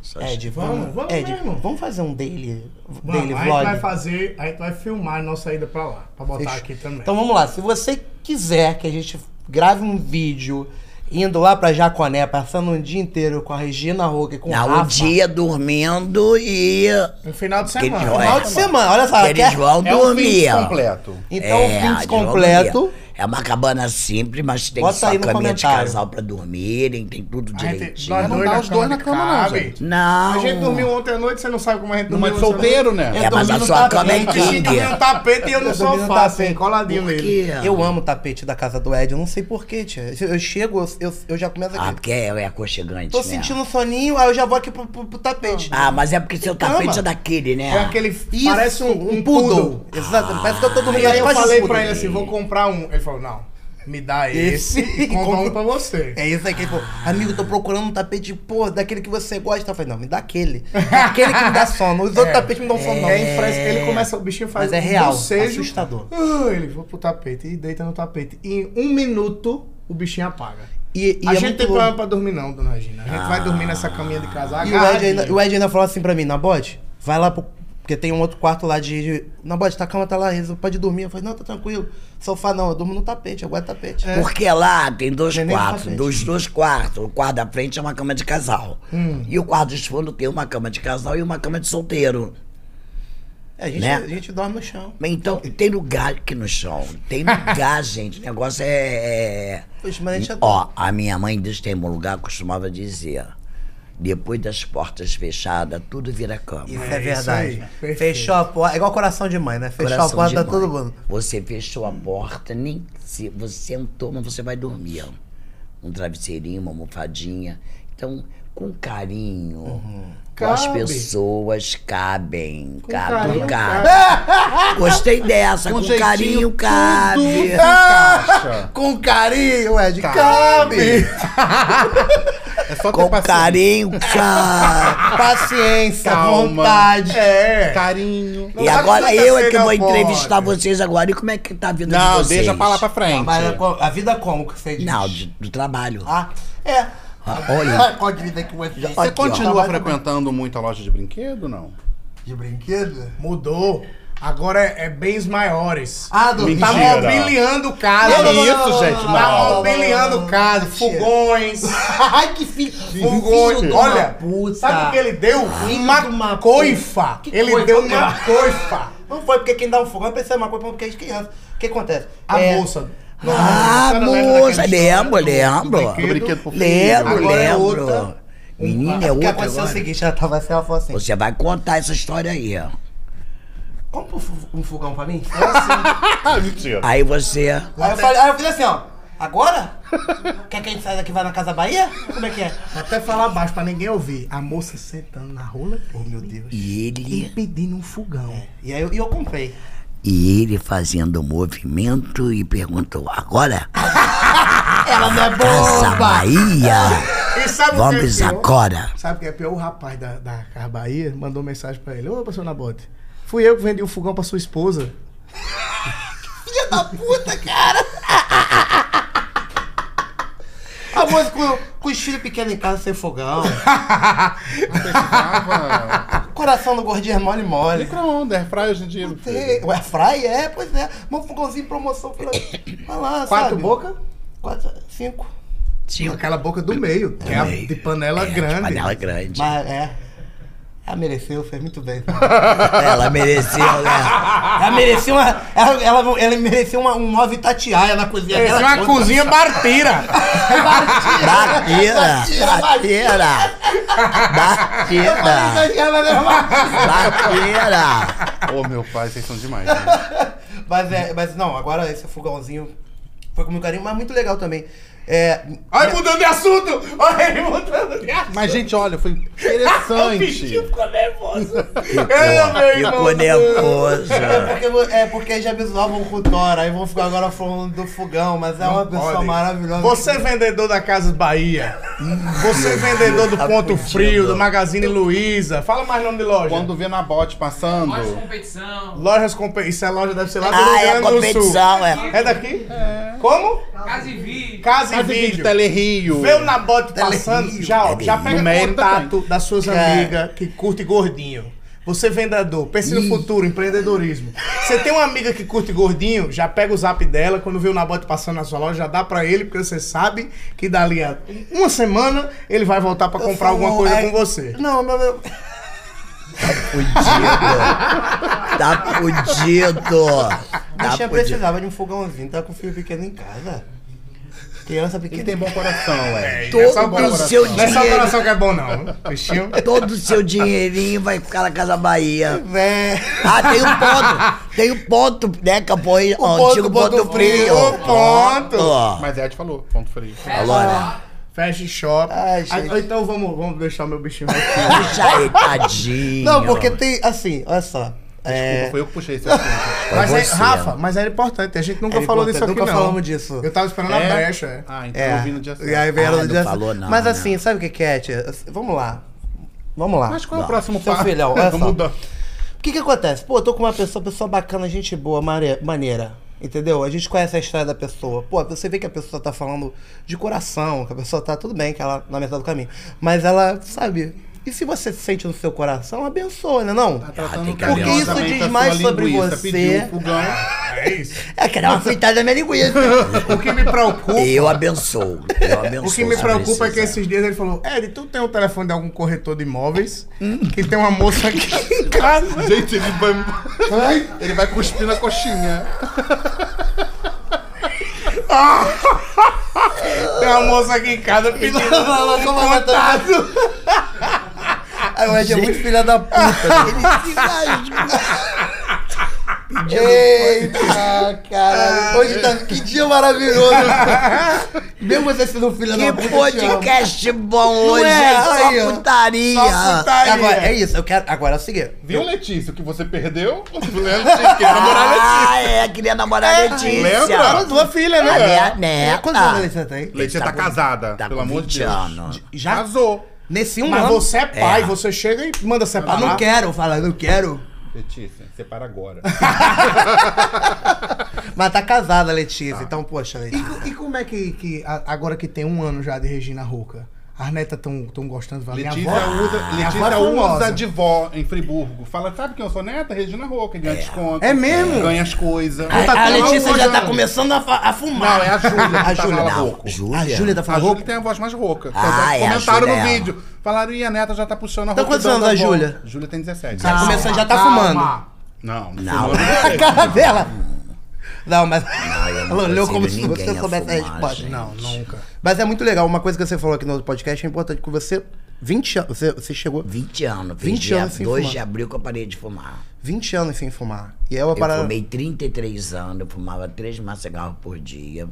Speaker 3: Só chegar.
Speaker 2: Ed,
Speaker 1: Vamos,
Speaker 2: vamos,
Speaker 1: vamos
Speaker 2: Ed,
Speaker 1: mesmo.
Speaker 2: vamos fazer um daily,
Speaker 1: Mano,
Speaker 2: daily
Speaker 1: a gente
Speaker 2: vlog.
Speaker 1: vai fazer, a gente vai filmar a nossa ida pra lá, pra botar
Speaker 2: Fechou.
Speaker 1: aqui também.
Speaker 2: Então vamos lá, se você quiser que a gente grave um vídeo indo lá pra Jaconé, passando um dia inteiro com a Regina Roca e com o
Speaker 3: Não,
Speaker 2: Rafa.
Speaker 3: um dia dormindo e.
Speaker 1: um final de
Speaker 3: Aquele
Speaker 1: semana.
Speaker 3: joia.
Speaker 2: Final de semana, olha só.
Speaker 3: Eles
Speaker 2: Tá, quer-
Speaker 3: vão
Speaker 5: É o
Speaker 3: dormir. É,
Speaker 5: fim completo.
Speaker 2: Então, o
Speaker 3: eles
Speaker 2: vídeo
Speaker 3: vão
Speaker 2: completo.
Speaker 3: dormir. É uma cabana simples, mas tem
Speaker 2: Bota
Speaker 3: só
Speaker 2: aí no
Speaker 3: caminha de
Speaker 2: comentário.
Speaker 3: casal pra dormirem, tem tudo
Speaker 1: A gente,
Speaker 3: direitinho.
Speaker 1: nós
Speaker 5: Não
Speaker 1: dois
Speaker 5: dá
Speaker 1: na
Speaker 5: os dois
Speaker 1: cama
Speaker 5: na
Speaker 1: que
Speaker 5: cama, não,
Speaker 1: cabe.
Speaker 5: gente.
Speaker 3: Não.
Speaker 1: A gente dormiu um ontem à noite, você não sabe como a gente
Speaker 5: Numa
Speaker 1: dormiu.
Speaker 5: de solteiro, né?
Speaker 3: É, mas a
Speaker 2: dormindo
Speaker 3: sua
Speaker 2: na
Speaker 3: cama é
Speaker 2: cama.
Speaker 1: Ele
Speaker 3: king.
Speaker 1: dormiu no tapete e eu no
Speaker 2: Eu dormi no
Speaker 1: sofá,
Speaker 2: tapete.
Speaker 1: assim, coladinho
Speaker 3: Por
Speaker 1: nele.
Speaker 3: quê?
Speaker 2: Eu amo o tapete da casa do Ed, eu não sei porquê, tia. Eu, eu chego, eu, eu, eu já começo
Speaker 3: Ah,
Speaker 2: aqui.
Speaker 3: porque é, é aconchegante,
Speaker 2: Tô
Speaker 3: né?
Speaker 2: sentindo um soninho, aí eu já vou aqui pro, pro- pro tapete.
Speaker 3: Ah, mas é porque seu
Speaker 2: Cama.
Speaker 3: tapete é daquele, né?
Speaker 1: É aquele. parece um, um poodle.
Speaker 2: Exato, parece que eu tô
Speaker 1: E
Speaker 2: dormindo
Speaker 1: aí eu
Speaker 2: atrás de um
Speaker 1: falei
Speaker 2: poodle.
Speaker 1: pra ele assim, vou comprar um. Ele falou, não, me dá esse,
Speaker 2: [LAUGHS] Esse.
Speaker 1: e compra um pra você.
Speaker 2: É isso aí que ele falou, amigo, tô procurando um tapete, pô, daquele que você gosta. Eu falei, não, me
Speaker 1: [LAUGHS]
Speaker 2: dá aquele. Aquele que me dá sono. Os outros tapetes me dão sono, não.
Speaker 1: É impressionante. Ele começa, o bichinho faz
Speaker 2: Mas é real,
Speaker 1: bocejo.
Speaker 2: assustador.
Speaker 1: Ah, ele vai pro tapete e deita no tapete. E em um minuto, o bichinho apaga.
Speaker 2: E, e
Speaker 1: a
Speaker 2: é
Speaker 1: gente
Speaker 2: muito
Speaker 1: tem
Speaker 2: louco. Ah.
Speaker 1: problema pra dormir não, dona Regina. A gente vai dormir nessa caminha de casa
Speaker 2: E o Ed,
Speaker 1: agarradinho.
Speaker 2: ainda, o Ed ainda falou assim pra mim, Nabote, vai lá pro. Porque tem um outro quarto lá de. de Nabote, tua cama tá lá, Renzo, pode dormir. Eu falei, não, tá tranquilo. Sofá não, eu durmo no tapete, eu guardo tapete.
Speaker 3: Porque lá tem dois
Speaker 2: Neném na
Speaker 3: quartos.
Speaker 2: frente.
Speaker 3: Dos dois quartos, o quarto da frente é uma cama de casal. E o quarto de fundo tem uma cama de casal e uma cama de solteiro.
Speaker 2: É, a, gente,
Speaker 3: Né?
Speaker 2: a gente dorme no chão.
Speaker 3: Mas Então, tem lugar aqui no chão. Tem lugar, gente. O negócio é. é-
Speaker 2: Poxa, mas a gente já
Speaker 3: Ó, a minha mãe diz que tem um lugar costumava dizer. Depois das portas fechadas, tudo vira cama.
Speaker 2: Isso é,
Speaker 1: isso
Speaker 2: verdade.
Speaker 1: aí, perfeito.
Speaker 2: Fechou a porta. É igual coração de mãe, né? Fechou
Speaker 3: Coração
Speaker 2: a porta
Speaker 3: de
Speaker 2: tá
Speaker 3: mãe.
Speaker 2: todo mundo.
Speaker 3: Você fechou a porta, nem se você sentou, mas você vai dormir. ó. Um travesseirinho, uma almofadinha. Então, com carinho, as
Speaker 1: Cabe.
Speaker 3: pessoas cabem.
Speaker 1: carinho,
Speaker 3: cabe, tudo cabe. Gostei dessa, com, carinho cabe.
Speaker 5: Caixa.
Speaker 2: Com carinho, Ed.
Speaker 1: Cabe!
Speaker 5: É só ter
Speaker 3: Com
Speaker 5: paciência.
Speaker 3: carinho
Speaker 2: [LAUGHS]
Speaker 3: cabe.
Speaker 2: Paciência,
Speaker 5: Calma.
Speaker 2: vontade.
Speaker 1: É.
Speaker 5: Carinho.
Speaker 3: E
Speaker 1: Não
Speaker 3: agora
Speaker 1: vai
Speaker 3: eu é que
Speaker 1: chegar
Speaker 3: vou
Speaker 1: a porta.
Speaker 3: entrevistar vocês agora. E como é que tá a vida de
Speaker 5: Não,
Speaker 3: vocês?
Speaker 5: deixa pra lá pra frente.
Speaker 2: Mas é co- a vida como que você diz?
Speaker 3: Não, de- do trabalho.
Speaker 2: Ah, é.
Speaker 3: Ah, olha.
Speaker 2: [LAUGHS] Qual de vida que o Ed já
Speaker 5: Você
Speaker 3: Aqui, ó.
Speaker 5: continua frequentando muito a loja de brinquedo, não?
Speaker 2: Tá De brinquedo?
Speaker 1: Mudou. Agora é, é bens maiores.
Speaker 2: Ah, do
Speaker 5: Mentira.
Speaker 1: Tá mobiliando casa.
Speaker 5: Que isso, gente?
Speaker 1: Tá
Speaker 5: Não.
Speaker 1: mobiliando casa. Fogões.
Speaker 2: [LAUGHS] Ai, que um filho.
Speaker 1: Fogões. Olha,
Speaker 2: puta.
Speaker 1: sabe o que ele deu? Uma,
Speaker 2: de uma
Speaker 1: coifa.
Speaker 2: puta. Que
Speaker 1: Ele
Speaker 2: coifa,
Speaker 1: deu uma
Speaker 2: cara?
Speaker 1: coifa.
Speaker 2: [LAUGHS] Não foi porque quem dá um fogão pensa uma coisa porque é de criança. O que acontece?
Speaker 1: A
Speaker 2: É,
Speaker 1: moça. a
Speaker 3: Ah,
Speaker 1: senhora lembra daquela
Speaker 3: moça,
Speaker 1: história
Speaker 3: lembro,
Speaker 1: do-
Speaker 3: lembro.
Speaker 1: do
Speaker 5: Do brinquedo pro filho.
Speaker 3: Lembro,
Speaker 1: Agora é
Speaker 3: lembro.
Speaker 1: outra.
Speaker 3: Menina, é
Speaker 2: O que
Speaker 3: outra
Speaker 2: aconteceu é o
Speaker 3: agora.
Speaker 2: seguinte, ela tava assim, ela falou assim.
Speaker 3: Você vai contar essa história aí, ó.
Speaker 2: Compra um fu- um fogão pra mim?
Speaker 1: [LAUGHS]
Speaker 5: Ah, mentira.
Speaker 3: Aí você.
Speaker 2: Aí eu, falei, aí eu fiz assim, ó. Agora? Quer que a gente saia daqui e vá na Casa Bahia? Como é que é?
Speaker 1: Vou até falar baixo pra ninguém ouvir. A moça sentando na rola. Oh, meu Deus.
Speaker 3: E
Speaker 1: E
Speaker 3: ele.
Speaker 1: pedindo um fogão.
Speaker 2: É, E aí eu, e eu comprei.
Speaker 3: E ele fazendo o movimento e perguntou:
Speaker 1: [LAUGHS]
Speaker 3: agora?
Speaker 2: Ela não é
Speaker 3: Casa
Speaker 2: boba!
Speaker 3: Bahia?
Speaker 1: E sabe o que é
Speaker 3: Vamos
Speaker 1: pior?
Speaker 3: agora.
Speaker 1: Sabe o que é pior? O rapaz da, da Car Bahia mandou mensagem pra ele. Ô, pastor Nabote, fui eu que vendi o fogão pra sua esposa.
Speaker 2: Filha da puta, cara! A moça com, com os filhos pequenos em casa sem fogão.
Speaker 5: Precisava.
Speaker 2: Coração do gordinho é mole mole.
Speaker 5: Micro-ondas, air fry hoje em dia.
Speaker 2: Tem- Ué, fry? É, pois é. Mó fogãozinho em promoção. Pra... Vai lá,
Speaker 1: Quatro
Speaker 2: sabe?
Speaker 1: boca?
Speaker 2: Quatro, cinco.
Speaker 3: Sim,
Speaker 1: Aquela boca do meio, que é a um de panela grande.
Speaker 3: um Panela grande.
Speaker 2: Mas é. Ela mereceu, fez muito bem.
Speaker 3: Ela mereceu,
Speaker 1: [LAUGHS]
Speaker 3: né?
Speaker 2: Ela merecia uma. Ela, ela, ela merecia uma, um móvel tatiaia na cozinha
Speaker 1: Essa
Speaker 2: dela.
Speaker 1: é uma cozinha bartira.
Speaker 3: Bateira! Bateira!
Speaker 1: é
Speaker 3: Bateira! Bateira!
Speaker 5: Ô, meu pai, vocês são demais.
Speaker 2: [LAUGHS]
Speaker 5: Né?
Speaker 2: Mas, é, mas não, agora esse fogãozinho foi com meu carinho, mas muito legal também. É,
Speaker 1: Olha ele mudando de assunto! Olha ele mudando de assunto! tipo,
Speaker 5: Mas, gente, olha, foi [LAUGHS]
Speaker 1: O bichinho
Speaker 5: interessante.
Speaker 1: ficou nervoso.
Speaker 3: Ficou-
Speaker 1: Eu, meu irmão.
Speaker 3: Ficou nervoso.
Speaker 2: é porque, é porque já me zoavam com o Thor, aí vão ficar agora falando do fogão, mas é uma pessoa
Speaker 1: Olha,
Speaker 2: maravilhosa.
Speaker 1: Você é vendedor da Casas Bahia. Você é vendedor do
Speaker 3: Tá
Speaker 1: Ponto
Speaker 3: fudido.
Speaker 1: Frio, do Magazine Luiza. Fala mais nome de loja.
Speaker 5: Quando vê na bote passando.
Speaker 6: Mais competição.
Speaker 1: Lojas com... Isso é loja, deve ser lá do
Speaker 3: Ah,
Speaker 1: Rio
Speaker 3: é
Speaker 1: Grande do Sul.
Speaker 3: competição, é.
Speaker 1: É daqui? Como?
Speaker 6: Casa e vi.
Speaker 1: Casa e
Speaker 5: Faz vídeo,
Speaker 1: Vídeo.
Speaker 5: Telerio.
Speaker 1: Vê o Nabote passando, já, ó,
Speaker 2: É
Speaker 3: Telerio.
Speaker 1: já pega
Speaker 5: No mérito
Speaker 1: contato das suas amigas que curte gordinho. Você é vendedor, pense no futuro, empreendedorismo. Você tem uma amiga que curte gordinho, já pega o zap dela, quando vê o Nabote passando na sua loja, já dá pra ele, porque você sabe que dali a uma semana ele vai voltar pra
Speaker 2: Eu
Speaker 1: comprar
Speaker 2: sou-
Speaker 1: alguma coisa
Speaker 2: é-
Speaker 1: com você.
Speaker 2: Não, meu. meu...
Speaker 3: Fudido. Tá fudido.
Speaker 5: Ah,
Speaker 2: A tia
Speaker 3: podia-
Speaker 2: precisava de um fogãozinho, tá com o filho pequeno em casa. Criança pequena.
Speaker 5: Ele tem bom coração, ué.
Speaker 1: Não é só
Speaker 3: Todo o
Speaker 1: coração.
Speaker 3: seu
Speaker 1: Não é só
Speaker 3: dinheiro.
Speaker 1: coração que é bom, não. Bichinho.
Speaker 3: Todo o seu dinheirinho vai ficar na Casa Bahia.
Speaker 2: É.
Speaker 3: Ah, tem o ponto. Tem o ponto, né? Que apoio, o
Speaker 2: ponto,
Speaker 3: antigo ponto,
Speaker 2: ponto
Speaker 3: frio.
Speaker 2: frio,
Speaker 1: ponto.
Speaker 3: Ó,
Speaker 5: Mas Ed falou, ponto frio.
Speaker 3: Alora.
Speaker 1: Fashion shop.
Speaker 2: Ai, gente.
Speaker 1: Ah, então vamos, vamos deixar meu bichinho aqui.
Speaker 3: Puxa aí, tadinho.
Speaker 2: Não, porque tem, assim, olha só.
Speaker 5: Desculpa,
Speaker 2: É,
Speaker 5: foi eu que puxei esse
Speaker 2: [LAUGHS]
Speaker 5: assunto.
Speaker 1: Mas
Speaker 3: Foi
Speaker 1: é,
Speaker 3: você.
Speaker 1: Rafa, mas era importante. A gente nunca
Speaker 2: Era
Speaker 1: falou
Speaker 2: importante,
Speaker 1: disso aqui,
Speaker 2: nunca
Speaker 1: não.
Speaker 2: falamos disso.
Speaker 1: Eu tava esperando a brecha, é.
Speaker 5: Ah, então
Speaker 2: é.
Speaker 5: eu vi no dia
Speaker 2: E aí
Speaker 5: certo.
Speaker 2: vieram
Speaker 3: Ah,
Speaker 2: no
Speaker 3: não
Speaker 2: dia
Speaker 3: falou não,
Speaker 2: Mas
Speaker 3: né?
Speaker 2: assim, sabe o que que é, tia? Vamos lá. Vamos lá.
Speaker 5: Mas qual é o próximo
Speaker 2: Seu
Speaker 5: passo?
Speaker 2: filhão, olha só.
Speaker 5: [LAUGHS] Muda.
Speaker 2: O que que acontece? Pô, eu tô com uma pessoa, pessoa bacana, gente boa, mare- maneira. Entendeu? A gente conhece a história da pessoa. Pô, você vê que a pessoa tá falando de coração, que a pessoa tá tudo bem, que ela na metade do caminho. Mas ela, sabe? E se você sente no seu coração, abençoa, né não?
Speaker 5: Tá
Speaker 3: Ah,
Speaker 5: tratando
Speaker 3: tem que
Speaker 5: carinhosamente
Speaker 3: Porque isso
Speaker 5: a
Speaker 2: diz
Speaker 5: tá sua
Speaker 2: mais sobre
Speaker 5: linguiça.
Speaker 2: você.
Speaker 5: Pediu um
Speaker 2: [LAUGHS]
Speaker 5: fogão.
Speaker 1: É isso.
Speaker 3: Eu quero uma
Speaker 2: tá
Speaker 3: fritada na minha linguiça.
Speaker 1: [LAUGHS] O que me preocupa.
Speaker 3: Eu abençoo. Eu abençoo.
Speaker 1: O que me
Speaker 3: se
Speaker 1: preocupa é que
Speaker 3: precisar.
Speaker 1: esses dias ele falou: Ed, tu tem o telefone de algum corretor de imóveis? Que tem uma moça aqui em casa.
Speaker 5: [LAUGHS] Gente, ele vai... [LAUGHS] ele vai cuspir na coxinha.
Speaker 1: Tem uma moça aqui em casa pedindo
Speaker 2: [LAUGHS]
Speaker 1: contato.
Speaker 2: Aí o Ed é muito filha da [LAUGHS] puta.
Speaker 3: Que rasgo.
Speaker 2: né? Eita, cara. Hoje tá. Que dia maravilhoso. Mesmo você sendo um filho da puta.
Speaker 3: Que
Speaker 2: eu te amo.
Speaker 3: podcast bom hoje.
Speaker 2: é?
Speaker 3: É, só
Speaker 2: Aí, ó.
Speaker 3: putaria.
Speaker 1: Só putaria.
Speaker 2: Agora, é isso. Eu quero. Agora é o seguinte.
Speaker 5: Viu, Letícia? O que
Speaker 2: [LAUGHS]
Speaker 5: você perdeu? Letícia, queria namorar Letícia.
Speaker 3: Ah, é, queria namorar a Letícia.
Speaker 5: lembra?
Speaker 1: A tua filha,
Speaker 3: A
Speaker 1: né?
Speaker 3: minha neta.
Speaker 2: É, Quantos anos você tem?
Speaker 5: Letícia tá
Speaker 3: com-
Speaker 5: casada,
Speaker 3: tá
Speaker 5: pelo
Speaker 3: com
Speaker 5: amor
Speaker 3: 20
Speaker 5: de Deus.
Speaker 3: anos.
Speaker 2: Já?
Speaker 5: Casou.
Speaker 2: Nesse um
Speaker 1: Mas
Speaker 2: ano.
Speaker 1: você é pai, você chega e manda
Speaker 2: Eu
Speaker 1: separar.
Speaker 2: não quero, fala, não quero.
Speaker 5: Letícia, separa agora.
Speaker 2: Mas tá casada, Letícia. Então, poxa,
Speaker 1: E,
Speaker 2: Letícia.
Speaker 1: co- e como é que, que a- agora que tem um ano já de Regina Roca, as netas estão tão gostando? Vai, minha
Speaker 5: Letícia
Speaker 1: avó-
Speaker 5: usa,
Speaker 1: minha avó
Speaker 5: Letícia
Speaker 1: famosa.
Speaker 5: usa de vó em Friburgo. Fala, sabe quem eu sou neta? Regina Roca, ganha desconto.
Speaker 1: É mesmo?
Speaker 5: Ganha as coisas. tá
Speaker 2: A, a Letícia já tá
Speaker 5: começando.
Speaker 2: começando a, fa- a fumar.
Speaker 5: Não, é a Júlia.
Speaker 2: A Júlia.
Speaker 5: A
Speaker 2: tá
Speaker 5: Júlia.
Speaker 2: Não,
Speaker 5: rouco.
Speaker 2: A
Speaker 3: Júlia.
Speaker 2: Júlia tá
Speaker 5: A
Speaker 2: falando.
Speaker 5: Júlia tem a voz mais rouca. Tanto
Speaker 3: Ah,
Speaker 5: é que
Speaker 3: é, a
Speaker 5: comentaram
Speaker 3: Júlia
Speaker 5: no
Speaker 3: é
Speaker 5: vídeo. Falaram, e a neta já tá puxando a
Speaker 2: Então,
Speaker 5: roupa
Speaker 2: quantos
Speaker 5: da
Speaker 2: anos a
Speaker 5: avó?"
Speaker 2: Júlia?
Speaker 5: Júlia tem 17.
Speaker 2: Tá começando, já tá fumando.
Speaker 5: Não,
Speaker 3: Não.
Speaker 2: A cara dela. Não, mas. [LAUGHS] Ela olhou
Speaker 3: consigo
Speaker 2: como se
Speaker 3: ninguém
Speaker 2: você
Speaker 3: a
Speaker 2: soubesse a
Speaker 3: fumar,
Speaker 2: resposta.
Speaker 3: gente.
Speaker 1: Não, nunca.
Speaker 2: Mas é muito legal. Uma coisa que você falou aqui no outro podcast é importante. Que você. 20 anos. Você, você chegou
Speaker 3: 20 anos. Fiz
Speaker 2: 20
Speaker 3: dia
Speaker 2: anos sem
Speaker 3: 2
Speaker 2: fumar.
Speaker 3: de abril que eu parei de fumar.
Speaker 2: 20 anos sem fumar. E é uma
Speaker 3: Eu
Speaker 2: parada.
Speaker 3: fumei 33 anos, eu fumava três maços de cigarro por dia.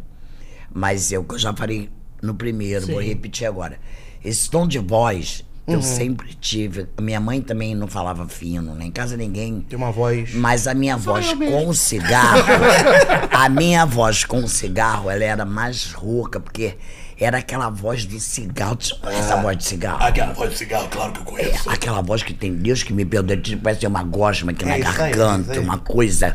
Speaker 3: Mas eu, que eu já falei no primeiro, vou repetir agora. Esse tom de voz que eu sempre tive. Minha mãe também não falava fino, né? Em casa ninguém.
Speaker 2: Tem uma voz.
Speaker 3: Mas a minha voz com cigarro, a minha voz com cigarro, ela era mais rouca, porque era aquela voz do cigarro. Tu conhece
Speaker 2: Ah,
Speaker 3: a voz de cigarro? Aquela voz de cigarro, claro que eu conheço. aquela voz que tem Deus que me perdoe, tipo, parece ter uma gosma aqui na
Speaker 2: É isso aí,
Speaker 3: garganta,
Speaker 2: isso aí.
Speaker 3: uma coisa.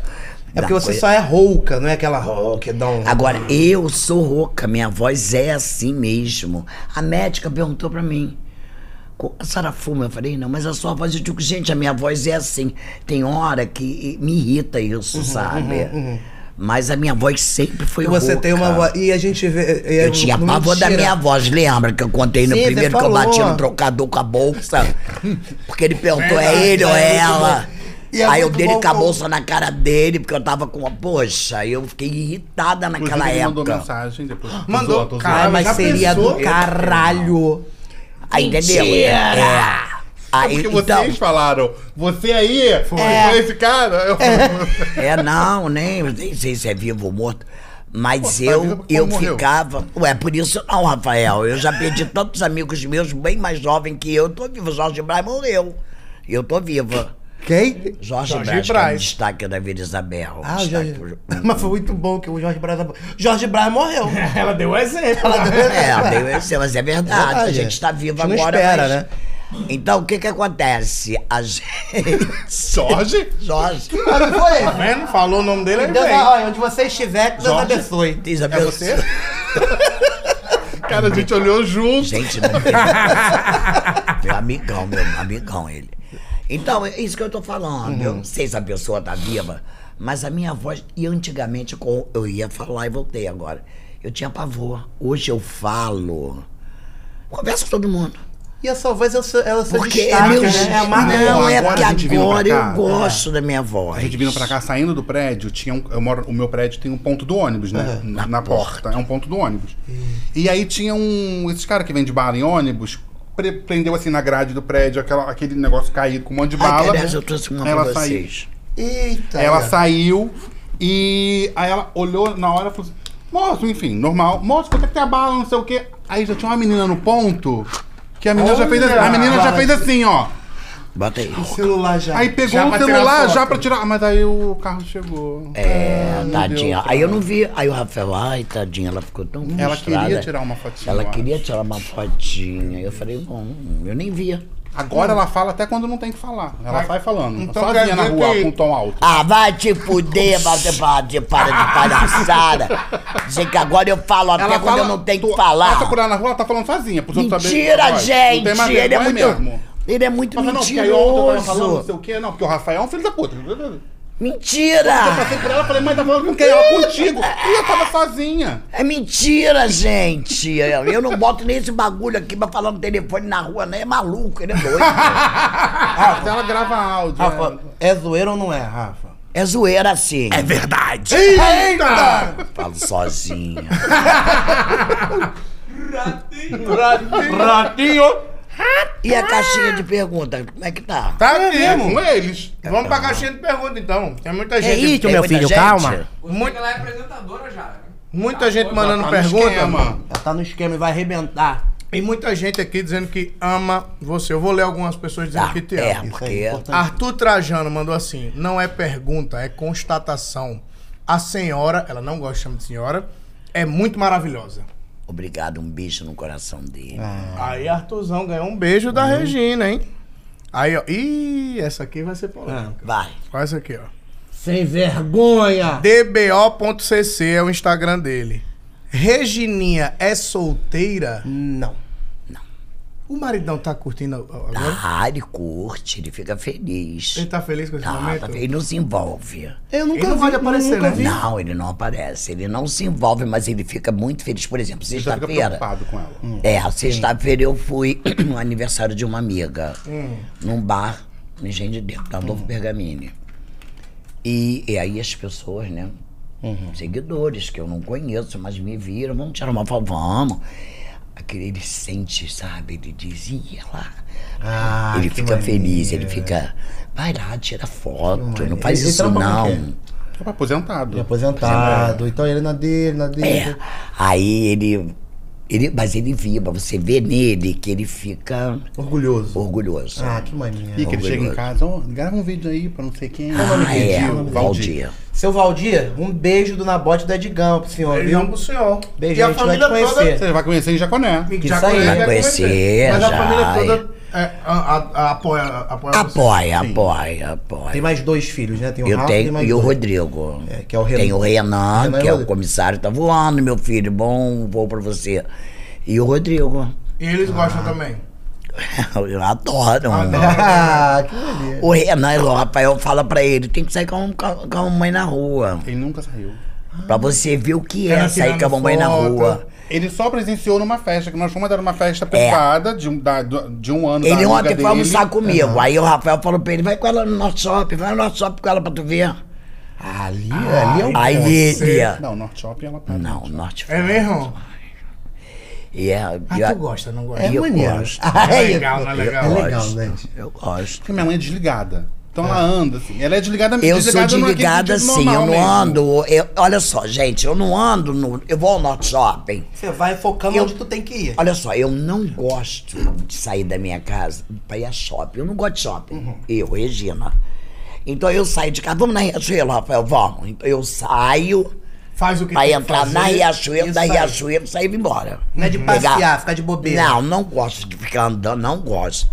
Speaker 2: É
Speaker 3: da
Speaker 2: porque você
Speaker 3: coisa-
Speaker 2: só é rouca, não é aquela rouca que dá um.
Speaker 3: Agora, eu sou rouca, minha voz é assim mesmo. A médica perguntou pra mim. "Co- A senhora fuma? Eu falei, não, mas a sua voz, eu digo, gente, a minha voz é assim. Tem hora que me irrita isso, sabe? Mas a minha voz sempre foi
Speaker 2: Uhum, E você tem uma
Speaker 3: rouca.
Speaker 2: voz. E a gente vê. e- e-
Speaker 3: Eu tinha
Speaker 2: não
Speaker 3: pavor da
Speaker 2: mentira.
Speaker 3: minha voz, lembra que eu contei no
Speaker 2: Sim, você
Speaker 3: primeiro que eu
Speaker 2: falou.
Speaker 3: bati no trocador com a bolsa? Porque ele perguntou, é ele ou é ela?
Speaker 2: E é
Speaker 3: aí eu
Speaker 2: muito
Speaker 3: dei
Speaker 2: bom
Speaker 3: com a
Speaker 2: como-
Speaker 3: bolsa na cara dele, porque eu tava com uma. Poxa, eu fiquei irritada naquela
Speaker 5: Inclusive, ele
Speaker 3: época.
Speaker 5: mandou mensagem depois.
Speaker 1: Mandou,
Speaker 5: Tô zoando, tô zoando.
Speaker 1: cara.
Speaker 2: Ah, mas
Speaker 1: Já
Speaker 2: seria
Speaker 1: pensou?
Speaker 2: do caralho.
Speaker 3: Aí, entendeu? É. Aí,
Speaker 5: Porque
Speaker 3: então,
Speaker 5: vocês falaram, você aí, foi, foi esse cara? Eu...
Speaker 3: é, não, nem, nem sei se é vivo ou morto. Mas
Speaker 5: Pô, tá vivo
Speaker 3: eu,
Speaker 5: porque
Speaker 3: eu
Speaker 5: morreu.
Speaker 3: ficava. Ué, por isso não, Rafael. Eu já perdi tantos amigos meus, bem mais jovem que eu. Tô vivo. Jorge Braz morreu. Eu tô viva.
Speaker 2: Quem?
Speaker 3: Jorge,
Speaker 1: Jorge
Speaker 3: Braz, que é um
Speaker 1: Braz.
Speaker 3: destaque da Vila Isabel. Um
Speaker 2: Ah, o
Speaker 3: destaque
Speaker 2: Jorge.
Speaker 3: pro-
Speaker 2: [LAUGHS] Mas foi muito bom que o Jorge Braz. Jorge Braz morreu.
Speaker 1: [LAUGHS]
Speaker 2: um
Speaker 1: Ela deu o exemplo.
Speaker 3: [LAUGHS] É, dei o exemplo, mas é verdade.
Speaker 2: Verdade,
Speaker 3: A gente
Speaker 2: é.
Speaker 3: está vivo
Speaker 2: A gente não
Speaker 3: agora.
Speaker 2: espera,
Speaker 3: mas-
Speaker 2: né?
Speaker 3: Então, o que que acontece? A gente.
Speaker 5: [LAUGHS]
Speaker 2: [LAUGHS]
Speaker 5: Jorge?
Speaker 3: Jorge.
Speaker 2: Mas foi
Speaker 1: Tá vendo? Falou o nome dele, ele
Speaker 2: Deus,
Speaker 1: vem.
Speaker 2: olha, onde você estiver, que Deus
Speaker 5: Jorge?
Speaker 2: abençoe.
Speaker 3: Diz a
Speaker 5: É
Speaker 3: pessoa-
Speaker 5: você? Cara, a gente olhou junto.
Speaker 3: Gente, não tem. [LAUGHS] meu amigão, meu amigão ele. Então, é isso que eu tô falando.
Speaker 2: Uhum.
Speaker 3: Eu não sei se a pessoa tá viva, mas a minha voz. E antigamente, com- eu ia falar e voltei agora. Eu tinha pavor. Hoje eu falo. Converso com todo mundo.
Speaker 2: E a sua voz é o seu, é o seu
Speaker 3: Porque é,
Speaker 2: destaque,
Speaker 3: meu...
Speaker 2: né? É a marca
Speaker 5: Não,
Speaker 3: Não, é
Speaker 5: agora
Speaker 3: porque
Speaker 5: a gente vindo pra
Speaker 3: agora
Speaker 5: cá, né?
Speaker 3: eu gosto da minha voz.
Speaker 5: A gente vindo pra cá, saindo do prédio, tinha um, eu moro, o meu prédio tem um ponto do ônibus, né? Na, na porta. É um ponto do ônibus. E aí tinha um. Esses caras que vendem bala em ônibus. pre- Prendeu assim na grade do prédio aquela- aquele negócio caído com um monte de
Speaker 3: Ai,
Speaker 5: bala.
Speaker 3: aliás, eu trouxe uma
Speaker 5: Ela
Speaker 3: pra
Speaker 5: saiu.
Speaker 3: vocês. Tá
Speaker 2: Eita.
Speaker 5: Ela
Speaker 2: cara.
Speaker 5: saiu e aí ela olhou na hora e falou assim: Moço, enfim, normal. Moço, quanto é que tem a bala, não sei o quê. Aí já tinha uma menina no ponto que a menina já fez assim. A menina já fez assim, ó.
Speaker 3: Bota aí.
Speaker 2: O celular já.
Speaker 5: Aí pegou
Speaker 1: Já
Speaker 5: o
Speaker 1: pra tirar
Speaker 5: celular
Speaker 1: foto.
Speaker 5: já pra tirar. Mas aí o carro chegou.
Speaker 3: É,
Speaker 5: não
Speaker 3: tadinha.
Speaker 5: deu pra-
Speaker 3: Aí eu não vi. Aí o Rafael, ai, tadinha, ela ficou tão
Speaker 5: Ela
Speaker 3: frustrada.
Speaker 5: queria tirar uma fotinha.
Speaker 3: Ela
Speaker 5: eu acho.
Speaker 3: queria tirar uma fotinha. Eu falei, bom, eu nem via.
Speaker 5: Agora ela fala até quando não tem que falar. Ela sai falando.
Speaker 1: Então quer
Speaker 5: sozinha na
Speaker 1: dizer
Speaker 5: rua,
Speaker 1: que-
Speaker 5: com tom alto.
Speaker 3: Ah, vai te fuder, vai te- vai te- para de
Speaker 5: [LAUGHS]
Speaker 3: palhaçada. Dizer que agora eu falo até quando eu não tenho que
Speaker 5: tu- Passa por
Speaker 3: falar.
Speaker 5: lá na rua, ela tá falando sozinha. Pros outros saberem que
Speaker 3: Mentira,
Speaker 5: ela vai.
Speaker 3: gente!
Speaker 5: Não tem mais
Speaker 3: Ele é
Speaker 5: vergonha
Speaker 3: muito.
Speaker 5: mesmo.
Speaker 3: Ele é muito
Speaker 5: Mas não, porque aí ontem eu tava falando não
Speaker 3: mentiroso.
Speaker 5: sei o quê. Não, porque o Rafael é um filho da puta. Eu
Speaker 3: Mentira!
Speaker 5: passei por ela, falei, mãe, tá falando com quem? Ela contigo. E eu tava sozinha.
Speaker 3: É mentira, gente! Eu não boto nem esse bagulho aqui pra falar no telefone na rua, né? É maluco, ele é doido. Ah,
Speaker 5: Ah, Mas ela grava áudio.
Speaker 2: Rafa,
Speaker 5: é.
Speaker 2: é zoeira ou não é, Rafa?
Speaker 3: É zoeira assim. É verdade!
Speaker 2: Eita!
Speaker 3: Falo sozinha.
Speaker 1: Ratinho!
Speaker 3: E a caixinha de perguntas, como é que tá?
Speaker 1: Tá mesmo?
Speaker 5: Com eles.
Speaker 1: Vamos pra caixinha de pergunta então. Tem muita
Speaker 3: É
Speaker 1: gente.
Speaker 3: isso,
Speaker 7: meu filho, calma.
Speaker 6: Gostei que ela é apresentadora já. né?
Speaker 1: Muita gente
Speaker 5: Tá
Speaker 1: mandando
Speaker 5: no
Speaker 1: pergunta.
Speaker 5: esquema.
Speaker 2: Ela tá no esquema e vai arrebentar.
Speaker 1: E muita gente aqui dizendo que ama você. Eu vou ler algumas pessoas dizendo
Speaker 3: Tá,
Speaker 1: que te
Speaker 3: é,
Speaker 1: amam.
Speaker 2: Isso
Speaker 3: porque...
Speaker 2: aí é importante.
Speaker 1: Arthur Trajano mandou assim: não é pergunta, é constatação. A senhora, ela não gosta de chamar de senhora, é muito maravilhosa.
Speaker 3: Obrigado, um beijo no coração dele.
Speaker 2: Ah.
Speaker 1: Aí, Arthurzão ganhou um beijo
Speaker 5: Uhum.
Speaker 1: da Regina, hein? Aí, ó. Ih, essa aqui vai ser polêmica.
Speaker 3: Vai.
Speaker 5: Ah.
Speaker 1: Olha essa aqui, ó.
Speaker 2: Sem vergonha!
Speaker 1: DBO.cc é o Instagram dele. Regininha é solteira?
Speaker 2: Não.
Speaker 1: O maridão tá curtindo agora?
Speaker 3: Ah, ele curte, ele fica
Speaker 2: Ah,
Speaker 3: feliz.
Speaker 1: Ele tá feliz com esse
Speaker 3: Tá,
Speaker 1: momento?
Speaker 3: tá, ele não se envolve.
Speaker 2: Eu nunca
Speaker 1: Ele não
Speaker 2: vi,
Speaker 1: gosta de aparecer,
Speaker 2: nunca
Speaker 1: né?
Speaker 2: vi.
Speaker 3: Não, ele não aparece. Ele não se envolve, mas ele fica muito feliz. Por exemplo,
Speaker 5: Ele já fica
Speaker 3: sexta-feira.
Speaker 5: preocupado com ela.
Speaker 3: É, sexta-feira eu fui [CLEARS THROAT] no aniversário de uma amiga, num bar, no Engenho de Dentro, na Novo Pergamine. E, e aí as pessoas, né? Seguidores que eu não conheço, mas me viram, vamos tirar uma foto, vamos. Aquele, ele sente, sabe? Ele diz, ia lá.
Speaker 2: Ah,
Speaker 3: ele fica feliz, ele fica, vai lá, tira foto, não faz
Speaker 2: Ele
Speaker 3: isso
Speaker 2: trampa com
Speaker 3: não.
Speaker 2: quem?
Speaker 5: Tava aposentado.
Speaker 2: Ele é aposentado, então ele na dele, na dele.
Speaker 3: É. Aí ele, ele. Mas ele vibra, você vê nele que ele fica
Speaker 2: Orgulhoso.
Speaker 3: orgulhoso.
Speaker 2: Ah, que mania.
Speaker 5: E que ele
Speaker 3: Orgulhoso.
Speaker 5: chega em casa, ó, grava um vídeo aí pra não sei quem.
Speaker 3: Ah, é, Valdir.
Speaker 2: Seu Valdir, um beijo do Nabote da Digão pro senhor,
Speaker 1: Beijão
Speaker 2: viu?
Speaker 1: pro senhor.
Speaker 2: Beijo,
Speaker 1: e
Speaker 2: a
Speaker 1: a
Speaker 2: gente
Speaker 1: família
Speaker 2: vai te
Speaker 1: toda.
Speaker 2: conhecer.
Speaker 5: Você vai conhecer em Jaconé.
Speaker 1: Que
Speaker 2: Isso aí,
Speaker 1: conhece,
Speaker 2: vai
Speaker 3: conhecer,
Speaker 1: Mas a
Speaker 3: já.
Speaker 1: família toda é, a, a- a- apoia, apoia você.
Speaker 3: Apoia, apoia, apoia.
Speaker 2: Tem mais dois filhos, né? Tem o
Speaker 3: Eu
Speaker 2: Rafa e
Speaker 3: tenho.
Speaker 2: mais
Speaker 3: E o
Speaker 2: dois.
Speaker 3: Rodrigo.
Speaker 2: É, que é o Renan-
Speaker 3: Tem o Renan,
Speaker 2: Renan
Speaker 3: que
Speaker 2: e
Speaker 3: é o
Speaker 2: Rodrigo.
Speaker 3: comissário, tá voando, meu filho. Bom voo pra você. E o Rodrigo. [LAUGHS]
Speaker 1: E eles gostam também.
Speaker 3: Adoram.
Speaker 2: [LAUGHS] Ah, que mania.
Speaker 3: O Renan, é o Rafael fala pra ele, tem que sair com, a- com a mamãe na rua.
Speaker 5: Ele nunca saiu.
Speaker 3: Pra você ver o que é
Speaker 1: Ela
Speaker 3: sair com a
Speaker 1: tirando
Speaker 3: mamãe na
Speaker 1: foto.
Speaker 3: rua.
Speaker 5: Ele só presenciou numa festa, que nós fomos era uma festa privada de, um, da- do- de um ano. da
Speaker 3: É. Ele
Speaker 5: amiga
Speaker 3: ontem foi
Speaker 5: dele.
Speaker 3: almoçar comigo. Aí o Rafael falou pra ele: vai com ela no nosso shopping, vai no nosso shopping com ela pra tu ver.
Speaker 2: Ali, ali é o
Speaker 3: Aí ele.
Speaker 5: Não, é Norte Shopping ela para.
Speaker 3: Não, norte.
Speaker 1: É mesmo?
Speaker 3: E é.
Speaker 1: Ah,
Speaker 3: eu-
Speaker 1: tu gosta, não gosta?
Speaker 2: É
Speaker 3: Eu
Speaker 2: maneiro.
Speaker 3: gosto.
Speaker 2: Ah,
Speaker 1: É
Speaker 2: é
Speaker 1: legal,
Speaker 2: isso.
Speaker 1: não é legal?
Speaker 2: É
Speaker 3: eu
Speaker 2: legal,
Speaker 3: gosto,
Speaker 2: gente.
Speaker 3: Eu gosto.
Speaker 5: Porque minha mãe é desligada. Então ela anda assim. Ela é desligada
Speaker 3: Eu sou
Speaker 5: desligada no- aquele
Speaker 3: desligada
Speaker 5: sentido
Speaker 3: assim, eu
Speaker 5: tipo normal
Speaker 3: não
Speaker 5: mesmo.
Speaker 3: ando. eu- olha só, gente, eu não ando no. Eu vou ao norte shopping.
Speaker 2: Você vai focando
Speaker 3: Eu-
Speaker 2: onde tu tem que ir.
Speaker 3: Olha só, eu não gosto de sair da minha casa pra ir a shopping. Eu não gosto de shopping.
Speaker 2: Uhum.
Speaker 3: Eu, Regina. Então eu saio de casa. Vamos na Riachuelo, Rafael, vamos. Então eu saio.
Speaker 1: Faz o que
Speaker 3: Pra
Speaker 1: tem que
Speaker 3: entrar
Speaker 1: fazer.
Speaker 3: na Riachuelo,
Speaker 1: Isso
Speaker 3: da
Speaker 1: aí.
Speaker 3: Riachuelo, sair e ir embora.
Speaker 2: é Não é de
Speaker 3: Pegar-
Speaker 2: passear, ficar de bobeira.
Speaker 3: Não, não gosto de ficar andando, não gosto.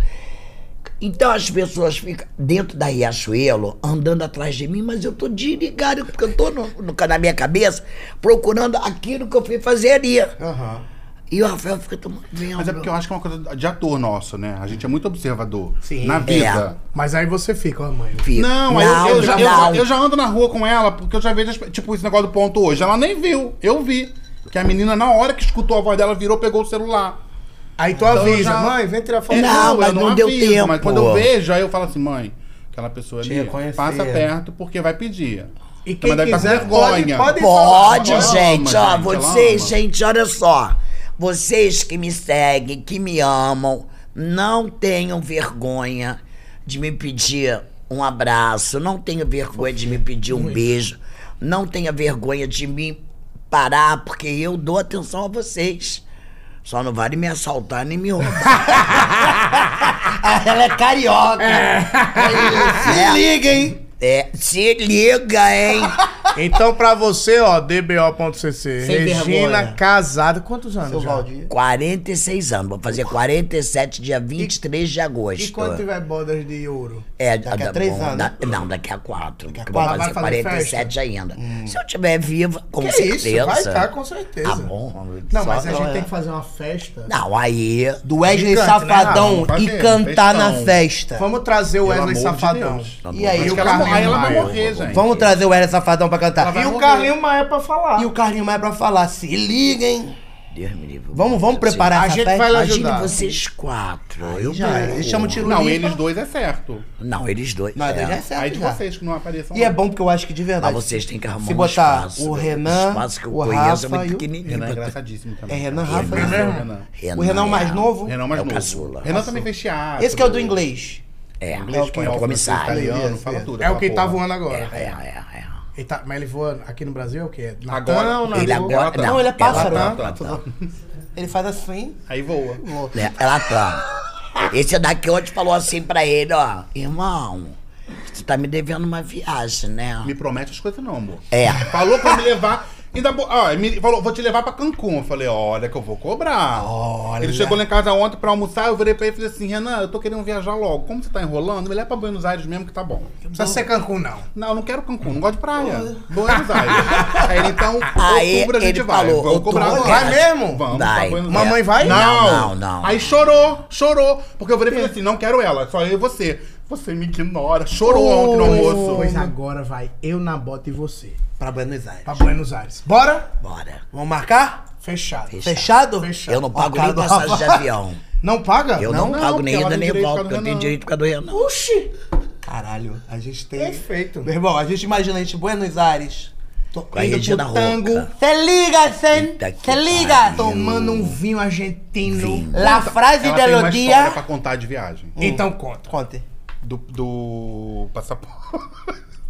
Speaker 3: Então as pessoas ficam dentro da Riachuelo, andando atrás de mim, mas eu tô desligado, porque eu tô no, no- na minha cabeça procurando aquilo que eu fui fazer ali.
Speaker 2: Aham.
Speaker 3: E o Rafael fica tomando vendo.
Speaker 5: Mas é porque eu acho que é uma coisa de ator nosso, né? A gente é muito observador.
Speaker 1: Sim.
Speaker 5: Na vida.
Speaker 1: Mas aí você fica, ó, mãe.
Speaker 3: Fico.
Speaker 5: Não, aí eu- eu, já, eu,
Speaker 3: não.
Speaker 5: já- eu já ando na rua com ela, porque eu já vejo, as- tipo, esse negócio do ponto hoje. Ela nem viu, eu vi. Que a menina, na hora que escutou a voz dela, virou, pegou o celular.
Speaker 1: Aí tu
Speaker 5: Então eu
Speaker 1: avisa,
Speaker 5: já-
Speaker 1: mãe, vem tirar foto.
Speaker 5: É,
Speaker 3: Não, mas
Speaker 5: eu
Speaker 3: não deu tempo.
Speaker 5: Mas quando eu vejo, aí eu falo assim, mãe, aquela pessoa
Speaker 2: Te
Speaker 5: ali,
Speaker 2: reconhecer.
Speaker 5: passa perto porque vai pedir.
Speaker 1: E
Speaker 5: Então,
Speaker 1: quem
Speaker 5: mas deve tá com
Speaker 1: quiser pode,
Speaker 5: vergonha.
Speaker 1: pode falar.
Speaker 3: Pode,
Speaker 5: Ela ama,
Speaker 3: gente. Ó,
Speaker 5: gente, ela
Speaker 3: vocês,
Speaker 5: ama.
Speaker 3: gente, olha só. Vocês que me seguem, que me amam, não tenham vergonha de me pedir um abraço. Não tenha vergonha de me pedir um beijo. Não tenha vergonha de me parar, porque eu dou atenção a vocês. Só não vale me assaltar nem me roubar.
Speaker 2: Ah, ela é carioca. Se liga, hein?
Speaker 3: É, se liga, hein?
Speaker 1: Então pra você, ó, dbo.cc,
Speaker 2: Sem
Speaker 1: Regina
Speaker 2: vergonha.
Speaker 1: Casada, quantos
Speaker 2: Seu
Speaker 1: anos já?
Speaker 2: Valdir.
Speaker 3: 46 anos. Vou fazer 47 dia 23 de agosto.
Speaker 1: E quando tiver bodas de ouro?
Speaker 3: É,
Speaker 2: Daqui a
Speaker 3: da-
Speaker 2: três
Speaker 3: bom,
Speaker 2: anos.
Speaker 3: da- não, daqui a quatro. Daqui a
Speaker 1: quatro.
Speaker 3: Vou fazer
Speaker 1: Vai fazer
Speaker 3: 47 ainda.
Speaker 2: Hum.
Speaker 3: Se eu tiver viva, com
Speaker 2: é
Speaker 1: Que
Speaker 3: certeza.
Speaker 1: isso, vai estar com certeza.
Speaker 3: Tá bom.
Speaker 1: Não,
Speaker 3: só-
Speaker 1: mas a gente
Speaker 2: é.
Speaker 1: tem que fazer uma festa.
Speaker 3: Não, aí.
Speaker 2: Do Wesley
Speaker 1: Cante, né,
Speaker 2: Safadão
Speaker 5: Raul? Vai
Speaker 2: e
Speaker 5: ver,
Speaker 2: cantar na
Speaker 5: festão.
Speaker 2: festa.
Speaker 1: Vamos trazer o
Speaker 5: Pelo
Speaker 1: Wesley
Speaker 5: amor de
Speaker 1: Safadão.
Speaker 5: Deus.
Speaker 2: E aí,
Speaker 1: Mas
Speaker 2: o
Speaker 1: que
Speaker 5: ela,
Speaker 2: Carlinho
Speaker 5: aí ela vai
Speaker 1: Maia.
Speaker 5: morrer, gente.
Speaker 2: Vamos trazer o Wesley Safadão pra cantar.
Speaker 1: E o
Speaker 2: Carlinho-
Speaker 1: Carlinho Maia pra falar.
Speaker 2: E o Carlinho Maia pra falar. Se liga, hein?
Speaker 3: Deus me livre.
Speaker 2: Vamos, vamos
Speaker 3: Sim.
Speaker 2: preparar
Speaker 1: A
Speaker 2: essa
Speaker 1: gente
Speaker 2: festa.
Speaker 1: vai lá
Speaker 2: Imagina-
Speaker 1: ajudar.
Speaker 3: Imagine vocês quatro. eu
Speaker 2: Já, é.
Speaker 3: vou.
Speaker 2: eles chamam de Lulipa.
Speaker 5: Não, eles dois é certo.
Speaker 3: Não, eles dois.
Speaker 2: Nós dois já é
Speaker 5: Aí
Speaker 2: certo
Speaker 5: de
Speaker 2: já.
Speaker 5: vocês que não apareçam.
Speaker 2: E é
Speaker 5: lá.
Speaker 2: bom porque eu acho que de
Speaker 3: Mas
Speaker 2: verdade.
Speaker 3: vocês têm que arrumar
Speaker 2: Se
Speaker 3: um
Speaker 2: botar
Speaker 3: espaço.
Speaker 2: o Renan,
Speaker 3: O espaço que eu
Speaker 2: o
Speaker 3: conheço
Speaker 2: Rafa
Speaker 3: é muito
Speaker 2: e o-
Speaker 3: pequenininho.
Speaker 5: Renan é
Speaker 3: pra-
Speaker 5: engraçadíssimo também.
Speaker 2: É Renan Rafa,
Speaker 5: Renan,
Speaker 2: né?
Speaker 5: Renan.
Speaker 2: o Renan mais
Speaker 3: é-
Speaker 2: novo.
Speaker 5: Renan mais
Speaker 3: É o
Speaker 5: novo.
Speaker 3: caçula.
Speaker 5: Renan também fez teatro.
Speaker 2: Esse que é o do inglês.
Speaker 3: É,
Speaker 5: Inglês,
Speaker 3: é o
Speaker 5: espanhol, francês,
Speaker 3: comissário.
Speaker 5: italiano,
Speaker 2: Isso,
Speaker 5: fala
Speaker 2: isso.
Speaker 5: tudo.
Speaker 1: É o
Speaker 5: aquela
Speaker 1: que tá
Speaker 5: porra.
Speaker 1: voando
Speaker 3: É,
Speaker 1: agora.
Speaker 3: é, é. é.
Speaker 1: Ele tá- mas ele voa aqui no Brasil é o quê? Natan,
Speaker 5: Agora.
Speaker 1: Nanu?
Speaker 5: Ele
Speaker 3: Ele agora.
Speaker 5: Latam.
Speaker 2: Não, ele é pássaro.
Speaker 5: Latam,
Speaker 2: né?
Speaker 5: Latam.
Speaker 2: Ele faz assim.
Speaker 5: Aí voa.
Speaker 3: É, ela tá. Esse daqui ontem falou assim pra ele, ó. Irmão, você tá me devendo uma viagem, né?
Speaker 5: Me promete as coisas não, amor.
Speaker 3: É.
Speaker 5: Falou pra me levar. Ainda bo- ó, me falou, vou te levar pra Cancún. Eu falei, olha que eu vou cobrar.
Speaker 2: Olha.
Speaker 5: Ele chegou lá em casa ontem pra almoçar, eu virei pra ele e falei assim, Renan, eu tô querendo viajar logo. Como você tá enrolando, me leva pra Buenos Aires mesmo que tá bom.
Speaker 1: Não precisa ser Cancún, não.
Speaker 5: Não, eu não quero Cancún, não gosto de praia.
Speaker 1: [LAUGHS]
Speaker 5: Buenos Aires. Aí ele, então,
Speaker 3: Aí
Speaker 5: outubro a gente
Speaker 3: ele
Speaker 5: vai.
Speaker 3: falou,
Speaker 5: Vamos cobrar
Speaker 3: outubro,
Speaker 5: agora.
Speaker 1: vai mesmo?
Speaker 5: Vamos
Speaker 3: Vai.
Speaker 5: pra Buenos
Speaker 1: Mamãe
Speaker 5: Aires.
Speaker 1: vai?
Speaker 5: Não.
Speaker 3: Não, não, não.
Speaker 5: Aí chorou, chorou. Porque eu virei e falei assim, não quero ela, só eu e você. Você me ignora. Chorou ontem no almoço.
Speaker 1: Pois é. agora vai eu na bota e você.
Speaker 2: Pra Buenos Aires.
Speaker 1: Pra Buenos Aires. Bora?
Speaker 3: Bora.
Speaker 2: Vamos marcar?
Speaker 1: Fechado.
Speaker 2: Fechado?
Speaker 1: Fechado.
Speaker 3: Eu não pago
Speaker 2: cara
Speaker 3: nem
Speaker 2: do
Speaker 3: passagem de
Speaker 2: Rafa.
Speaker 3: avião.
Speaker 5: [LAUGHS]
Speaker 1: Não paga?
Speaker 3: Eu não,
Speaker 5: Não,
Speaker 3: pago
Speaker 5: porque
Speaker 3: nem
Speaker 5: ela
Speaker 3: ida
Speaker 5: tem
Speaker 3: nem
Speaker 5: direito por
Speaker 3: volta,
Speaker 5: causa do
Speaker 3: porque eu tenho
Speaker 5: Renan.
Speaker 3: direito por causa do Renan.
Speaker 1: Oxi!
Speaker 2: Caralho, a gente tem.
Speaker 1: Perfeito.
Speaker 2: Meu irmão, a gente imagina a gente em Buenos Aires.
Speaker 3: Com a Regina Roca.
Speaker 2: Se liga,
Speaker 3: Puta
Speaker 2: sen.
Speaker 3: que
Speaker 2: Se liga.
Speaker 3: pariu.
Speaker 1: Tomando um vinho argentino.
Speaker 3: Vinho.
Speaker 2: La frase
Speaker 5: Ela
Speaker 2: de
Speaker 5: tem uma
Speaker 2: lo
Speaker 5: história pra
Speaker 2: dia.
Speaker 5: contar de viagem.
Speaker 1: Então conta.
Speaker 2: Conte.
Speaker 5: Do, do passaporte. [LAUGHS]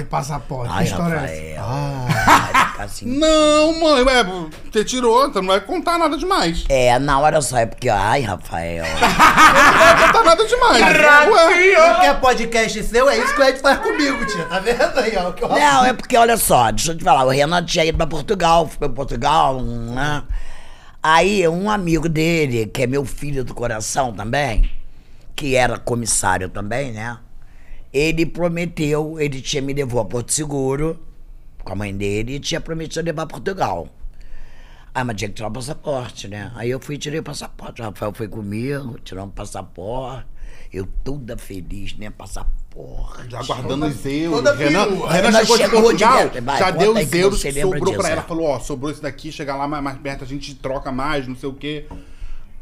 Speaker 1: O passaporte.
Speaker 3: Ai,
Speaker 1: que história é essa?
Speaker 3: Rafael. vai
Speaker 5: Ah.
Speaker 3: ficar assim.
Speaker 5: Não, mãe, ué, você tirou, você não vai contar nada demais.
Speaker 3: É, na hora só é porque, ai, Rafael.
Speaker 5: Não vai contar nada demais. Ué.
Speaker 2: Não quer podcast seu? É isso que o Ed faz comigo, tia. Tá vendo aí, ó? o que eu-
Speaker 3: Não, é porque, olha só, deixa eu te falar, o Renan tinha ido pra Portugal, foi pra Portugal, né? Aí um amigo dele, que é meu filho do coração também, que era comissário também, né? Ele prometeu, ele tinha me levou a Porto Seguro com a mãe dele e tinha prometido levar a Portugal. Aí, mas tinha que tirar o passaporte, né? Aí eu fui e tirei o passaporte. O Rafael foi comigo, tiramos o passaporte. Eu toda feliz, né? Passaporte.
Speaker 5: Já Tá guardando os euros.
Speaker 1: toda
Speaker 5: Renan,
Speaker 1: perua.
Speaker 5: Renan
Speaker 3: Ela
Speaker 5: chegou de
Speaker 3: chegou
Speaker 5: Portugal,
Speaker 3: direto. Vai,
Speaker 5: já
Speaker 3: conta
Speaker 5: deu
Speaker 3: aí
Speaker 5: os
Speaker 3: que
Speaker 5: euros
Speaker 3: você
Speaker 5: que
Speaker 3: lembra
Speaker 5: sobrou pra
Speaker 3: disso,
Speaker 5: ela.
Speaker 3: ó.
Speaker 5: Falou, ó, sobrou esse daqui, chegar lá mais, mais perto, a gente troca mais, não sei o quê.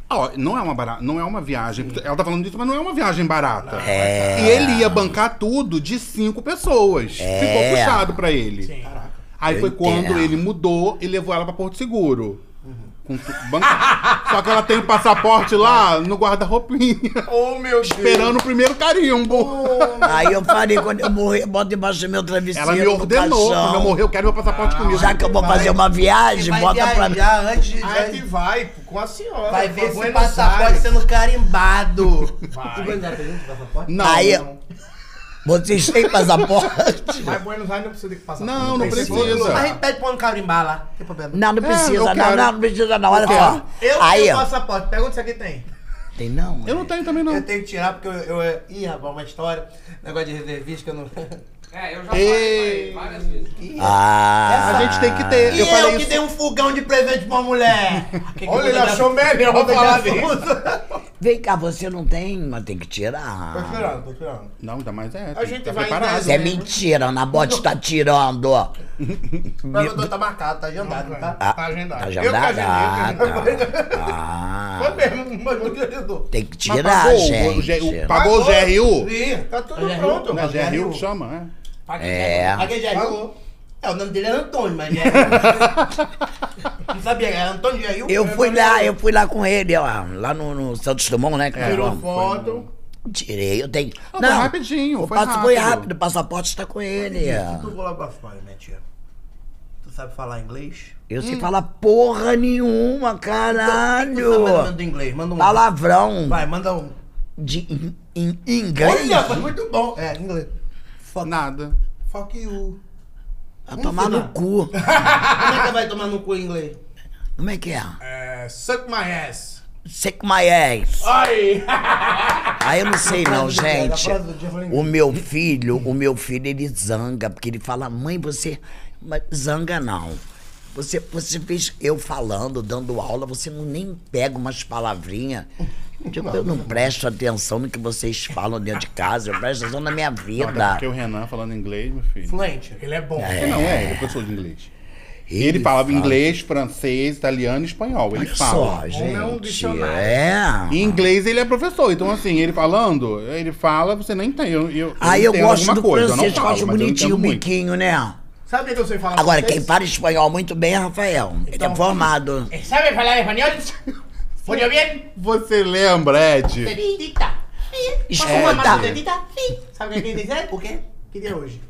Speaker 5: Ah, ó, não é uma barata, não é uma viagem. Ela tá falando disso, mas não é uma viagem barata.
Speaker 3: É.
Speaker 5: E ele ia bancar tudo de cinco pessoas. Ficou puxado pra ele. Aí
Speaker 3: Eu
Speaker 5: foi quando
Speaker 3: entendo.
Speaker 5: ele mudou e levou ela pra Porto Seguro.
Speaker 3: Uhum.
Speaker 5: Com tu- banco- [LAUGHS] Só que ela tem o passaporte lá no guarda-roupinha,
Speaker 1: Oh, meu Deus.
Speaker 5: esperando o primeiro
Speaker 3: Oh,
Speaker 5: carimbo.
Speaker 3: Aí eu falei, quando eu morrer, bota embaixo do meu travesseiro.
Speaker 5: Ela me
Speaker 3: do
Speaker 5: ordenou,
Speaker 3: caixão.
Speaker 5: quando eu morrer, eu quero meu passaporte comigo.
Speaker 3: Já que eu vou fazer uma viagem,
Speaker 2: Vai
Speaker 3: bota pra mim.
Speaker 2: viajar antes de.
Speaker 1: Aí ele vai com a senhora.
Speaker 2: Vai
Speaker 1: pra
Speaker 2: ver esse
Speaker 1: Buenos
Speaker 2: passaporte
Speaker 1: Aires.
Speaker 2: sendo carimbado.
Speaker 1: Vai.
Speaker 2: Tu vai dar presente pro passaporte?
Speaker 5: Não,
Speaker 3: Aí,
Speaker 5: não.
Speaker 3: vocês têm passaporte?
Speaker 1: Mas Buenos Aires não precisa de passaporte.
Speaker 5: Não, não
Speaker 2: A
Speaker 5: precisa.
Speaker 2: gente pede pra um carimbar lá. Não tem problema.
Speaker 3: Não, não
Speaker 5: É,
Speaker 3: precisa,
Speaker 5: eu
Speaker 3: não,
Speaker 5: quero.
Speaker 3: não, não precisa não, olha
Speaker 5: Eu
Speaker 3: só.
Speaker 1: Eu
Speaker 3: Aí,
Speaker 1: tenho
Speaker 3: ó,
Speaker 1: passaporte. Pergunta se aqui tem.
Speaker 3: tem não? é
Speaker 5: Eu não tenho também, não.
Speaker 2: Eu tenho que tirar porque eu. eu ih, rapaz, uma história. Negócio de reservista que eu não.
Speaker 6: É, eu já falei pra ele várias vezes.
Speaker 3: Ah,
Speaker 5: A gente tem que
Speaker 2: [LAUGHS]
Speaker 5: ter.
Speaker 2: E
Speaker 5: eu
Speaker 2: eu,
Speaker 5: falei
Speaker 2: que
Speaker 5: isso.
Speaker 2: dei um fogão de presente pra uma mulher. [LAUGHS] Que que eu
Speaker 1: Olha,
Speaker 2: vou
Speaker 1: ele
Speaker 2: dar-
Speaker 1: achou melhor
Speaker 2: vou
Speaker 1: falar
Speaker 2: dar-
Speaker 1: disso.
Speaker 3: Vem cá, você não tem, mas tem que tirar.
Speaker 1: Tô tirando, tô tirando.
Speaker 5: Não, ainda mais é.
Speaker 1: A gente vai em
Speaker 3: Isso é mentira, na bote tá tirando.
Speaker 2: Mas o tá marcado, tá agendado, tá?
Speaker 1: Tá agendado.
Speaker 3: Tá
Speaker 1: Eu que agendei,
Speaker 3: agendado.
Speaker 1: eu que agendei.
Speaker 3: Ah,
Speaker 1: Foi mesmo, mas não ajudou.
Speaker 3: tem que
Speaker 5: Mas
Speaker 3: tirar,
Speaker 5: pagou o- o G-
Speaker 3: gente.
Speaker 5: o- Pagou o GRU?
Speaker 1: Ih, Tá tudo
Speaker 2: GRU.
Speaker 1: pronto.
Speaker 5: Não
Speaker 1: mano.
Speaker 5: é GRU que chama, é.
Speaker 3: É.
Speaker 2: Aquele Jair. É, o nome dele era Antônio, [LAUGHS] mas. né? Não sabia, era Antônio Jair.
Speaker 3: Eu fui lá, eu fui lá com ele, ó, lá no, no Santos Dumont, né? que nós
Speaker 1: Tirou
Speaker 3: vamos.
Speaker 1: foto.
Speaker 3: Tirei, eu tenho.
Speaker 5: É. Ah, foi rapidinho,
Speaker 3: o
Speaker 5: foi
Speaker 3: passo foi
Speaker 5: rápido.
Speaker 3: rápido, o passaporte tá com ele.
Speaker 2: Tu vou lá pra fora, minha tia. Tu sabe falar inglês?
Speaker 3: Eu
Speaker 5: Hum.
Speaker 3: sei falar porra nenhuma,
Speaker 2: Tu sabe mais ou menos
Speaker 5: Então,
Speaker 3: caralho.
Speaker 2: do inglês, manda um.
Speaker 3: Palavrão
Speaker 2: Vai, manda um.
Speaker 3: de in- in- inglês.
Speaker 2: Olha, foi muito bom. É, inglês. Fuck,
Speaker 5: Nada.
Speaker 2: fuck you.
Speaker 3: A tomar no cu.
Speaker 2: Como é que vai tomar no cu em inglês?
Speaker 3: Como é que é?
Speaker 1: É, suck my ass.
Speaker 3: Sick my ass.
Speaker 1: Aí.
Speaker 3: Aí Ah, eu não sei não,
Speaker 2: do dia, na
Speaker 3: gente.
Speaker 2: frase do dia eu falei
Speaker 3: O meu filho, o meu filho, ele zanga, porque ele fala, mãe, você. Mas zanga não. Você, você fez eu falando, dando aula, você não nem pega umas palavrinhas. Tipo, eu não presto atenção no que vocês falam dentro de casa, eu presto atenção na minha
Speaker 5: Até
Speaker 3: vida.
Speaker 5: é porque o Renan falando inglês, meu filho.
Speaker 2: Fluente.
Speaker 1: Ele é bom.
Speaker 5: Ele Não, é, ele é professor de inglês. Ele falava inglês, francês, italiano e espanhol. Ele
Speaker 3: Olha
Speaker 5: fala.
Speaker 3: só,
Speaker 1: é um
Speaker 3: gente.
Speaker 1: dicionário.
Speaker 3: É.
Speaker 5: Em inglês ele é professor, então assim, ele falando, ele fala, você nem tem. Eu, eu,
Speaker 3: Aí Ah, eu
Speaker 5: entendo
Speaker 3: gosto
Speaker 5: alguma
Speaker 3: do
Speaker 5: coisa, eu não
Speaker 3: francês, que eu
Speaker 5: falo,
Speaker 3: acho
Speaker 5: mas eu
Speaker 3: bonitinho o
Speaker 5: entendo muito.
Speaker 3: biquinho, né?
Speaker 1: Sabe o que eu sei falar
Speaker 3: Agora,
Speaker 1: francês?
Speaker 3: quem fala espanhol muito bem é Rafael. Ele
Speaker 2: Então.
Speaker 3: é formado.
Speaker 1: Sabe falar espanhol? Muito bem.
Speaker 5: Você lembra, Ed?
Speaker 2: Dita.
Speaker 3: Escuta.
Speaker 2: tetita? Sim. Sabe o que quer dizer? O quê? Que dia é hoje?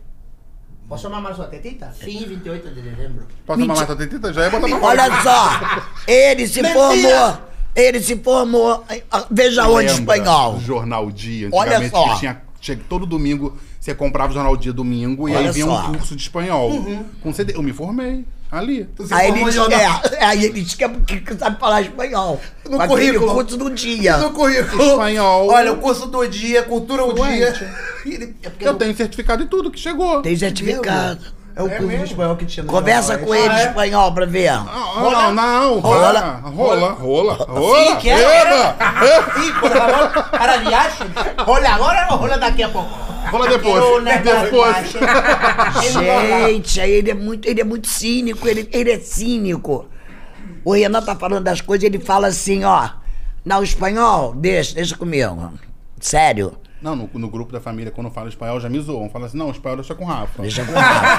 Speaker 2: Posso chamar mais sua tetita? Sim, 28 de dezembro.
Speaker 5: Posso tomar mais tetita? Já é botar pra fora.
Speaker 3: Olha só, ele se formou, ele se formou, ah, veja onde
Speaker 5: Lembra
Speaker 3: espanhol.
Speaker 5: do Jornal Dia,
Speaker 3: Olha
Speaker 5: antigamente
Speaker 3: só.
Speaker 5: que tinha, tinha- todo domingo, você comprava o Jornal Dia domingo e
Speaker 3: Olha
Speaker 5: aí vinha
Speaker 3: só. Uhum.
Speaker 5: um curso de espanhol. Com CD. Eu me formei ali.
Speaker 3: Aí ele,
Speaker 2: formou
Speaker 3: diz,
Speaker 2: em jornal.
Speaker 3: é, aí ele diz que, é porque que sabe falar espanhol.
Speaker 2: No
Speaker 3: Com aquele
Speaker 2: currículo.
Speaker 3: curso do dia.
Speaker 2: No currículo.
Speaker 5: Espanhol.
Speaker 2: Olha, o curso do dia, cultura do dia.
Speaker 1: [LAUGHS]
Speaker 2: Ele- é porque
Speaker 5: Eu
Speaker 2: não-
Speaker 5: tenho certificado e tudo que chegou.
Speaker 3: Tem certificado.
Speaker 2: É o curso de
Speaker 1: mesmo?
Speaker 2: espanhol que tinha no
Speaker 3: Conversa
Speaker 2: jornal,
Speaker 3: com
Speaker 2: é isso?
Speaker 3: ele em espanhol pra ver.
Speaker 5: Ah, Não, não,
Speaker 3: Rola. é,
Speaker 5: rola, rola, rola, rola.
Speaker 2: Sim, quero.
Speaker 3: né?
Speaker 5: Eba!
Speaker 2: Ih, por favor, para viagem. Olha agora ou olha daqui a pouco?
Speaker 5: Rola depois.
Speaker 2: Eu, né,
Speaker 5: Depois.
Speaker 3: Gente, aí ele é muito, ele é muito cínico, ele, ele é cínico. O Renan tá falando das coisas, ele fala assim, ó. Não, espanhol, deixa, deixa comigo. Sério.
Speaker 5: Não, no, no grupo da família, quando eu falo espanhol, já me zoam. Fala assim, não, espanhol deixa com o Rafa.
Speaker 3: Deixa com o Rafa.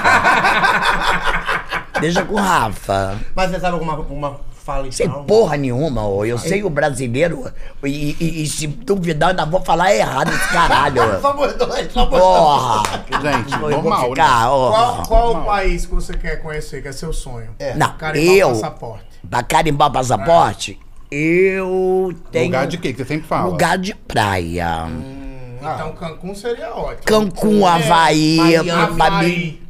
Speaker 3: Deixa com o Rafa.
Speaker 2: Mas você sabe alguma, alguma fala
Speaker 3: Sem
Speaker 2: espanhol?
Speaker 3: porra nenhuma, ô. Eu sei o brasileiro e, e- e se duvidar, ainda vou falar errado esse
Speaker 1: [LAUGHS]
Speaker 3: caralho.
Speaker 2: Só por dois, só por
Speaker 3: Porra!
Speaker 5: Gente,
Speaker 3: Eu vou
Speaker 5: normal,
Speaker 3: ficar,
Speaker 5: né?
Speaker 3: ó.
Speaker 1: Qual, qual o
Speaker 5: Normal.
Speaker 1: país que você quer conhecer, que é seu sonho? É.
Speaker 3: Não,
Speaker 1: Carimbar o
Speaker 3: eu.
Speaker 1: passaporte.
Speaker 3: Pra carimbar passaporte, eu tenho.
Speaker 5: Lugar de quê? Que você sempre fala.
Speaker 3: lugar de praia.
Speaker 1: Então Cancún seria ótimo.
Speaker 3: Ah.
Speaker 1: É.
Speaker 3: Cancún, Havaí,
Speaker 2: Miami.
Speaker 3: Babi.
Speaker 1: Havaí.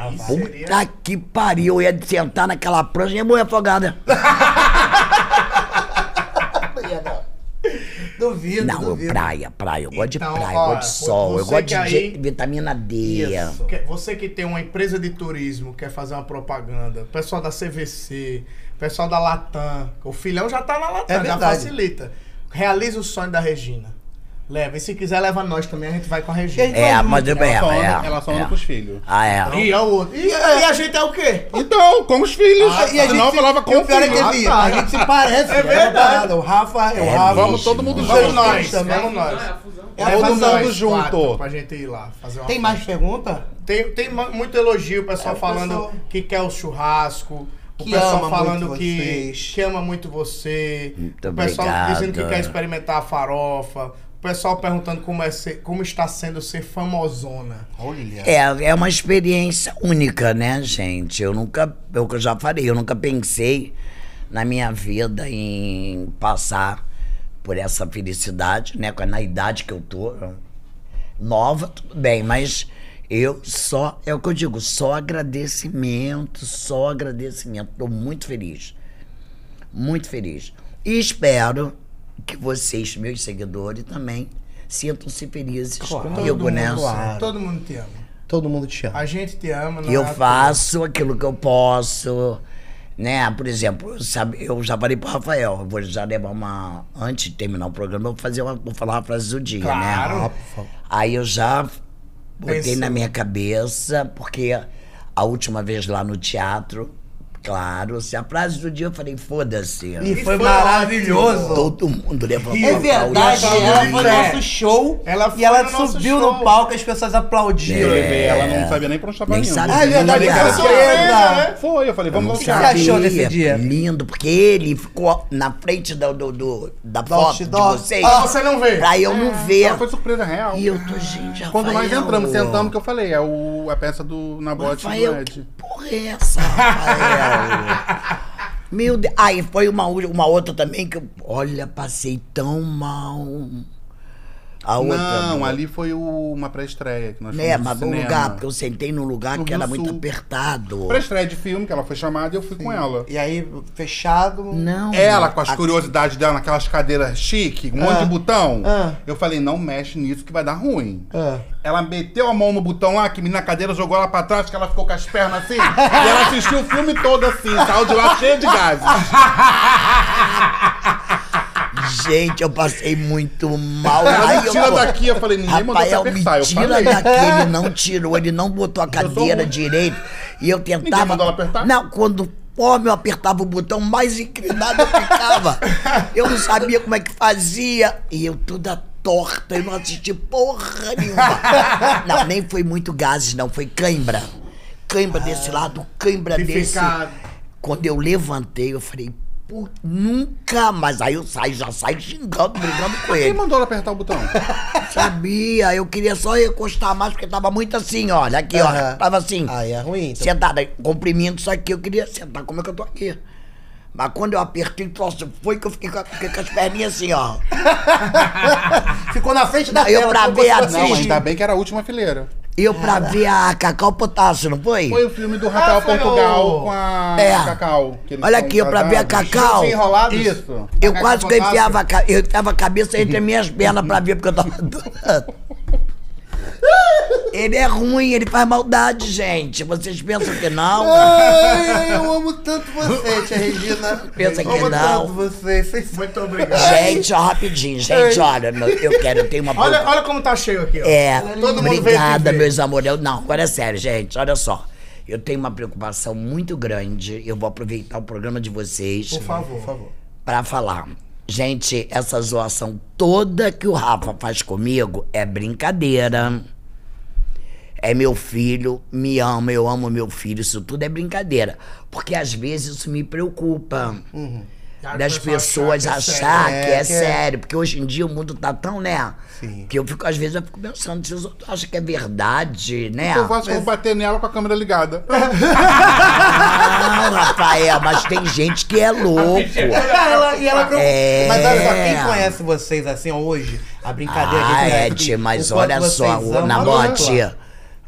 Speaker 1: Havaí seria...
Speaker 3: Puta que pariu, eu ia sentar naquela prancha e ia morrer afogada.
Speaker 2: Duvido,
Speaker 3: Não, eu-
Speaker 2: duvido.
Speaker 3: praia, praia. Eu gosto
Speaker 1: Então,
Speaker 3: de praia, eu gosto
Speaker 1: ó,
Speaker 3: de sol, eu
Speaker 1: você
Speaker 3: gosto de
Speaker 1: que aí-
Speaker 3: je- vitamina D.
Speaker 2: Isso.
Speaker 1: Que- Você que tem uma empresa de turismo, quer fazer uma propaganda, pessoal da CVC, pessoal da Latam, o filhão já tá na Latam,
Speaker 2: É
Speaker 1: já
Speaker 2: verdade.
Speaker 1: facilita. Realiza o sonho da Regina. Leva. E se quiser, leva nós também, a gente vai com a Regina.
Speaker 3: É, mas eu bem,
Speaker 5: Ela só
Speaker 3: é.
Speaker 5: anda, ela só anda
Speaker 3: é.
Speaker 5: com os filhos.
Speaker 3: Ah, é.
Speaker 1: E a outra. E, e a gente é o quê?
Speaker 5: Então, com os filhos.
Speaker 2: Ah, e a gente,
Speaker 5: Senão eu falava com
Speaker 2: o
Speaker 5: os
Speaker 2: pior é que
Speaker 5: filhos.
Speaker 2: ele-
Speaker 1: Ah, tá.
Speaker 2: a gente se parece. É
Speaker 1: verdade.
Speaker 2: O Rafa, eu
Speaker 3: É
Speaker 2: Rafa.
Speaker 5: Vamos todo mundo
Speaker 3: Vamos
Speaker 5: junto.
Speaker 1: Vamos nós,
Speaker 2: também.
Speaker 1: vamos
Speaker 6: Não, é
Speaker 1: nós.
Speaker 6: a fusão.
Speaker 2: É a
Speaker 1: Leva
Speaker 5: fusão
Speaker 1: nós
Speaker 5: do junto.
Speaker 1: quatro Pra gente ir lá fazer uma
Speaker 2: Tem mais pergunta?
Speaker 1: Tem, tem ma- muito elogio, o pessoal
Speaker 2: É, o
Speaker 1: falando
Speaker 2: pessoal-
Speaker 1: que quer o churrasco. O
Speaker 2: Que
Speaker 1: pessoal
Speaker 2: ama
Speaker 1: falando
Speaker 2: muito
Speaker 1: que,
Speaker 2: vocês.
Speaker 1: que ama muito você.
Speaker 3: Muito
Speaker 1: o pessoal
Speaker 3: obrigado.
Speaker 1: dizendo que quer experimentar a farofa. O pessoal perguntando como, é ser- como está sendo ser famosona.
Speaker 2: Olha.
Speaker 3: É, é uma experiência única, né, gente? Eu nunca, eu que eu já falei, eu nunca pensei na minha vida em passar por essa felicidade, né? com- Na idade que eu tô, nova, tudo bem, mas eu só, é o que eu digo, só agradecimento, só agradecimento. Tô muito feliz, muito feliz. E espero que vocês, meus seguidores, também sintam-se felizes comigo, né?
Speaker 1: Todo mundo te ama.
Speaker 2: Todo mundo te ama.
Speaker 1: A gente te ama. não
Speaker 3: Eu
Speaker 1: é à toa.
Speaker 3: faço aquilo que eu posso, Né? Por exemplo, eu, sabe, eu já falei pro Rafael, eu vou já levar uma. Antes de terminar o programa, eu vou, fazer uma, vou falar uma frase do dia,
Speaker 1: Claro.
Speaker 3: né?
Speaker 1: Ah,
Speaker 2: por favor.
Speaker 3: Aí eu já botei
Speaker 1: Pensou.
Speaker 3: na minha cabeça, porque a última vez lá no teatro, claro, se a frase do dia eu falei, foda-se.
Speaker 2: E foi,
Speaker 1: foi
Speaker 2: maravilhoso.
Speaker 3: Todo mundo levantou
Speaker 2: É verdade,
Speaker 1: Ela foi
Speaker 2: ela foi
Speaker 1: no
Speaker 2: no
Speaker 3: né?
Speaker 1: nosso
Speaker 2: nosso show
Speaker 1: Ela foi
Speaker 2: e ela
Speaker 1: no nosso
Speaker 2: subiu
Speaker 1: show.
Speaker 2: no palco as pessoas
Speaker 5: Eu
Speaker 2: aplaudiram.
Speaker 5: levei ela, não sabia nem pra onde estava
Speaker 3: É. Nem
Speaker 5: indo.
Speaker 3: sabia.
Speaker 2: Ah, é verdade,
Speaker 5: Eu
Speaker 1: Ela
Speaker 5: falei,
Speaker 2: cara.
Speaker 5: "Cara,
Speaker 1: surpresa, né?
Speaker 5: Foi, eu falei, vamos
Speaker 3: Não
Speaker 5: lá.
Speaker 2: você achou
Speaker 3: sabia.
Speaker 2: desse dia?
Speaker 3: Lindo, porque ele ficou na frente do, do- do- da foto de
Speaker 2: outdoor.
Speaker 3: vocês.
Speaker 1: Ah, você não vê.
Speaker 3: Pra eu não ver.
Speaker 5: Ela foi surpresa real.
Speaker 3: E eu tô, gente, Rafael.
Speaker 5: Quando nós um entramos, sentamos, que eu falei, é o, a peça do Nabote e do
Speaker 3: Rafael, que
Speaker 5: Ed.
Speaker 3: porra é essa, Rafael? Meu Deus. Ah, e foi uma, u- uma outra também que eu, olha, passei tão mal. A outra.
Speaker 5: Não,
Speaker 3: do-
Speaker 5: ali foi o- uma pré-estreia que nós
Speaker 3: Né,
Speaker 5: fomos no
Speaker 3: mas num
Speaker 5: cinema.
Speaker 3: lugar, porque eu sentei num lugar
Speaker 5: No
Speaker 3: que
Speaker 5: Rio
Speaker 3: era muito
Speaker 5: Sul.
Speaker 3: apertado.
Speaker 5: Pré-estreia de filme, que ela foi chamada e eu fui com ela.
Speaker 2: E aí, fechado.
Speaker 3: Não. É.
Speaker 5: Ela, com as
Speaker 3: a-
Speaker 5: curiosidades dela, naquelas cadeiras chique, um monte de botão.
Speaker 2: Ah.
Speaker 5: Eu falei, não mexe nisso que vai dar ruim.
Speaker 3: É.
Speaker 2: Ah.
Speaker 5: Ela meteu a mão no botão lá, que na cadeira jogou ela pra trás, que ela ficou com as pernas assim. e ela assistiu o filme todo assim, saiu de lá cheia
Speaker 3: [LAUGHS]
Speaker 5: de gases.
Speaker 3: Gente, eu passei muito mal.
Speaker 5: Ela
Speaker 3: Aí
Speaker 5: me
Speaker 3: eu,
Speaker 5: tira
Speaker 3: pô,
Speaker 5: daqui, eu falei, ninguém mandou você
Speaker 3: Rafael, me
Speaker 5: apertar. Eu
Speaker 3: tira
Speaker 5: falei.
Speaker 3: é daqui. Ele não tirou, ele não botou a cadeira
Speaker 5: um-
Speaker 3: direito. E eu tentava.
Speaker 5: mandou ela apertar?
Speaker 3: Não, quando forma eu apertava o botão, mais inclinado eu ficava. eu não sabia como é que fazia. E eu toda torta, eu não assisti porra nenhuma. não, nem foi muito gases, não, foi cãibra. Cãibra
Speaker 5: Ah,
Speaker 3: desse lado, cãibra desse.
Speaker 1: Picado.
Speaker 3: Quando eu levantei, eu falei, "Pô, nunca mais. Aí eu saio, já saio xingando, brigando com
Speaker 5: [LAUGHS] Quem
Speaker 3: ele.
Speaker 5: mandou ela apertar o botão?
Speaker 3: Sabia, eu queria só encostar mais, porque tava muito assim, olha, aqui, ó.
Speaker 2: Aham.
Speaker 3: Tava assim.
Speaker 2: Aí é ruim, então.
Speaker 3: Sentada, comprimindo isso aqui, eu queria sentar, como é que eu tô aqui? Mas quando eu apertei, troço, foi que eu fiquei com, a- fiquei com as perninhas assim, ó.
Speaker 2: Ficou na frente da
Speaker 3: Não, eu
Speaker 2: tela.
Speaker 3: pra
Speaker 2: ficou
Speaker 3: ver
Speaker 2: com-
Speaker 3: assim.
Speaker 5: Não, ainda bem que era a última fileira.
Speaker 3: Eu pra ver a Cacau Potássio, não foi?
Speaker 5: Foi o filme do Rafael
Speaker 1: Ah, foi
Speaker 5: Portugal
Speaker 1: o-
Speaker 5: com a
Speaker 3: É.
Speaker 5: Cacau. que eles
Speaker 3: Olha
Speaker 5: são
Speaker 3: aqui, ó, pra ver a
Speaker 5: casados.
Speaker 3: Cacau.
Speaker 5: Enrolados? Isso.
Speaker 3: Eu
Speaker 5: A
Speaker 3: quase que eu
Speaker 5: Cacau
Speaker 3: enfiava, a ca- eu enfiava a cabeça entre as minhas pernas pra ver, porque eu tava adorando. Ele é ruim, ele faz maldade, gente. Vocês pensam que não?
Speaker 2: Ai, ai, eu amo tanto você, tia Regina.
Speaker 3: Pensa
Speaker 2: eu
Speaker 3: que
Speaker 2: amo
Speaker 3: não.
Speaker 2: tanto você. Vocês-
Speaker 1: Muito obrigado.
Speaker 3: Gente, ó, rapidinho, gente, olha, meu- eu quero, eu tenho uma
Speaker 1: Olha, olha como tá cheio aqui, ó.
Speaker 3: É,
Speaker 1: Todo mundo veio
Speaker 3: obrigada,
Speaker 1: te ver.
Speaker 3: meus amores. Eu- Não, agora é sério, gente, olha só. Eu tenho uma preocupação muito grande. Eu vou aproveitar o programa de vocês.
Speaker 1: Por favor. Por favor.
Speaker 3: Pra falar. Gente, essa zoação toda que o Rafa faz comigo é brincadeira. É meu filho, me ama, eu amo meu filho, isso tudo é brincadeira. Porque às vezes isso me preocupa. Das
Speaker 1: Pessoal
Speaker 3: pessoas
Speaker 1: achar que é sério.
Speaker 3: achar que é,
Speaker 2: É, que é-
Speaker 3: sério, porque hoje em dia o mundo tá tão, né?
Speaker 2: Sim.
Speaker 3: Que eu fico, às vezes, eu fico pensando, se os outros acham que é verdade, né?
Speaker 5: Então Eu acho que eu vou bater nela com a câmera ligada.
Speaker 3: Não, Ah, Rafael, mas tem gente que é louco.
Speaker 2: Cara, ela, [LAUGHS] e ela preocupa.
Speaker 3: É.
Speaker 2: Mas olha só, quem conhece vocês assim ó, hoje, a brincadeira que
Speaker 3: Ah,
Speaker 2: a
Speaker 3: é,
Speaker 2: gente
Speaker 3: tia, mas
Speaker 2: o quanto
Speaker 3: olha só,
Speaker 2: vocês
Speaker 3: o
Speaker 2: amam,
Speaker 3: Nabote.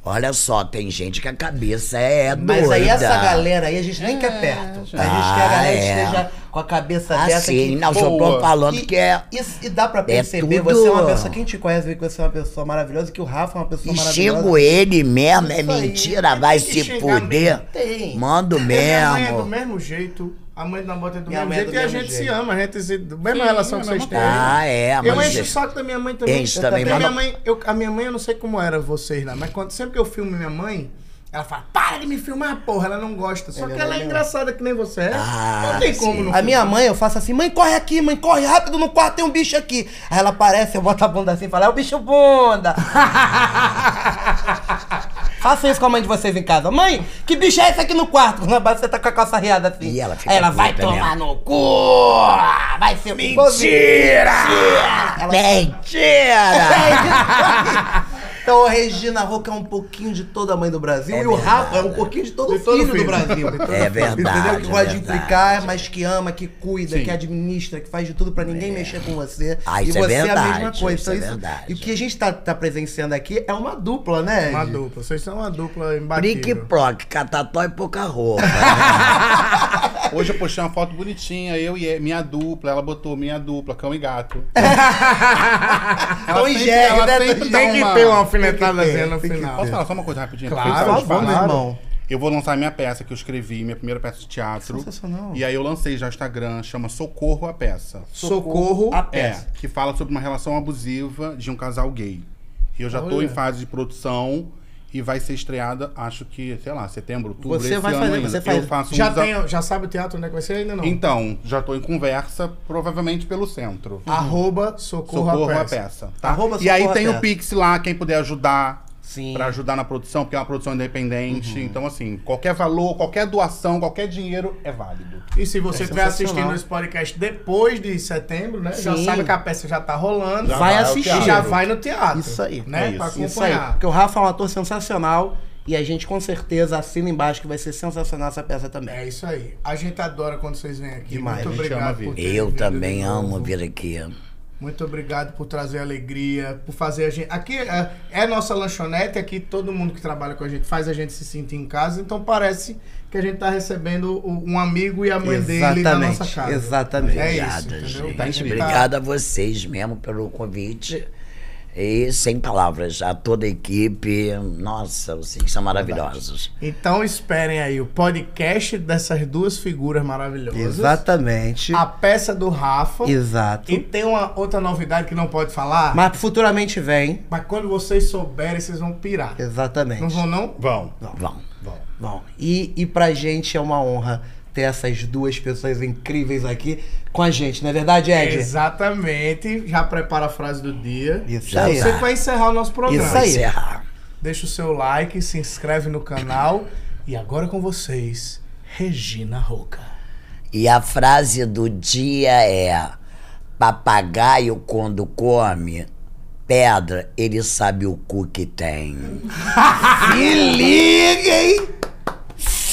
Speaker 3: Olha só, tem gente que a cabeça é doida.
Speaker 2: Mas aí essa galera aí a gente nem
Speaker 5: É,
Speaker 2: quer perto. A gente quer a galera que
Speaker 3: Ah, é.
Speaker 2: esteja com a cabeça dessa
Speaker 3: Assim,
Speaker 2: que-
Speaker 3: não, só tô
Speaker 5: boa.
Speaker 3: falando
Speaker 2: E-
Speaker 3: que é...
Speaker 2: E, e dá pra perceber,
Speaker 3: tudo-
Speaker 2: você é uma pessoa, quem te conhece vê que você é uma pessoa maravilhosa, que o Rafa é uma pessoa
Speaker 3: E
Speaker 2: maravilhosa.
Speaker 3: xingo ele mesmo, é
Speaker 2: Isso aí.
Speaker 3: mentira, vai
Speaker 1: Tem que
Speaker 3: se
Speaker 1: xingar
Speaker 3: fuder.
Speaker 1: mesmo.
Speaker 2: Tem.
Speaker 1: [LAUGHS]
Speaker 3: Mando
Speaker 1: Minha mãe é do
Speaker 3: mesmo.
Speaker 1: mesmo jeito, a mãe da bota é do
Speaker 2: Minha
Speaker 1: mesmo
Speaker 2: mãe é
Speaker 1: jeito
Speaker 2: do
Speaker 1: e a
Speaker 2: mesmo
Speaker 1: gente se
Speaker 2: jeito.
Speaker 1: ama, a gente se. Mesma relação que vocês têm.
Speaker 3: Ah, é, mas...
Speaker 1: Eu encho o
Speaker 3: é-
Speaker 1: saco da minha mãe também.
Speaker 3: Enche
Speaker 1: Eu
Speaker 3: também,
Speaker 1: também.
Speaker 3: mas
Speaker 1: Minha
Speaker 3: não-
Speaker 1: mãe, eu, a minha mãe, eu não sei como era vocês lá, mas quando, sempre que eu filmo minha mãe, ela fala, para de me filmar, porra, ela não gosta. Só que ela é engraçada que nem você é.
Speaker 3: Ah,
Speaker 1: não tem como
Speaker 3: sim.
Speaker 1: não
Speaker 2: A
Speaker 1: filmar.
Speaker 2: minha mãe, eu faço assim, mãe, corre aqui, mãe, corre rápido, no quarto tem um bicho aqui. Aí ela aparece, eu boto a bunda assim e falo, é o bicho bunda. [LAUGHS] Faça isso com a mãe de vocês em casa. Mãe, que bicho é esse aqui no quarto? Na base você tá com a calça riada assim.
Speaker 3: E ela fica
Speaker 2: Aí ela vai
Speaker 3: puta né,
Speaker 2: tomar no cu, vai ser
Speaker 3: Mentira! Mentira!
Speaker 2: [LAUGHS] Então, ô, Regina Roca é um pouquinho de toda a mãe do Brasil
Speaker 3: É
Speaker 2: e o Rafa é um
Speaker 3: verdade.
Speaker 2: pouquinho de todo
Speaker 1: De todo
Speaker 2: filho do
Speaker 1: filho.
Speaker 2: Brasil.
Speaker 3: É verdade,
Speaker 2: Entendeu? Que gosta
Speaker 3: é
Speaker 2: de
Speaker 3: verdade.
Speaker 2: implicar, mas que ama, que cuida, que administra, que faz de tudo pra ninguém mexer com você.
Speaker 3: É. Ah,
Speaker 2: e
Speaker 3: isso é
Speaker 2: você é a mesma
Speaker 3: verdade,
Speaker 2: coisa.
Speaker 3: isso
Speaker 2: Então,
Speaker 3: é verdade.
Speaker 2: E o que a gente tá, tá presenciando aqui é uma dupla, né?
Speaker 1: Uma
Speaker 2: Ed?
Speaker 1: dupla, vocês são uma dupla
Speaker 3: Brick
Speaker 1: imbatível.
Speaker 3: Proc, catató e pouca roupa. né?
Speaker 5: Hoje eu postei uma foto bonitinha, eu e minha dupla. Ela botou minha dupla, cão
Speaker 2: [LAUGHS]
Speaker 5: e gato.
Speaker 2: Tom e Jerry, né?
Speaker 5: sempre
Speaker 2: Tom e
Speaker 5: dá
Speaker 1: Tem que ter uma alfinetadazinha no
Speaker 2: tem que
Speaker 1: final.
Speaker 5: Posso falar só uma coisa rapidinho?
Speaker 1: Claro,
Speaker 5: Fez-
Speaker 2: Por
Speaker 1: Claro.
Speaker 2: favor, meu irmão.
Speaker 5: Eu vou lançar minha peça que eu escrevi, minha primeira peça de teatro.
Speaker 2: Sensacional.
Speaker 5: E aí eu lancei já no Instagram, chama Socorro a Peça.
Speaker 1: Socorro.
Speaker 2: A
Speaker 5: É,
Speaker 2: peça.
Speaker 5: que fala sobre uma relação abusiva de um casal gay. E eu já tô
Speaker 1: Olha.
Speaker 5: em fase de produção e vai ser estreada, acho que, sei lá, setembro, outubro,
Speaker 2: Você
Speaker 5: esse
Speaker 2: vai
Speaker 5: ano
Speaker 2: fazer,
Speaker 5: ainda.
Speaker 2: você faz-
Speaker 5: Eu faço
Speaker 1: Já,
Speaker 5: uns a-
Speaker 1: tem, já sabe o teatro onde é que vai ser? Ainda não.
Speaker 5: Então, já tô em conversa, provavelmente pelo centro. Ah,
Speaker 1: Arroba socorro,
Speaker 5: Socorro
Speaker 1: a
Speaker 5: a
Speaker 1: peça.
Speaker 5: peça. tá?
Speaker 2: Arroba
Speaker 5: e aí
Speaker 2: Socorro a
Speaker 5: tem
Speaker 2: Peça.
Speaker 5: o Pix lá, quem puder ajudar.
Speaker 2: Sim. Uhum.
Speaker 5: Pra ajudar na produção, porque é uma produção independente. Então, assim, qualquer valor, qualquer doação, qualquer dinheiro é válido.
Speaker 1: E se você estiver
Speaker 2: sensacional.
Speaker 1: assistindo esse podcast depois de setembro, né? Já
Speaker 2: Sim.
Speaker 1: sabe que a peça já tá rolando.
Speaker 5: Já
Speaker 2: vai
Speaker 5: vai ao
Speaker 2: assistir.
Speaker 1: E já vai no teatro.
Speaker 2: Isso aí.
Speaker 1: Né?
Speaker 5: É isso.
Speaker 1: Pra
Speaker 2: Isso aí.
Speaker 1: acompanhar.
Speaker 2: Porque o Rafa é um ator sensacional e a gente com certeza assina embaixo que vai ser sensacional essa peça também.
Speaker 1: É isso aí. A gente adora quando vocês vêm aqui.
Speaker 2: Demais,
Speaker 1: Muito
Speaker 2: a
Speaker 5: gente ama
Speaker 1: obrigado.
Speaker 5: vir.
Speaker 1: Por terem
Speaker 3: Eu
Speaker 1: vindo
Speaker 3: também
Speaker 1: de novo.
Speaker 3: amo vir aqui.
Speaker 1: Muito obrigado por trazer alegria, por fazer a gente. Aqui é, é nossa lanchonete, aqui todo mundo que trabalha com a gente faz a gente se sentir em casa, então parece que a gente tá recebendo o- um amigo e a mãe dele na nossa
Speaker 2: Exatamente,
Speaker 1: casa.
Speaker 2: exatamente.
Speaker 1: É isso,
Speaker 3: Obrigada,
Speaker 1: entendeu?
Speaker 3: gente.
Speaker 1: A gente tá-
Speaker 3: Obrigado a vocês mesmo pelo convite. E sem palavras, a toda a equipe. Nossa, vocês são maravilhosos.
Speaker 1: Então esperem aí o podcast dessas duas figuras maravilhosas.
Speaker 2: Exatamente.
Speaker 1: A peça do Rafa.
Speaker 2: Exato.
Speaker 1: E tem uma outra novidade que não pode falar, mas,
Speaker 2: Mas futuramente vem.
Speaker 1: quando vocês souberem, vocês vão pirar.
Speaker 2: Exatamente.
Speaker 1: Não vão não?
Speaker 5: Vão.
Speaker 3: Vão.
Speaker 2: Bom, e, e pra gente é uma honra ter essas duas pessoas incríveis aqui com a gente, não é verdade, Ed?
Speaker 1: Exatamente. Já prepara a frase do dia.
Speaker 2: Isso
Speaker 3: Já
Speaker 2: aí.
Speaker 1: Você que vai encerrar o nosso programa.
Speaker 2: Isso aí.
Speaker 3: Encerrar.
Speaker 1: Deixa o seu like, se inscreve no canal. E agora com vocês, Regina Roca.
Speaker 3: E a frase do dia é: papagaio quando come pedra, ele sabe o cu que tem. Se liga, hein?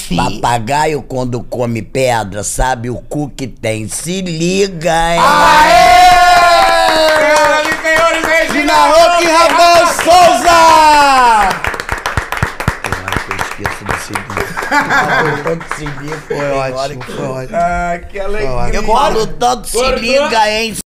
Speaker 3: Papagaio quando come pedra, sabe o cu que tem. Se liga, hein?
Speaker 1: Senhoras e senhores, Regina
Speaker 2: Roque Rafael Souza!
Speaker 3: Eu acho que eu esqueço de [LAUGHS] seguir. Quando se liga,
Speaker 2: Foi
Speaker 3: tem hora
Speaker 2: ótimo,
Speaker 3: que-
Speaker 2: foi ótimo.
Speaker 1: Ah, que alegria.
Speaker 3: Eu falo tanto, se liga, hein?